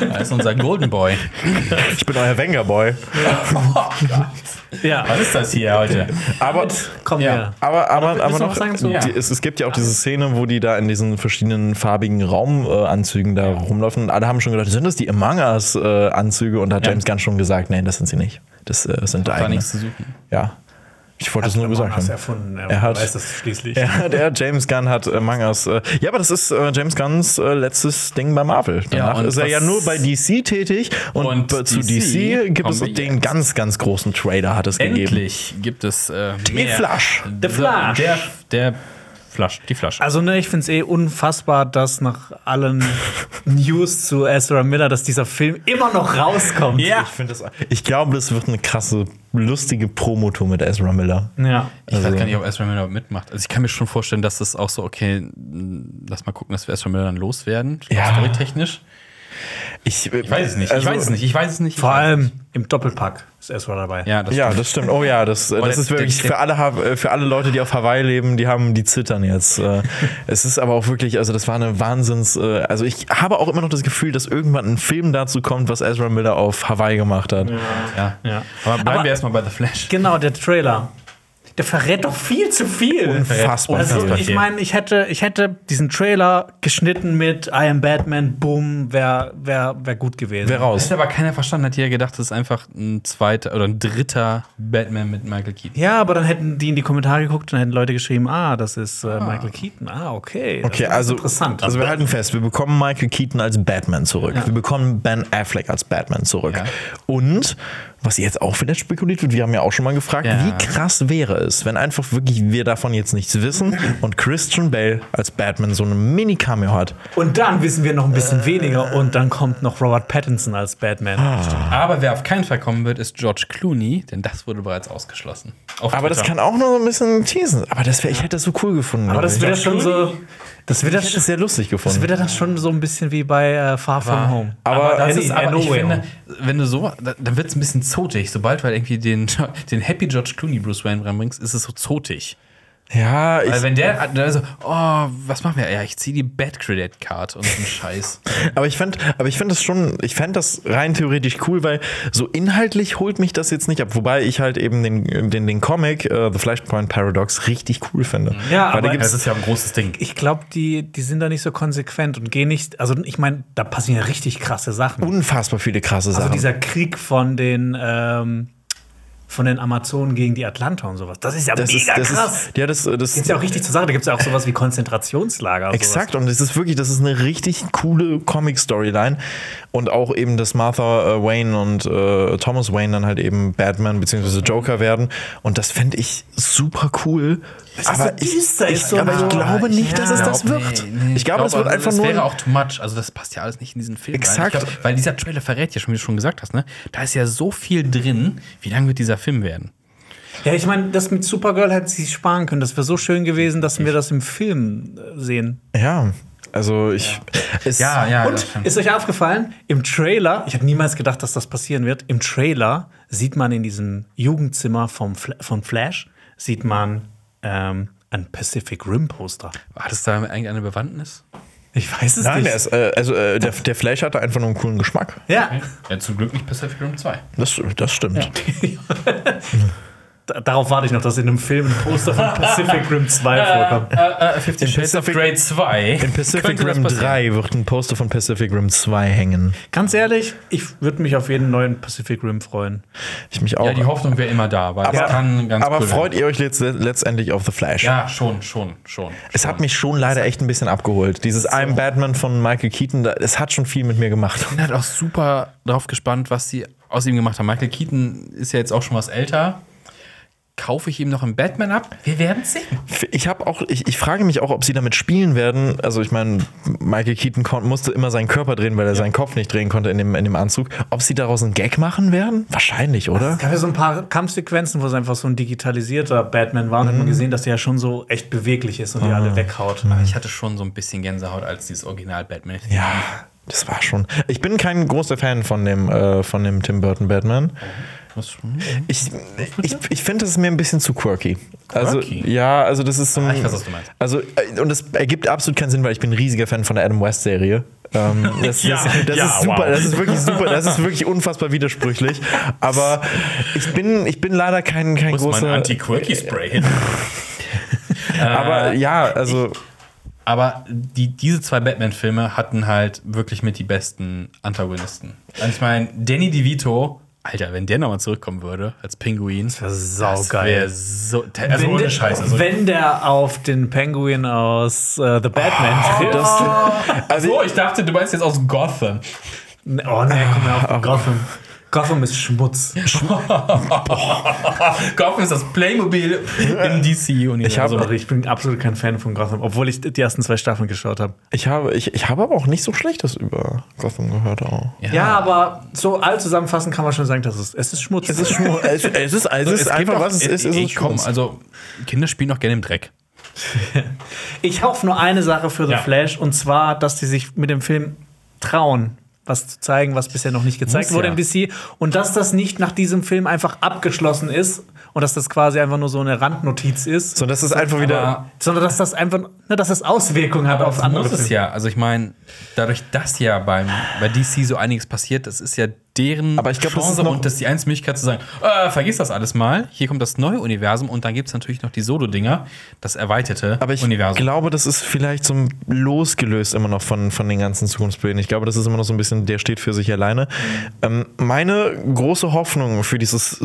B: Das ist unser Golden Boy. Oh
A: Ich bin euer Wenger-Boy.
C: Ja,
B: Was ist das hier heute?
A: Aber
C: komm
B: Ja.
C: her.
A: Aber, aber, aber
C: willst du
A: noch,
C: noch was sagen zu-
A: die,
B: Ja.
A: es, es gibt ja auch diese Szene, wo die da in diesen verschiedenen farbigen Raumanzügen äh, Anzügen da rumlaufen. Und alle haben schon gedacht, sind das die Among Us-Anzüge? und da hat
B: Ja.
A: James Gunn schon gesagt, nein, das sind sie nicht. Das äh, sind
B: Da
A: eigene.
B: nichts zu suchen.
A: Ja. Ich wollte es nur gesagt
C: Mann hat's
A: haben.
C: erfunden. Er,
A: Er hat-
C: weiß das schließlich.
A: Ja, der James Gunn hat Among Us. Äh, ja, aber das ist äh, James Gunns äh, letztes Ding bei Marvel. Danach
B: und
A: ist er ja
B: was-
A: nur bei DC tätig. Und,
B: Und
A: bei- zu
B: DC
A: DC gibt
B: kommen
A: es
B: wir
A: den ganz, ganz großen Trailer, hat es gegeben.
B: Endlich gibt es äh,
A: Die Flash.
B: The
C: Flash.
B: Der, der Flasche, die Flasche.
C: Also, ne, ich finde es eh unfassbar, dass nach allen News zu Ezra Miller, dass dieser Film immer noch rauskommt.
A: Ich, find das, ich glaube, das wird eine krasse, lustige Promotour mit Ezra Miller.
C: Ja.
B: ich weiß
A: also-
B: gar nicht, ob Ezra Miller mitmacht. Also ich kann mir schon vorstellen, dass das auch so, okay, m, lass mal gucken, dass wir Ezra Miller dann loswerden.
A: Ja.
B: Storytechnisch.
A: Ich,
B: Ich weiß es nicht,
A: also-
B: ich weiß es nicht, ich weiß es nicht. ich
C: Vor
B: weiß es
C: allem
B: nicht.
C: im Doppelpack ist Ezra dabei.
B: Ja, das
A: Ja, das stimmt. Oh ja, das, äh, das
B: der-
A: ist wirklich
B: der- der-
A: für alle, Ha- äh, für alle Leute, die auf Hawaii leben, die haben, die zittern jetzt. Äh, Es ist aber auch wirklich, also das war eine Wahnsinns, äh, also ich habe auch immer noch das Gefühl, dass irgendwann ein Film dazu kommt, was Ezra Miller auf Hawaii gemacht hat.
B: Ja.
C: Ja.
B: Aber bleiben
C: Aber-
B: wir erstmal bei The Flash.
C: Genau, der Trailer. Der verrät doch viel zu viel.
A: Unfassbar
C: Also,
A: viel.
C: ich meine, ich hätte, ich hätte diesen Trailer geschnitten mit I am Batman, boom, wäre wär, wär gut gewesen.
A: Wer
B: Das
A: raus?
B: hat aber keiner verstanden, hat jeder gedacht, das ist einfach ein zweiter oder ein dritter Batman mit Michael Keaton.
C: Ja, aber dann hätten die in die Kommentare geguckt und hätten Leute geschrieben, ah, das ist äh, Michael Keaton. Ah, okay. das
A: Okay,
C: ist
A: also,
C: interessant.
A: also wir halten fest, wir bekommen Michael Keaton als Batman zurück. Wir bekommen Ben Affleck als Batman zurück.
B: Ja.
A: Und, was jetzt auch wieder spekuliert wird, wir haben ja auch schon mal gefragt,
B: Ja.
A: wie krass wäre es, wenn einfach wirklich wir davon jetzt nichts wissen und Christian Bale als Batman so eine Mini-Cameo hat.
C: und dann wissen wir noch ein bisschen weniger und dann kommt noch Robert Pattinson als Batman.
B: Aber wer auf keinen Fall kommen wird, ist George Clooney, denn das wurde bereits ausgeschlossen. Auf
A: Aber das
B: Twitter.
A: kann auch nur so ein bisschen teasen. Aber das wär, ich hätte das so cool gefunden.
C: aber
A: glaub
C: das
A: ich.
C: wird ja schon so. Das wird ja
A: ich hätte
C: schon-
A: es sehr lustig
C: das
A: gefunden.
C: wird ja dann schon so ein bisschen wie bei äh, Far From Home.
B: Aber, äh, das
C: Any-
B: ist, aber ich
C: Anyway.
B: finde, wenn du so, da- dann wird es ein bisschen zotig. Sobald du halt irgendwie den, den Happy George Clooney Bruce Wayne reinbringst, ist es so zotig.
A: ja, ich,
B: Weil wenn der, dann so, oh, was machen wir? Ja, ich ziehe die Bad Credit Card und so einen Scheiß.
A: aber ich fand, aber ich fand das schon, ich fand das rein theoretisch cool, weil so inhaltlich holt mich das jetzt nicht ab. Wobei ich halt eben den, den, den Comic äh, The Flashpoint Paradox richtig cool finde.
C: Ja,
A: weil
C: aber-
A: da gibt's,
B: Das ist ja ein großes Ding.
C: Ich glaube, die, die sind da nicht so konsequent und gehen nicht. Also, ich meine, da passieren ja richtig krasse Sachen.
A: unfassbar viele krasse
C: also,
A: Sachen.
C: dieser Krieg von den, ähm, von den Amazonen gegen die Atlanta und sowas. Das ist ja
A: das ist,
C: mega
A: das
C: krass.
A: ist, ja, das, das
C: Geht's ja auch richtig zur Sache. Da gibt es ja auch sowas wie Konzentrationslager. und
A: Exakt, und es ist wirklich, das ist eine richtig coole Comic-Storyline. Und auch eben, dass Martha äh, Wayne und äh, Thomas Wayne dann halt eben Batman bzw. Joker werden. Und das fände ich super cool. aber
C: so düster,
A: ich,
C: ist so
A: ich, aber ich
C: nah.
A: glaube nicht, dass es
C: Ja.
A: das wird. ich glaube, es wird einfach
B: das
A: nur.
B: wäre auch too much. Also, das passt ja alles nicht in diesen Film. rein.
A: Exakt.
B: Ich Glaub, weil dieser Trailer verrät ja schon, wie du schon gesagt hast, ne? Da ist ja so viel drin. Wie lang wird dieser Film werden?
C: sowas. Ja, ich meine, das mit Supergirl hätten sie sich sparen können. Das wäre so schön gewesen, dass wir das im Film äh, sehen.
A: ja, also ich. Es,
B: ja.
C: Und ist euch aufgefallen, im Trailer, ich habe niemals gedacht, dass das passieren wird, im Trailer sieht man in diesem Jugendzimmer vom Fla von Flash, sieht man ähm, ein Pacific Rim Poster.
B: Hat es da eigentlich eine Bewandtnis?
C: Ich weiß es
A: Nein,
C: nicht.
A: der ist, äh, also äh, der, der Flash hatte einfach nur einen coolen Geschmack.
C: ja,
B: Ja, zum Glück nicht Pacific Rim 2.
A: Das, das stimmt.
C: D- darauf warte ich noch, dass in einem Film ein Poster von Pacific Rim 2 vorkommt.
B: Äh, Fifty Shades of
A: Pacific-
B: Grey 2.
A: In Pacific
B: Könnte das
A: Rim
B: passieren?
A: 3 wird ein Poster von Pacific Rim 2 hängen.
C: Ganz ehrlich, ich würde mich auf jeden neuen Pacific Rim freuen.
A: Ich mich auch.
B: Ja, die Hoffnung wäre immer da, weil
A: Aber,
B: das kann ganz
A: aber
B: cool
A: freut
B: werden.
A: ihr euch letzt, letztendlich auf The Flash?
B: Ja, schon, schon, schon.
A: Es hat mich schon leider echt ein bisschen abgeholt. Dieses I'm Batman von Michael Keaton, da- es hat schon viel mit mir gemacht.
B: bin halt auch super drauf gespannt, was sie aus ihm gemacht haben. Michael Keaton ist ja jetzt auch schon was älter. Kaufe ich ihm noch einen Batman ab? Wir werden sehen.
A: Ich habe auch, ich, ich frage mich auch, ob sie damit spielen werden. Also ich meine, Michael Keaton kon- musste immer seinen Körper drehen, weil er seinen Kopf nicht drehen konnte in dem, in dem Anzug. Ob sie daraus einen Gag machen werden? Wahrscheinlich, oder?
C: Es gab ja so ein paar Kampfsequenzen, wo es einfach so ein digitalisierter Batman war und hat man gesehen, dass der ja schon so echt beweglich ist und die alle weghaut.
B: Ich hatte schon so ein bisschen Gänsehaut als dieses Original Batman.
A: Ja, das war schon. Ich bin kein großer Fan von dem, äh, von dem Tim Burton Batman.
B: Was schon?
A: Ich, ich, ich finde, das ist mir ein bisschen zu quirky. Also,
B: Quirky? Ah,
A: ja, also das ist so ein.
B: ich weiß, was du meinst.
A: Also, äh, und das ergibt absolut keinen Sinn, weil ich bin ein riesiger Fan von der Adam West-Serie. Ähm, das
C: Ja,
A: das, das
C: ja,
A: ist super,
C: wow.
A: das ist wirklich super, das ist wirklich unfassbar widersprüchlich. Aber ich bin, ich bin leider kein, kein großer. äh,
B: Anti-Quirky-Spray hin.
A: Aber ja, also
B: Aber die, diese zwei Batman-Filme hatten halt wirklich mit die besten Antagonisten. Und ich meine, Danny DeVito, Alter, wenn der nochmal zurückkommen würde als Pinguin, das
C: wär
B: wär
C: saugeil.
B: so, also
C: wenn,
B: ohne
C: der,
B: Scheiß. Also,
C: wenn der auf den Penguin aus äh, The Batman trifft.
A: das. Also,
B: so, ich dachte, du meinst jetzt aus
A: Ah.
B: Gotham.
C: Oh nee, komm mal auf den Gotham.
G: Gotham ist Schmutz.
B: Gotham ist das Playmobil im DC-Universum.
A: Ich habe-
G: Also,
A: Also-
G: ich bin absolut kein Fan von Gotham, obwohl ich.
C: Ich die ersten zwei Staffeln geschaut habe.
A: Ich habe, ich, ich habe aber auch nicht so Schlechtes über Gotham gehört. Auch.
G: Ja, aber so all zusammenfassend kann man schon sagen, dass es, es ist Schmutz.
A: Es ist schon, es, es ist, es ist einfach, was es ist. Es ist
B: komm,
A: Schmutz.
B: also Kinder spielen doch gerne im Dreck.
C: Ich hoffe nur eine Sache für The
G: Ja.
C: Flash und zwar, dass die sich mit dem Film trauen, was zu zeigen, was bisher noch nicht gezeigt
B: Muss
C: wurde
B: ja.
C: im DC und dass das nicht nach diesem Film einfach abgeschlossen ist und dass das quasi einfach nur so eine Randnotiz ist,
A: so, das ist einfach wieder.
C: sondern dass das einfach, ne, dass das Auswirkungen hat auf andere
B: muss es
C: Filme.
B: ja. Also ich meine, dadurch, dass ja beim, bei DC so einiges passiert, das ist ja deren
A: Aber ich glaub, das ist
B: Chance
A: noch-
B: und das ist die einzige Möglichkeit zu sagen, äh, vergiss das alles mal, hier kommt das neue Universum und dann gibt es natürlich noch die Solo-Dinger, das erweiterte
A: Aber ich
B: Universum.
A: glaube, das ist vielleicht so losgelöst immer noch von, von den ganzen Zukunftsplänen. Ich glaube, das ist immer noch so ein bisschen, der steht für sich alleine. Ähm, meine große Hoffnung für dieses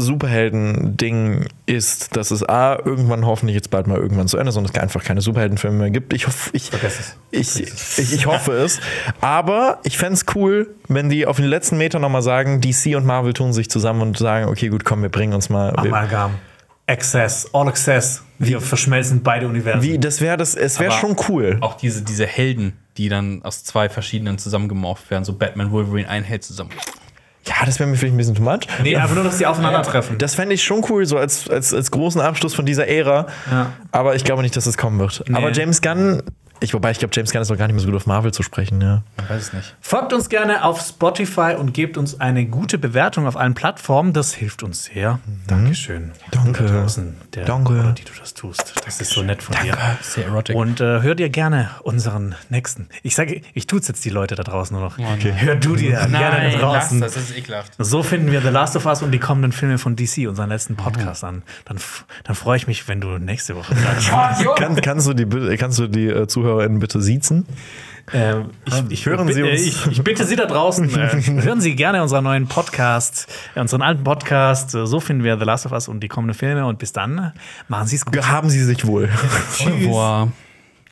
A: Superhelden-Ding ist, dass es A, irgendwann hoffentlich jetzt bald mal irgendwann zu Ende ist und es einfach keine Superheldenfilme mehr gibt. Ich hoffe, ich, ich, ich, ich hoffe es. Aber ich fände es cool, wenn die auf den letzten Meter nochmal sagen, DC und Marvel tun sich zusammen und sagen, okay, gut, komm, wir bringen uns mal. wir-
G: Amalgam. Access, All Access. Wir verschmelzen beide Universen.
A: Wie, das wäre das, es wäre
B: Aber
A: schon cool.
B: Auch diese, diese Helden, die dann aus zwei verschiedenen zusammengemorpht werden, so Batman, Wolverine, ein Held zusammen.
A: Ja, das wäre mir vielleicht ein bisschen too much.
G: Nee, einfach nur, dass die aufeinandertreffen.
A: Das fände ich schon cool, so als, als, als großen Abschluss von dieser Ära. Aber ich glaube nicht, dass es kommen wird. Aber James Gunn, ich, wobei ich glaube, James Gunn ist noch gar nicht mehr so gut auf Marvel zu sprechen, ja.
B: Ich weiß es nicht.
C: Folgt uns gerne auf Spotify und gebt uns eine gute Bewertung auf allen Plattformen. Das hilft uns sehr. Dankeschön.
A: Mhm. Danke.
C: Da draußen, der
A: Danke.
C: Oder die du das tust. Das ist so nett von dir.
B: Sehr erotic.
C: Und äh, hör dir gerne unseren nächsten. Ich sage, ich tut's jetzt die Leute da draußen nur noch. Hör du dir gerne da draußen.
B: das ist ekelhaft.
C: So finden wir The Last of Us und die kommenden Filme von DC, unseren letzten Podcast an. Dann, f- dann freue ich mich, wenn du nächste Woche da bist.
A: Kann, kannst du die, bitte- kannst du die äh, ZuhörerInnen bitte siezen?
C: Ähm, ich, ich,
A: Hören Sie
C: bitte-
A: uns.
C: Ich, ich bitte Sie da draußen, äh, hören Sie gerne unseren neuen Podcast, äh, unseren alten Podcast. Äh, So finden wir The Last of Us und die kommenden Filme. Und bis dann, äh, machen Sie es gut.
A: Haben sie sich wohl.
B: Boah.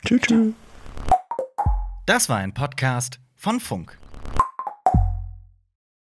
A: tschüss. tschüss.
D: Das war ein Podcast von Funk.